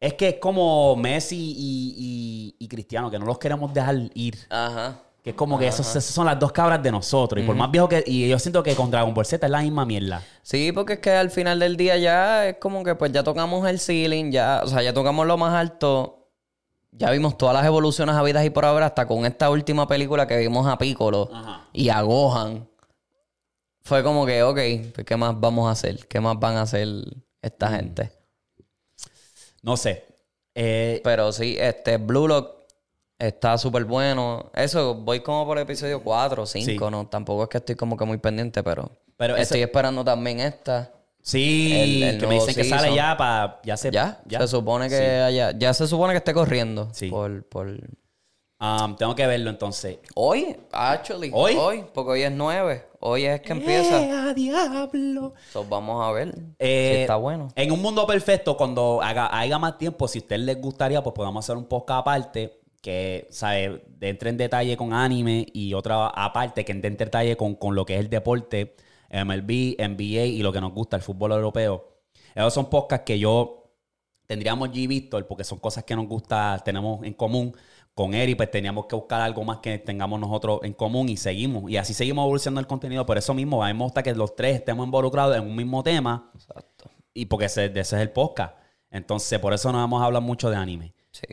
S1: es que es como Messi y, y- y Cristiano, que no los queremos dejar ir.
S4: Ajá.
S1: Que es como que esos, esas son las dos cabras de nosotros. Y por más viejo que. Y yo siento que con Dragon Ball Z es la misma mierda.
S4: Sí, porque es que al final del día ya es como que pues ya tocamos el ceiling, ya, o sea, ya tocamos lo más alto. Ya vimos todas las evoluciones habidas y por haber hasta con esta última película que vimos a Piccolo y a Gohan. Fue como que, ok, pues, ¿qué más vamos a hacer? ¿Qué más van a hacer esta
S1: Mm.
S4: gente?
S1: No sé. Eh,
S4: Pero sí, este Blue Lock está súper bueno. Eso, voy como por el episodio 4 o 5,
S1: Sí.
S4: ¿no? Tampoco es que estoy como que muy pendiente, pero,
S1: Pero ese-
S4: estoy esperando también esta.
S1: sí,
S4: El- el
S1: que me
S4: nuevo
S1: dicen que sale
S4: season.
S1: ya para. Ya se.
S4: ¿Ya? Se supone que haya- ya se supone que esté corriendo.
S1: Sí.
S4: Por, por...
S1: Ah, tengo que verlo entonces.
S4: Hoy, actually.
S1: ¿Hoy?
S4: porque hoy es 9. Hoy es que empieza.
S1: ¡Eh, a diablo!
S4: So, vamos a ver
S1: Eh,
S4: si está bueno.
S1: En un mundo perfecto, cuando haga, haya más tiempo, si a ustedes les gustaría, pues podamos hacer un podcast aparte que, ¿sabes? Entre en detalle con anime y otra aparte que entre en detalle con, con lo que es el deporte, MLB, NBA y lo que nos gusta, el fútbol europeo. Esos son podcasts que yo tendríamos G Víctor porque son cosas que nos gusta, tenemos en común. Con Eri, pues teníamos que buscar algo más que tengamos nosotros en común y seguimos. Y así seguimos evolucionando el contenido. Por eso mismo, a mí me gusta que los tres estemos involucrados en un mismo tema.
S4: Exacto.
S1: Y porque ese, de ese es el podcast. Entonces, por eso no vamos a hablar mucho de anime.
S4: Sí.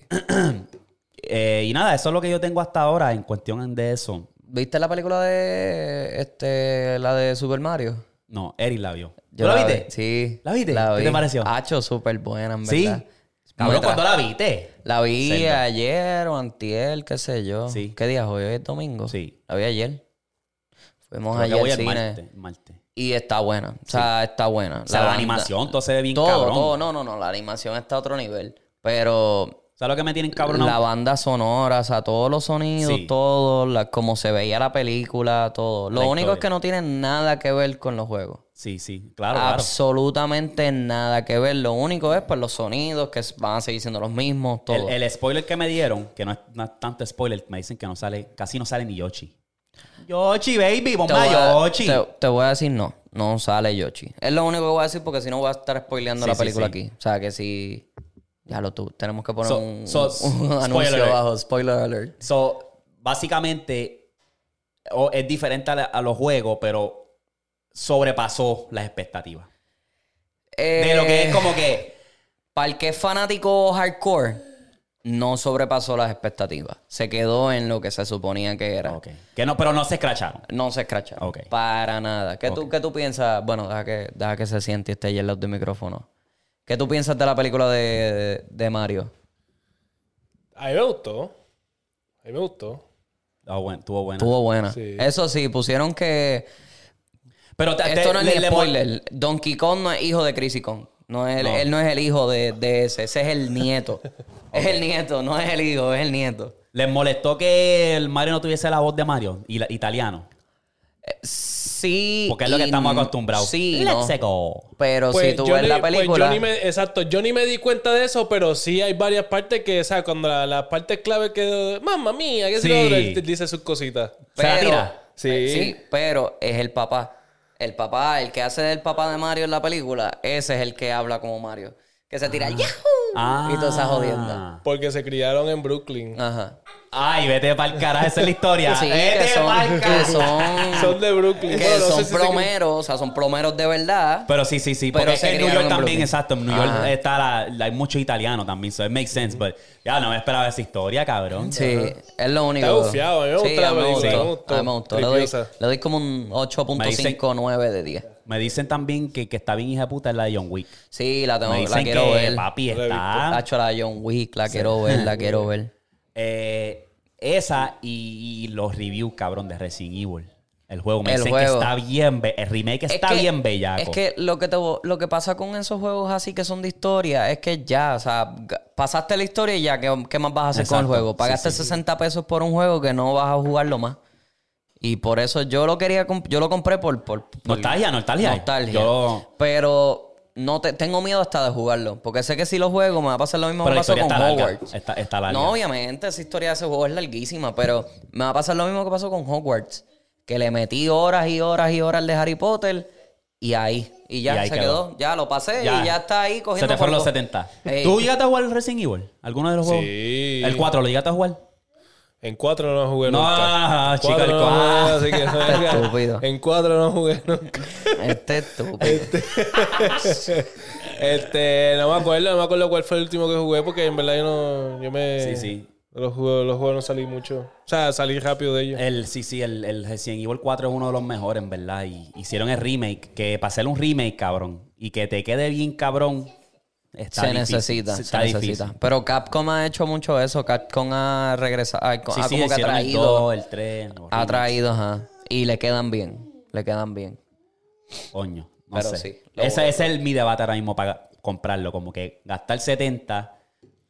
S1: Eh, y nada, eso es lo que yo tengo hasta ahora en cuestión de eso.
S4: ¿Viste la película de este la de Super Mario?
S1: No, Eric la vio.
S4: Yo
S1: ¿Tú la,
S4: vi-
S1: viste?
S4: Sí.
S1: ¿La viste? ¿Qué te pareció?
S4: Hacho, súper buena, en
S1: Sí.
S4: verdad.
S1: Cabrón,
S4: Me tra-
S1: ¿cuándo la viste?
S4: La vi
S1: Zelda.
S4: ayer o antier, qué sé yo.
S1: Sí.
S4: ¿Qué día es hoy? ¿Hoy es domingo?
S1: Sí.
S4: La vi ayer. Fuimos
S1: Creo que
S4: ayer
S1: voy
S4: al
S1: el
S4: cine.
S1: martes. el martes.
S4: Y está buena. O sea, está buena.
S1: O sea, la,
S4: banda-
S1: animación, todo se ve bien
S4: Todo,
S1: cabrón.
S4: todo. No, no, no. La animación está a otro nivel. Pero
S1: ¿Sabes lo que me tienen cabrón?
S4: la banda sonora, o sea, todos los sonidos,
S1: Sí.
S4: todo, la, como se veía la película, todo. Lo
S1: La
S4: único es
S1: historia.
S4: que no tiene nada que ver con los juegos.
S1: Sí, sí, Ah, claro, claro.
S4: Absolutamente nada que ver. Lo único es pues los sonidos que van a seguir siendo los mismos, todo.
S1: El, el spoiler que me dieron, que no es, no es tanto spoiler, me dicen que no sale, casi no sale ni Yoshi. Yoshi, baby,
S4: Te
S1: bomba
S4: voy a-
S1: Yoshi.
S4: Te, te voy a decir no. No sale Yoshi. Es lo único que voy a decir porque si no voy a estar spoileando
S1: Sí,
S4: la
S1: sí,
S4: película
S1: sí.
S4: aquí. O sea que si. Ya lo tú. Tenemos que poner
S1: So-
S4: un,
S1: so-
S4: un
S1: spoiler
S4: anuncio
S1: alert.
S4: abajo. Spoiler alert.
S1: So, básicamente, o- es diferente a, la- a los juegos, pero sobrepasó las expectativas. De lo que es como que.
S4: Eh, Para el que es fanático hardcore, no sobrepasó las expectativas. Se quedó en lo que se suponía que era.
S1: Ok. Que no, pero no se escracharon.
S4: No se escracharon.
S1: Ok.
S4: Para nada. ¿Qué, tú,
S1: Ok.
S4: ¿Qué tú piensas? Bueno, deja que, deja que se siente y esté ahí al lado del micrófono. ¿Qué tú piensas de la película de, de Mario?
S3: A mí me gustó. A mí me gustó.
S1: Ah, bueno, estuvo buena.
S4: Estuvo buena.
S3: Sí.
S4: Eso sí, pusieron que.
S1: Pero te-
S4: Esto
S1: te-
S4: no es
S1: le-
S4: ni
S1: le-
S4: spoiler. Donkey Kong no es hijo de Crazy Kong. No es el-
S1: No.
S4: Él no es el hijo de, de ese. Ese es el nieto. Es el nieto, no es el hijo, es el nieto.
S1: Les molestó que el Mario no tuviese la voz de Mario, y la- italiano.
S4: Eh, Sí.
S1: Porque es lo que
S4: y
S1: estamos
S4: no.
S1: acostumbrados.
S4: Sí. no.
S1: Let's go.
S4: Pero si tú
S3: yo
S4: ves
S3: ni-
S4: la
S3: pues yo
S4: película.
S3: ni me- exacto, yo ni me di cuenta de eso, pero sí hay varias partes que, o sea, cuando la- las partes clave que. Mamma mía, que
S1: Sí.
S3: si lo otro", él dice sus cositas.
S1: Se la tira.
S3: Sí.
S4: eh, pero es el papá. El papá, el que hace del papá de Mario en la película, ese es el que habla como Mario. Que se tira ¡Yahoo!
S1: Ah.
S4: Y toda esa jodienda.
S3: Porque se criaron en Brooklyn.
S4: Ajá.
S1: Ay, vete pa'l carajo, esa es la historia.
S4: Sí,
S1: vete
S4: que son,
S1: pa'l
S4: que
S1: carajo.
S4: son.
S3: Son de
S4: que
S3: Brooklyn. Bueno, no sé
S4: son
S3: si se-
S4: plomeros, o sea, son plomeros de verdad.
S1: Pero sí, sí, sí.
S4: Pero
S1: Porque
S4: se
S1: en New York
S4: criaron en
S1: también,
S4: Brooklyn.
S1: exacto. En New York
S4: Ajá.
S1: está la, la- hay mucho italiano también, so it makes sense. But ya no me esperaba esa historia, cabrón.
S4: Sí, es lo único.
S3: Está bufiado, a mí me
S4: sí,
S3: gustó la
S4: a mí me
S3: película,
S4: gustó.
S3: me gustó.
S4: A mí me gustó. Le doy,
S3: Tripiosa.
S4: le doy como un 8.59 de 10.
S1: Me dicen también que, que está bien hija de puta es la de John Wick.
S4: Sí, la tengo,
S1: Me
S4: la
S1: dicen
S4: quiero
S1: que
S4: ver. Ah,
S1: papi
S3: No la he
S1: está.
S4: Tacho, la de John Wick, la quiero ver, la quiero ver.
S1: Eh, esa y, y los reviews, cabrón, de Resident Evil. El juego me
S4: El
S1: dicen que
S4: juego.
S1: está bien, be- el remake
S4: Es
S1: está
S4: que-
S1: bien bellaco.
S4: Es que lo que, te, lo que pasa con esos juegos así que son de historia es que ya, o sea, g- pasaste la historia y ya, ¿qué, qué más vas a hacer con el
S1: Exacto.
S4: juego? Pagaste 60 pesos por un juego que no vas a jugarlo más. Y por eso yo lo quería, comp- yo lo compré por... por, por-
S1: Nostalgia, nostalgia.
S4: Nostalgia.
S1: Yo-
S4: Pero no te, tengo miedo hasta de jugarlo, porque sé que si lo juego me va a pasar lo mismo que
S1: pero
S4: me
S1: la
S4: pasó
S1: historia
S4: con
S1: está larga.
S4: Hogwarts.
S1: Está, está larga.
S4: No, obviamente, esa historia de ese juego es larguísima, pero me va a pasar lo mismo que pasó con Hogwarts. Que le metí horas y horas y horas al de Harry Potter y ahí. Y ya
S1: Y ahí
S4: se
S1: quedó.
S4: quedó. Ya lo pasé y ya está ahí
S1: Se
S4: cogiendo.
S1: te fueron los
S4: polvo.
S1: 70.
S4: Ey.
S1: ¿Tú llegaste a jugar Resident Evil? ¿Alguno de los juegos?
S3: Sí.
S1: ¿El 4 lo llegaste a jugar?
S3: En 4 no jugué
S1: No,
S3: nunca.
S1: chica, el
S3: Cuatro no
S1: cuatro.
S3: jugué, así que no
S4: Estúpido.
S3: En 4 no jugué nunca.
S4: Este es tú.
S3: Este, no me acuerdo, no me acuerdo cuál fue el último que jugué porque en verdad yo no yo me
S1: Sí, sí.
S3: Los juegos, los juegos no salí mucho. O sea, salí rápido de
S4: Eh.
S3: ellos.
S1: El, sí, sí, el, el Resident Evil 4 es uno de los mejores, en verdad. Y hicieron el remake, que para hacer un remake, cabrón, y que te quede bien, cabrón, está
S4: se
S1: difícil.
S4: necesita,
S1: Sí,
S4: se,
S1: está
S4: necesita.
S1: difícil.
S4: Pero Capcom ha hecho mucho eso. Capcom ha regresado, ha,
S1: Sí,
S4: ha
S1: sí,
S4: Ah, como que ha
S1: hicieron el
S4: traído.
S1: 2, el 3. los
S4: Ha
S1: remakes.
S4: traído, ajá. Y le quedan bien. Le quedan bien.
S1: Coño, no
S4: Pero
S1: sé.
S4: sí, lo
S1: Ese, ese es el, mi debate ahora mismo para comprarlo. Como que gastar 70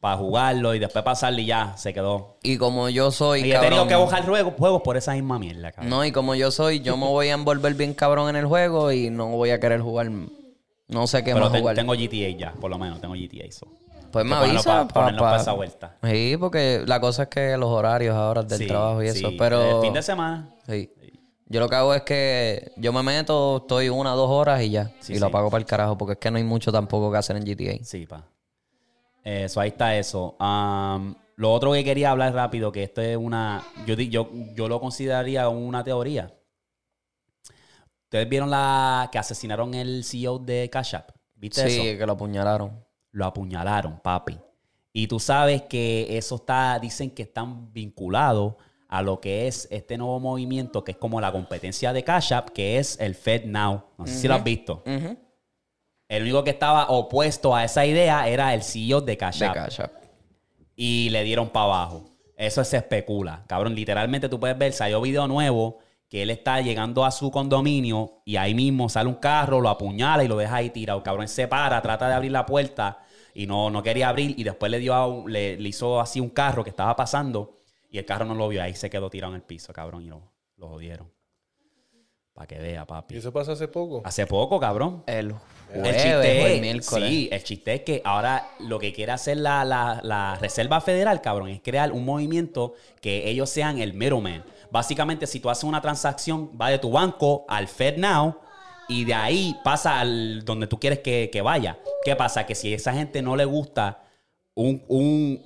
S1: para jugarlo y después pasarlo y ya, se quedó.
S4: Y como yo soy.
S1: Y he tenido
S4: cabrón,
S1: que bajar juegos, juegos por esa misma mierda, cabrón.
S4: No, y como yo soy, yo me voy a envolver bien cabrón en el juego y no voy a querer jugar. No sé qué
S1: Pero
S4: más
S1: ten-
S4: jugar.
S1: tengo GTA ya, por lo menos tengo GTA. so.
S4: pues me
S1: que ponerlo
S4: avisa
S1: pa- ponerlo pa esa vuelta.
S4: Sí, porque la cosa es que los horarios ahora del
S1: Sí,
S4: trabajo y eso,
S1: sí.
S4: pero
S1: El fin de semana.
S4: sí. Yo lo que hago es que yo me meto, estoy una dos horas y ya.
S1: Sí,
S4: y lo
S1: sí.
S4: apago para el carajo, porque es que no hay mucho tampoco que hacer en GTA.
S1: Sí, pa. Eso, ahí está eso. Am, lo otro que quería hablar rápido, que esto es una. Yo, di- yo, yo lo consideraría una teoría. Ustedes vieron la que asesinaron el CEO de Cash App. ¿Viste
S4: Sí,
S1: eso?
S4: que lo apuñalaron.
S1: Lo apuñalaron, papi. Y tú sabes que eso está. Dicen que están vinculados a lo que es este nuevo movimiento que es como la competencia de Cash App, que es el Fed Now. No sé si lo has visto.
S4: Ujú.
S1: El único que estaba opuesto a esa idea era el CEO de Cash
S4: De
S1: App.
S4: Cash App.
S1: Y le dieron para abajo. Eso se especula. Cabrón, literalmente tú puedes ver, salió video nuevo que él está llegando a su condominio y ahí mismo sale un carro, lo apuñala y lo deja ahí tirado. Cabrón, se para, trata de abrir la puerta y no, no quería abrir y después le, dio a un- le, le hizo así un carro que estaba pasando y el carro no lo vio. Ahí se quedó tirado en el piso, cabrón, y lo, lo jodieron. Para que vea,
S3: ¿Y
S1: papi.
S3: eso pasó hace poco?
S1: Hace poco, cabrón.
S4: El
S1: El
S4: jueves o
S1: chiste,
S4: el
S1: es,
S4: miércoles.
S1: sí, el chiste es que ahora lo que quiere hacer la, la- la Reserva Federal, cabrón, es crear un movimiento que ellos sean el middleman. Básicamente, si tú haces una transacción, va de tu banco al FedNow y de ahí pasa al donde tú quieres que, que vaya. ¿Qué pasa? Que si a esa gente no le gusta un, un-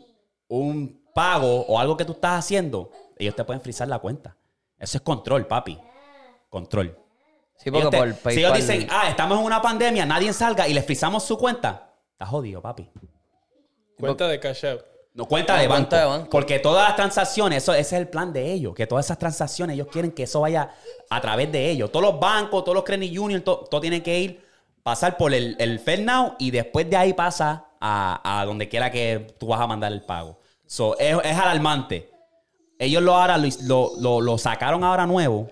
S1: un pago o algo que tú estás haciendo, ellos te pueden frizar la cuenta. Eso es control, papi. Control.
S4: Sí, porque
S1: Ellos te-
S4: por PayPal.
S1: si ellos dicen, ah, estamos en una pandemia, nadie salga y les frizamos su cuenta, está jodido, papi.
S3: Cuenta de Cash App.
S1: No, cuenta,
S4: No,
S1: de, banco,
S4: cuenta de banco.
S1: Porque todas las transacciones, eso, ese es el plan de ellos. Que todas esas transacciones, ellos quieren que eso vaya a través de ellos. Todos los bancos, todos los credit unions, to- todo, tiene que ir, pasar por el, el FedNow y después de ahí pasa a, a donde quiera que tú vas a mandar el pago. So, es, es alarmante. Ellos lo ahora lo, lo- lo- lo sacaron ahora nuevo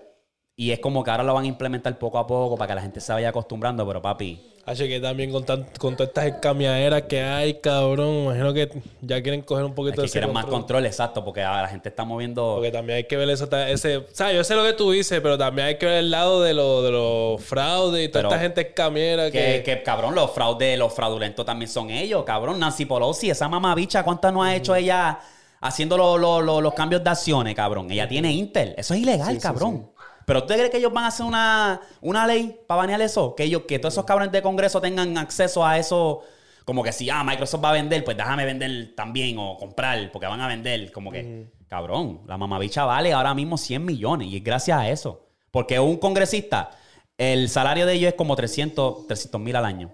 S1: y es como que ahora lo van a implementar poco a poco para que la gente se vaya acostumbrando, pero papi,
S3: Así que también con, tan- con todas estas escamiaderas que hay, cabrón. me Imagino que ya quieren coger un
S1: Es
S3: poquito
S1: que
S3: de ese
S1: quieren más
S3: control.
S1: control, exacto, porque ahora la gente está moviendo.
S3: Porque también hay que ver eso, ta- ese... O sea, yo sé lo que tú dices, pero también hay que ver el lado de los de los fraudes y toda
S1: Pero-
S3: esta gente escamiera
S1: Que,
S3: que...
S1: que, cabrón, los fraudes, los fraudulentos también son ellos, cabrón. Nancy Pelosi, esa mamabicha, ¿cuántas no ha hecho ella haciendo lo- lo- lo- los cambios de acciones, cabrón? Ella tiene Intel. Eso es ilegal, cabrón. Pero ¿usted cree que ellos van a hacer una, una ley para banear eso? Que ellos, que todos esos cabrones de Congreso tengan acceso a eso. Como que si, ah, Microsoft va a vender, pues déjame vender también o comprar, porque van a vender. Como que, cabrón, la mamabicha vale ahora mismo 100 millones y es gracias a eso. Porque un congresista, el salario de ellos es como 300 mil al año.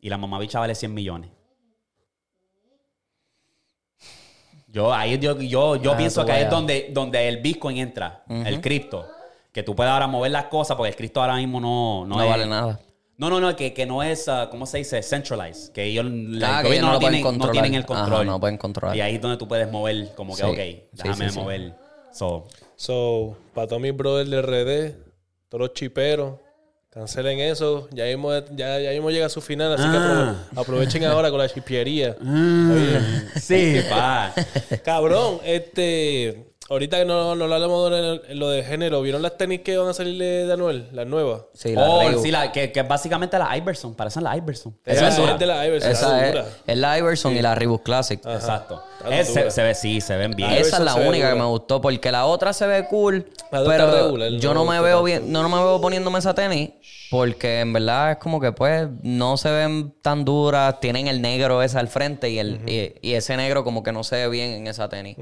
S1: Y la mamabicha vale 100 millones. Yo, ahí yo, yo, yo
S4: Ah,
S1: pienso
S4: tú
S1: que ahí es
S4: vaya.
S1: donde, donde el Bitcoin entra, el cripto. Que tú puedes ahora mover las cosas porque el cripto ahora mismo no, no,
S4: No
S1: es-
S4: vale nada.
S1: No, no, no, que, que no es, ah, ¿cómo se dice? Centralized. Que ellos la-
S4: Ah,
S1: el gobierno
S4: que ellos no
S1: no,
S4: lo pueden
S1: tienen, no
S4: controlar.
S1: tienen el
S4: Ajá,
S1: control.
S4: no pueden controlar.
S1: Y ahí es donde tú puedes mover, como que,
S4: Sí.
S1: ok,
S4: Sí,
S1: déjame
S4: sí, sí.
S1: mover. So,
S3: So, para todos mis brothers de RD, todos los chiperos, cancelen eso. Ya mismo, ya, ya mismo llega a su final, así
S1: Ah.
S3: que apro- aprovechen ahora con la chipiería.
S1: sí, pa.
S3: Cabrón, este. Ahorita que no, no lo hablamos de lo de género, ¿vieron las tenis que van a salir de Anuel? Las nuevas.
S4: Sí, la
S1: oh,
S4: Ryu.
S1: sí, la, que, que es básicamente la Iverson, parecen la Iverson.
S4: Esa
S3: Esa
S4: es
S3: es
S4: dura.
S3: de la Iverson,
S4: Esa
S3: la
S4: es,
S3: dura.
S4: es la Iverson y la Reebok Classic.
S1: Exacto.
S3: Está
S1: Es- se,
S3: dura.
S1: se ve, sí, se ven bien.
S3: Ah,
S4: Esa es
S3: Iverson
S4: la
S3: se ve
S4: única que
S3: dura.
S4: me gustó porque la otra se ve cool,
S3: La otra está
S4: pero
S3: regular,
S4: yo
S3: no
S4: no
S3: me
S4: me
S3: gustó
S4: veo
S3: tanto.
S4: bien, no, no me veo poniéndome esa tenis porque en verdad es como que pues no se ven tan duras, tienen el negro ese al frente y el y, y ese negro como que no se ve bien en esa tenis.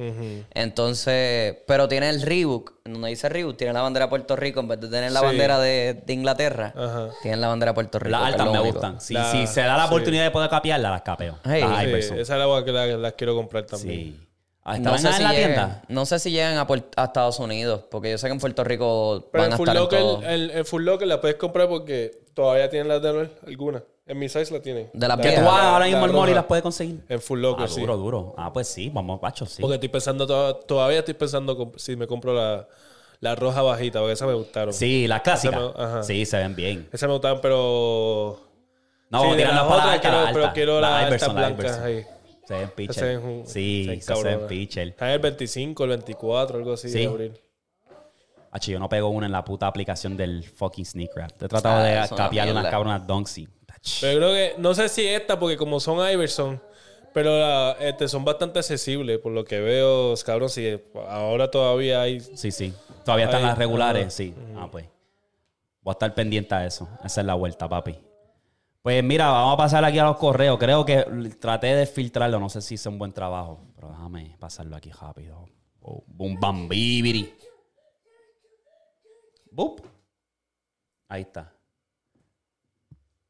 S4: Entonces, pero tiene el Reebok, donde dice Reebok, tiene la bandera de Puerto Rico en vez de tener la
S3: Sí.
S4: bandera de, de Inglaterra,
S3: Ajá.
S4: tienen la bandera de Puerto Rico.
S1: Las
S4: que es
S1: altas
S4: lo
S1: me
S4: único.
S1: gustan. Si,
S3: La-
S1: si se da la
S3: sí.
S1: oportunidad de poder capearla, las capeo.
S4: Hey.
S1: las
S4: Sí,
S1: Iverson.
S3: Sí, esa es la que la- las quiero comprar también.
S1: Sí. Ah,
S4: No
S1: ¿Estaban
S4: sé,
S1: en
S4: si
S1: la
S4: lleguen,
S1: tienda?
S4: no sé si llegan a, Puert- a Estados Unidos, porque yo sé que en Puerto Rico
S3: Pero
S4: van
S3: en
S4: a
S3: Full
S4: estar en
S3: Locker,
S4: todo.
S3: el, el Full Locker la puedes comprar porque todavía tienen las de Anuel, algunas. En mi size la tienen.
S4: De las
S3: La-
S1: Que tú
S4: viejas.
S3: la-
S1: vas ahora mismo al mall y
S3: roja.
S1: las puedes conseguir.
S3: En Full
S1: Ah,
S3: Locker, sí.
S1: duro, duro. Ah, pues sí, vamos, pacho, sí.
S3: Porque estoy pensando, to- todavía estoy pensando comp- si me compro la, la roja bajita, porque esas me gustaron.
S1: Sí, las clásicas.
S3: Esa me- ajá.
S1: Sí, se ven bien.
S3: Esas me gustaron, pero...
S1: No,
S3: Sí,
S1: vamos a
S3: de
S1: tirar
S3: las
S1: las para
S3: otras
S1: la alta,
S3: quiero-
S1: la alta.
S3: Pero quiero
S1: La
S3: la,
S1: Iverson, la
S3: alta blanca
S1: Iverson.
S3: ahí.
S1: Se ven
S3: Esa es
S1: pitcher.
S3: un-
S1: Sí,
S3: esa es
S1: se ven
S3: cabrona.
S1: pitcher.
S3: Está en el 25, el 24, algo así
S1: Sí.
S3: de abril.
S1: Hacho, yo no pego una en la puta aplicación del fucking sneak rap. Te he tratado
S4: Ah,
S1: de
S4: es una
S1: capear unas
S4: mierda.
S1: cabronas donksy. Ach.
S3: Pero yo creo que, no sé si esta, porque como son Iverson, pero la- este, son bastante accesibles, por lo que veo, cabrón, si ahora todavía hay...
S1: Sí, sí. Todavía están
S3: Ay,
S1: las regulares,
S3: ajá.
S1: sí. Ah, pues. Voy a estar pendiente a eso. Esa es la vuelta, papi. Pues mira, vamos a pasar aquí a los correos. Creo que l- traté de filtrarlo. No sé si hice un buen trabajo. Pero déjame pasarlo aquí rápido. Oh, boom, bam, bibiri. Boop. Ahí está.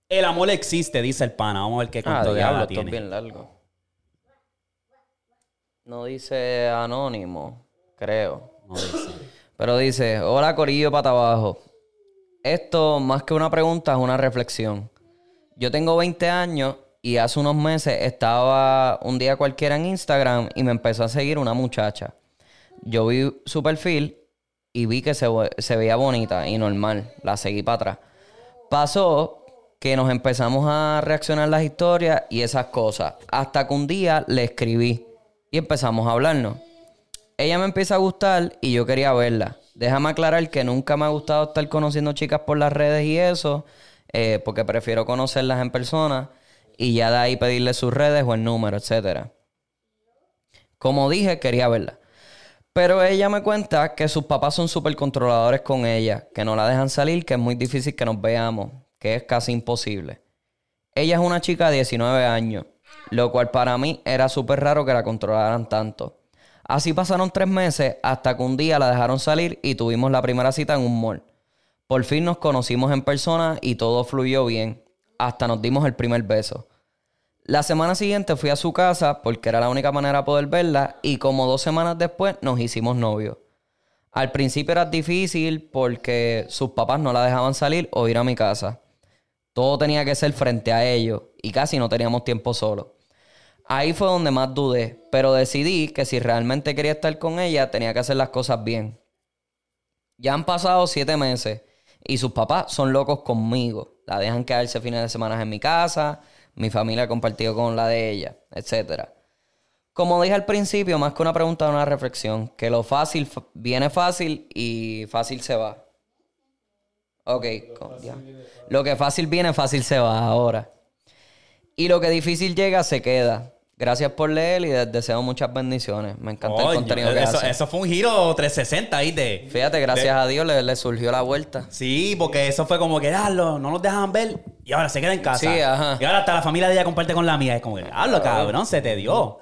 S1: El amor existe, dice el pana. Vamos a ver qué
S4: Ah,
S1: cuento de
S4: diablo,
S1: habla
S4: esto es
S1: tiene.
S4: bien largo. No dice anónimo, creo.
S1: No dice.
S4: Pero dice, hola Corillo para abajo. Esto, más que una pregunta, es una reflexión. Yo tengo 20 años y hace unos meses estaba un día cualquiera en Instagram y me empezó a seguir una muchacha. Yo vi su perfil y vi que se, ve- se veía bonita y normal. La seguí para atrás. Pasó que nos empezamos a reaccionar las historias y esas cosas. Hasta que un día le escribí y empezamos a hablarnos. Ella me empieza a gustar y yo quería verla. Déjame aclarar que nunca me ha gustado estar conociendo chicas por las redes y eso, eh, porque prefiero conocerlas en persona y ya de ahí pedirle sus redes o el número, etcétera. Como dije, quería verla. Pero ella me cuenta que sus papás son súper controladores con ella, que no la dejan salir, que es muy difícil que nos veamos, que es casi imposible. Ella es una chica de 19 años, lo cual para mí era súper raro que la controlaran tanto. Así pasaron tres meses hasta que un día la dejaron salir y tuvimos la primera cita en un mall. Por fin nos conocimos en persona y todo fluyó bien. Hasta nos dimos el primer beso. La semana siguiente fui a su casa porque era la única manera de poder verla y como dos semanas después nos hicimos novios. Al principio era difícil porque sus papás no la dejaban salir o ir a mi casa. Todo tenía que ser frente a ellos y casi no teníamos tiempo solo. Ahí fue donde más dudé, pero decidí que si realmente quería estar con ella tenía que hacer las cosas bien. Ya han pasado siete meses y sus papás son locos conmigo. La dejan quedarse fines de semana en mi casa, mi familia ha compartido con la de ella, etcétera. Como dije al principio, más que una pregunta, una reflexión. Que lo fácil fa- viene fácil y fácil se va. Ok, con- ya. lo que fácil viene, fácil se va ahora. Y lo que difícil llega, se queda. Gracias por leer y les deseo muchas bendiciones. Me encanta el
S1: Coño,
S4: contenido que
S1: eso,
S4: hacen.
S1: eso fue un giro 360, ¿viste?
S4: Fíjate, gracias a Dios le, le surgió la vuelta.
S1: Sí, porque eso fue como que, "Diablo, no nos dejaban ver y ahora se queda en casa.
S4: Sí, ajá.
S1: Y ahora hasta la familia de ella comparte con la mía. Es como que, "Diablo, cabrón, se te dio.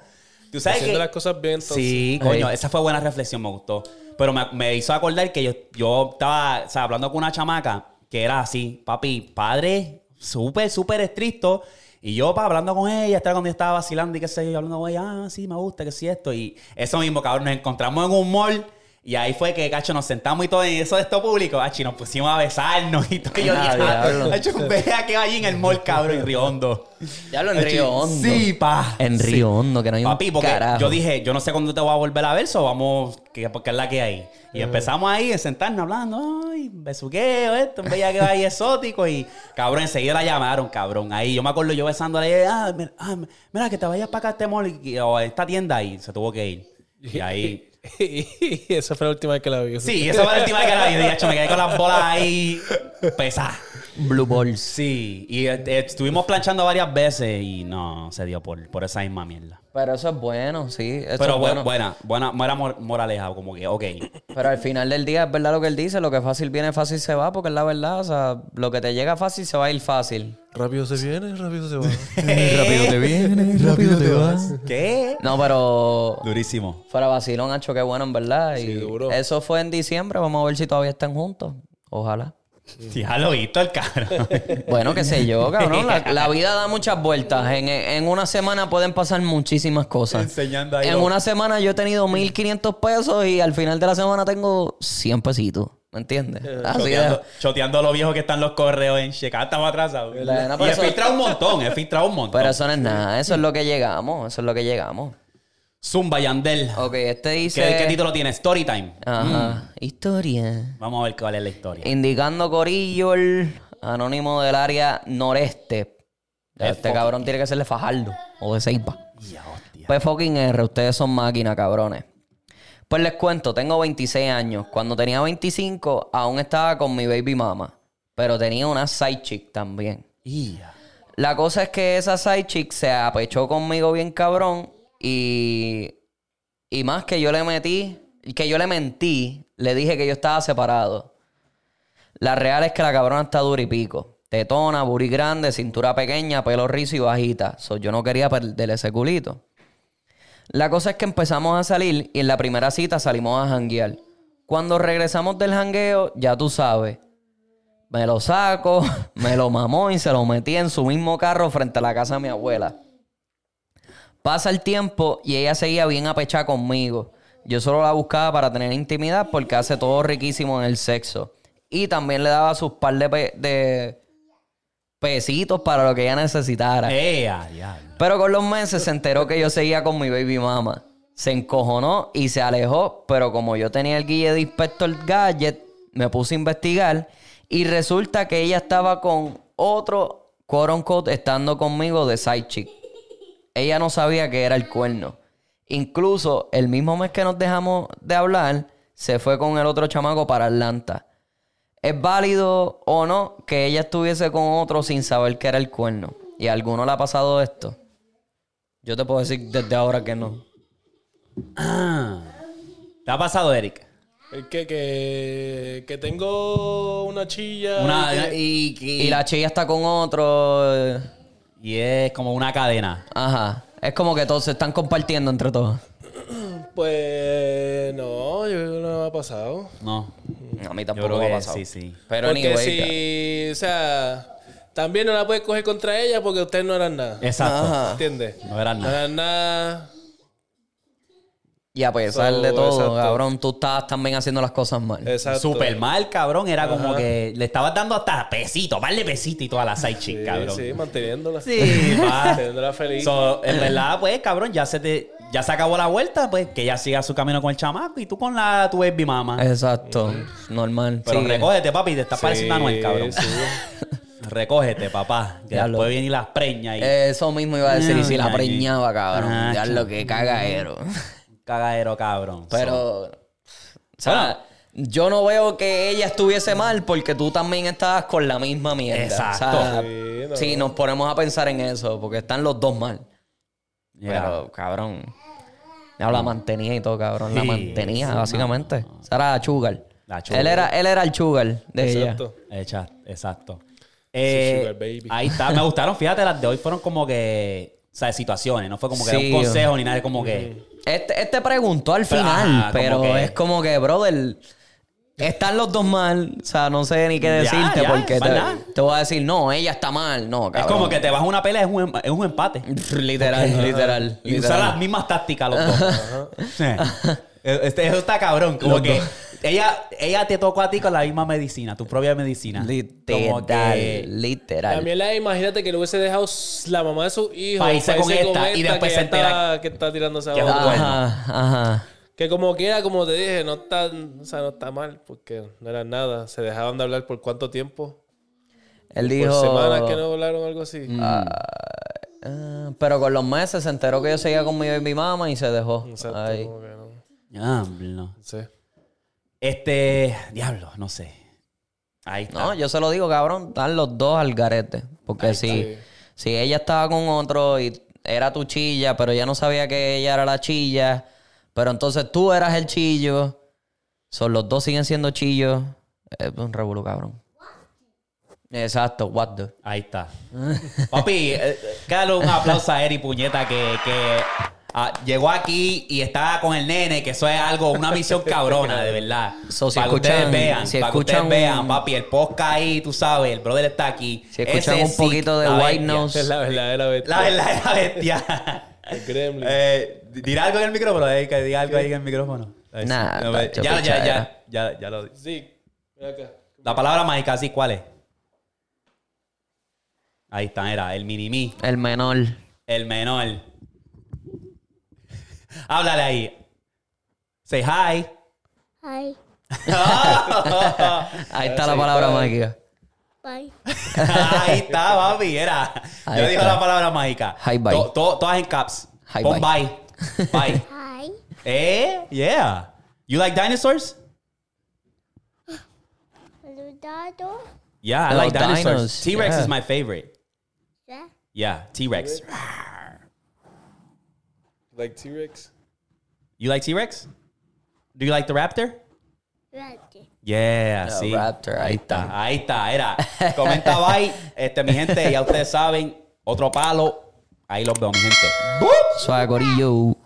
S1: Tú sabes
S3: Haciendo
S1: que...
S3: las cosas bien, entonces.
S1: Sí, coño,
S4: Ey.
S1: esa fue buena reflexión, me gustó. Pero me, me hizo acordar que yo, yo estaba o sea, hablando con una chamaca que era así, papi, padre, súper, súper estricto. Y yo, pa, hablando con ella, estaba cuando yo estaba vacilando y qué sé yo, hablando con ella, ah, sí, me gusta, que sí, esto. Y eso mismo, cabrón, nos encontramos en un mall Y ahí fue que, cacho, nos sentamos y todo en eso de esto público. Cacho, y nos pusimos a besarnos y todo. Y yo,
S4: Ah,
S1: ya,
S4: diablo.
S1: cacho, ve a que allí en el mall, cabrón, en Río Hondo.
S4: Diablo, en Río Hondo.
S1: Sí, pa.
S4: En Río Hondo, que no hay
S1: Papi,
S4: un
S1: porque
S4: carajo.
S1: yo dije, yo no sé cuándo te voy a volver a ver, so vamos, que, porque es la que hay. Y
S4: Eh.
S1: empezamos ahí a sentarnos hablando, ay, besuqueo, esto, un bella que va ahí exótico. Y cabrón, enseguida la llamaron, cabrón. Ahí yo me acuerdo yo besándole, ah, mira, ah, mira, que te vayas para acá a este mall y- o a esta tienda ahí. Se tuvo que ir. Y ahí.
S3: y esa fue la última vez que la vi.
S1: Sí, esa fue la última vez que la vi. De hecho, me quedé con las bolas ahí pesadas.
S4: Blue Balls.
S1: Sí, y eh, eh, estuvimos planchando varias veces y no se dio por, por esa misma mierda.
S4: Pero eso es bueno, sí. eso
S1: Pero
S4: es
S1: bueno,
S4: bueno.
S1: buena, buena, buena mor- moraleja, como que, ok.
S4: Pero al final del día es verdad lo que él dice, lo que fácil viene fácil se va, porque es la verdad, o sea, lo que te llega fácil se va a ir fácil.
S3: Rápido se viene, rápido se va.
S4: Rápido te viene, rápido te vas.
S1: ¿Qué?
S4: No, pero
S1: Durísimo.
S4: fuera vacilón, Hacho, qué bueno, en verdad. Y
S3: Sí, duro.
S4: Eso fue en diciembre, vamos a ver si todavía están juntos. Ojalá.
S1: Ya lo visto el cabrón.
S4: Bueno, qué sé yo, cabrón. La, la vida da muchas vueltas. En, en una semana pueden pasar muchísimas cosas.
S1: Enseñando ahí
S4: En
S1: lo-
S4: una semana yo he tenido 1.500 pesos y al final de la semana tengo 100 pesitos. ¿Me entiendes? Así de,
S1: Choteando, choteando lo viejo que están los correos en Chicago, estamos atrasados.
S4: Bueno,
S1: y
S4: pero
S1: he
S4: eso-
S1: filtrado un montón, he filtrado un montón.
S4: Pero eso no es nada, eso es lo que llegamos, eso es lo que llegamos.
S1: Zumba Yandel.
S4: Ok, este
S1: ¿Qué,
S4: dice...
S1: qué título tiene? Storytime.
S4: Ajá, historia.
S1: Vamos a ver cuál es la historia.
S3: Eh,
S4: Indicando Corillo, el anónimo del área noreste. Ya, Este cabrón tiene que ser de Fajardo o de Ceiba.
S1: Ya, hostia.
S4: Pues fucking R, ustedes son máquinas, cabrones. Pues les cuento, tengo 26 años. Cuando tenía 25, aún estaba con mi baby mama. Pero tenía una side chick también.
S1: Ya.
S4: La cosa es que esa side chick se apechó conmigo bien cabrón y, y más que yo le metí, que yo le mentí, le dije que yo estaba separado. La real es que la cabrona está dura y pico. Tetona, buri grande, cintura pequeña, pelo rizo y bajita. So, yo no quería perder ese culito. La cosa es que empezamos a salir y en la primera cita salimos a janguear. Cuando regresamos del jangueo, ya tú sabes, me lo saco, me lo mamó y se lo metí en su mismo carro frente a la casa de mi abuela. Pasa el tiempo y ella seguía bien apechada conmigo. Yo solo la buscaba para tener intimidad porque hace todo riquísimo en el sexo. Y también le daba sus par de, pe- de pesitos para lo que ella necesitara.
S1: Eh, ah, diablo.
S4: Pero con los meses se enteró que yo seguía con mi baby mama. Se encojonó y se alejó, pero como yo tenía el guille de Inspector Gadget, me puse a investigar y resulta que ella estaba con otro, quote unquote, estando conmigo de side chick. Ella no sabía que era el cuerno. Incluso el mismo mes que nos dejamos de hablar, se fue con el otro chamaco para Atlanta. Es válido o no que ella estuviese con otro sin saber que era el cuerno. ¿Y a alguno le ha pasado esto? Yo te puedo decir desde ahora que no.
S1: ¿Te ha pasado, Eric?
S3: Es que, que, que tengo una chilla.
S1: Una,
S3: y que-
S1: y,
S4: Y
S1: y-
S4: la chilla está con otro. eh,
S1: y es como una cadena.
S4: Ajá. Es como que todos se están compartiendo entre todos.
S3: Pues no, yo creo que no me ha pasado.
S1: No.
S4: A mí
S1: Yo
S4: tampoco
S1: creo
S4: me ha
S1: que
S4: pasado.
S1: sí, sí.
S4: Pero
S3: porque
S4: anyway, ca-
S3: si, o sea, también no la puedes coger contra ella porque ustedes no eran nada.
S1: Exacto.
S3: ¿Entiendes?
S1: No eran
S3: No
S1: nada.
S3: eran nada.
S4: Y a pesar
S3: So,
S4: de todo,
S3: exacto.
S4: cabrón, tú estabas también haciendo las cosas mal.
S3: Exacto.
S1: Super mal, cabrón. Era como que le estabas dando hasta pesito, vale pesito y toda la side chick,
S3: Sí,
S1: cabrón.
S3: sí, manteniéndola.
S1: Sí, va.
S3: Manteniéndola feliz.
S1: So, en verdad, pues, cabrón, ya se te, ya se acabó la vuelta, pues, que ella siga su camino con el chamaco y tú con la tu baby mama.
S4: Exacto. Normal.
S1: Pero
S4: sigue.
S1: recógete, papi, te estás
S3: Eh, Sí,
S1: pareciendo a Noel, cabrón.
S3: sí.
S1: Recógete, papá. Que
S4: Ya lo-
S1: después vienen las preñas y
S3: Eh.
S4: Eso mismo iba a decir. Y si la
S1: Ay,
S4: preñaba, cabrón.
S1: ah,
S4: Ya lo que cagadero.
S1: un cagadero, cabrón. So,
S4: Pero. O sea, yo no veo que ella estuviese mal porque tú también estabas con la misma mierda.
S1: Exacto.
S4: O sea,
S3: Sí, no.
S4: Sí, nos ponemos a pensar en eso porque están los dos mal.
S1: ya.
S4: Pero, cabrón. no, la mantenía y todo, cabrón. La
S1: Sí,
S4: mantenía,
S1: sí,
S4: básicamente. O sea, era Sugar.
S1: La Sugar.
S4: Él era, él era el Sugar de ella.
S3: Exacto.
S1: Echa- exacto. Eh,
S3: sugar baby.
S1: Ahí está, me gustaron, fíjate, las de hoy fueron como que, o sea, situaciones, no fue como que era
S4: Sí. Mm,
S1: un consejo ni nada, como que...
S4: Este, este preguntó al
S1: Pero,
S4: final,
S1: ajá, como
S4: pero
S1: que-
S4: es como que, brother, Están los dos mal, o sea, no sé ni qué
S1: Ya,
S4: decirte
S1: ya,
S4: porque
S1: más nada.
S4: te, te voy a decir, no, ella está mal, no,
S1: Es
S4: cabrón.
S1: como que te vas a una pelea, es un, em- es un empate.
S4: Literal, literal,
S1: Y usar las
S4: literal.
S1: mismas tácticas los dos. Sí. Este, eso está cabrón. Como
S4: Los
S1: que
S4: dos.
S1: ella, ella te tocó a ti con la misma medicina, tu propia medicina. Como
S4: Literal,
S1: que
S4: literal.
S3: También la imagínate que le hubiese dejado la mamá de su hijo.
S1: Pa' irse
S3: pa'
S1: con esta, y después
S3: que
S1: se
S3: ya
S1: entera
S3: está- que está tirando esa
S1: que es un
S3: otra.
S1: cuerno.
S4: Ah, Ajá, ajá.
S3: Que como quiera, como te dije, no está, o sea, no está mal, porque no era nada. Se dejaban de hablar por cuánto tiempo.
S4: Él
S3: Por
S4: dijo.
S3: semanas que no hablaron, algo así.
S1: Mm.
S4: Ah, pero con los meses se enteró que yo seguía con mi baby mama y se dejó.
S3: Exacto,
S4: Ay.
S3: como que no. no
S1: Diablo.
S3: sé.
S1: Este. Diablo, no sé. Ahí está.
S4: No, yo se lo digo, cabrón, están los dos al garete. Porque si, si ella estaba con otro y era tu chilla, pero ella no sabía que ella era la chilla, pero entonces tú eras el chillo, son los dos siguen siendo chillos, es un revolú, cabrón. Exacto, what the.
S1: Ahí está. Papi, eh, dale un aplauso a Eri Puñeta que, que, ah, llegó aquí y está con el nene, que eso es algo, una misión cabrona, de verdad.
S4: So, si
S1: para que ustedes
S4: escuchan-
S1: vean,
S4: si
S1: para que ustedes
S4: escuchan un-
S1: vean, papi, el podcast ahí, tú sabes, el brother está aquí.
S4: Si escuchan
S1: Ese
S4: un
S1: sí,
S4: poquito de
S1: la
S4: White
S1: bestia.
S3: Es
S4: Nose,
S3: la verdadera bestia.
S1: La verdad es la bestia.
S3: El Gremlin.
S1: eh, dirá algo en el micrófono, eh, que diga algo ahí en el micrófono. A ver si-
S4: Nah,
S1: no, eh,
S4: tacho,
S1: ya, ya, ya,
S4: pichadera.
S1: ya, ya lo
S3: Sí, mira acá.
S1: La palabra mágica, sí, ¿cuál es? Ahí está, era el minimi.
S4: el menor.
S1: El menor. Háblale ahí. Say hi.
S6: Hi.
S4: Ahí está la palabra mágica.
S6: Bye.
S1: ahí está, papi. Era.
S4: Ahí
S1: Yo digo
S4: está.
S1: la palabra mágica.
S4: Hi, bye.
S1: To- to- todas en caps.
S4: Hi,
S1: Pon bye. Bye.
S6: Hi.
S1: eh, yeah. You like dinosaurs?
S6: Ludado.
S1: Yeah, I
S4: Oh,
S1: like dinosaurs.
S4: dinos,
S1: T-Rex
S4: yeah.
S1: is my favorite.
S6: Yeah.
S1: Yeah, T-Rex.
S3: Like T-Rex.
S1: You like T-Rex? Do you like the raptor?
S6: Ready.
S1: Yeah, sí.
S4: Raptor, ahí está.
S1: Ahí está, era. Comenta bye. Este, mi gente, ya ustedes saben, otro palo. Ahí los veo, mi gente.
S4: Suave, corillo.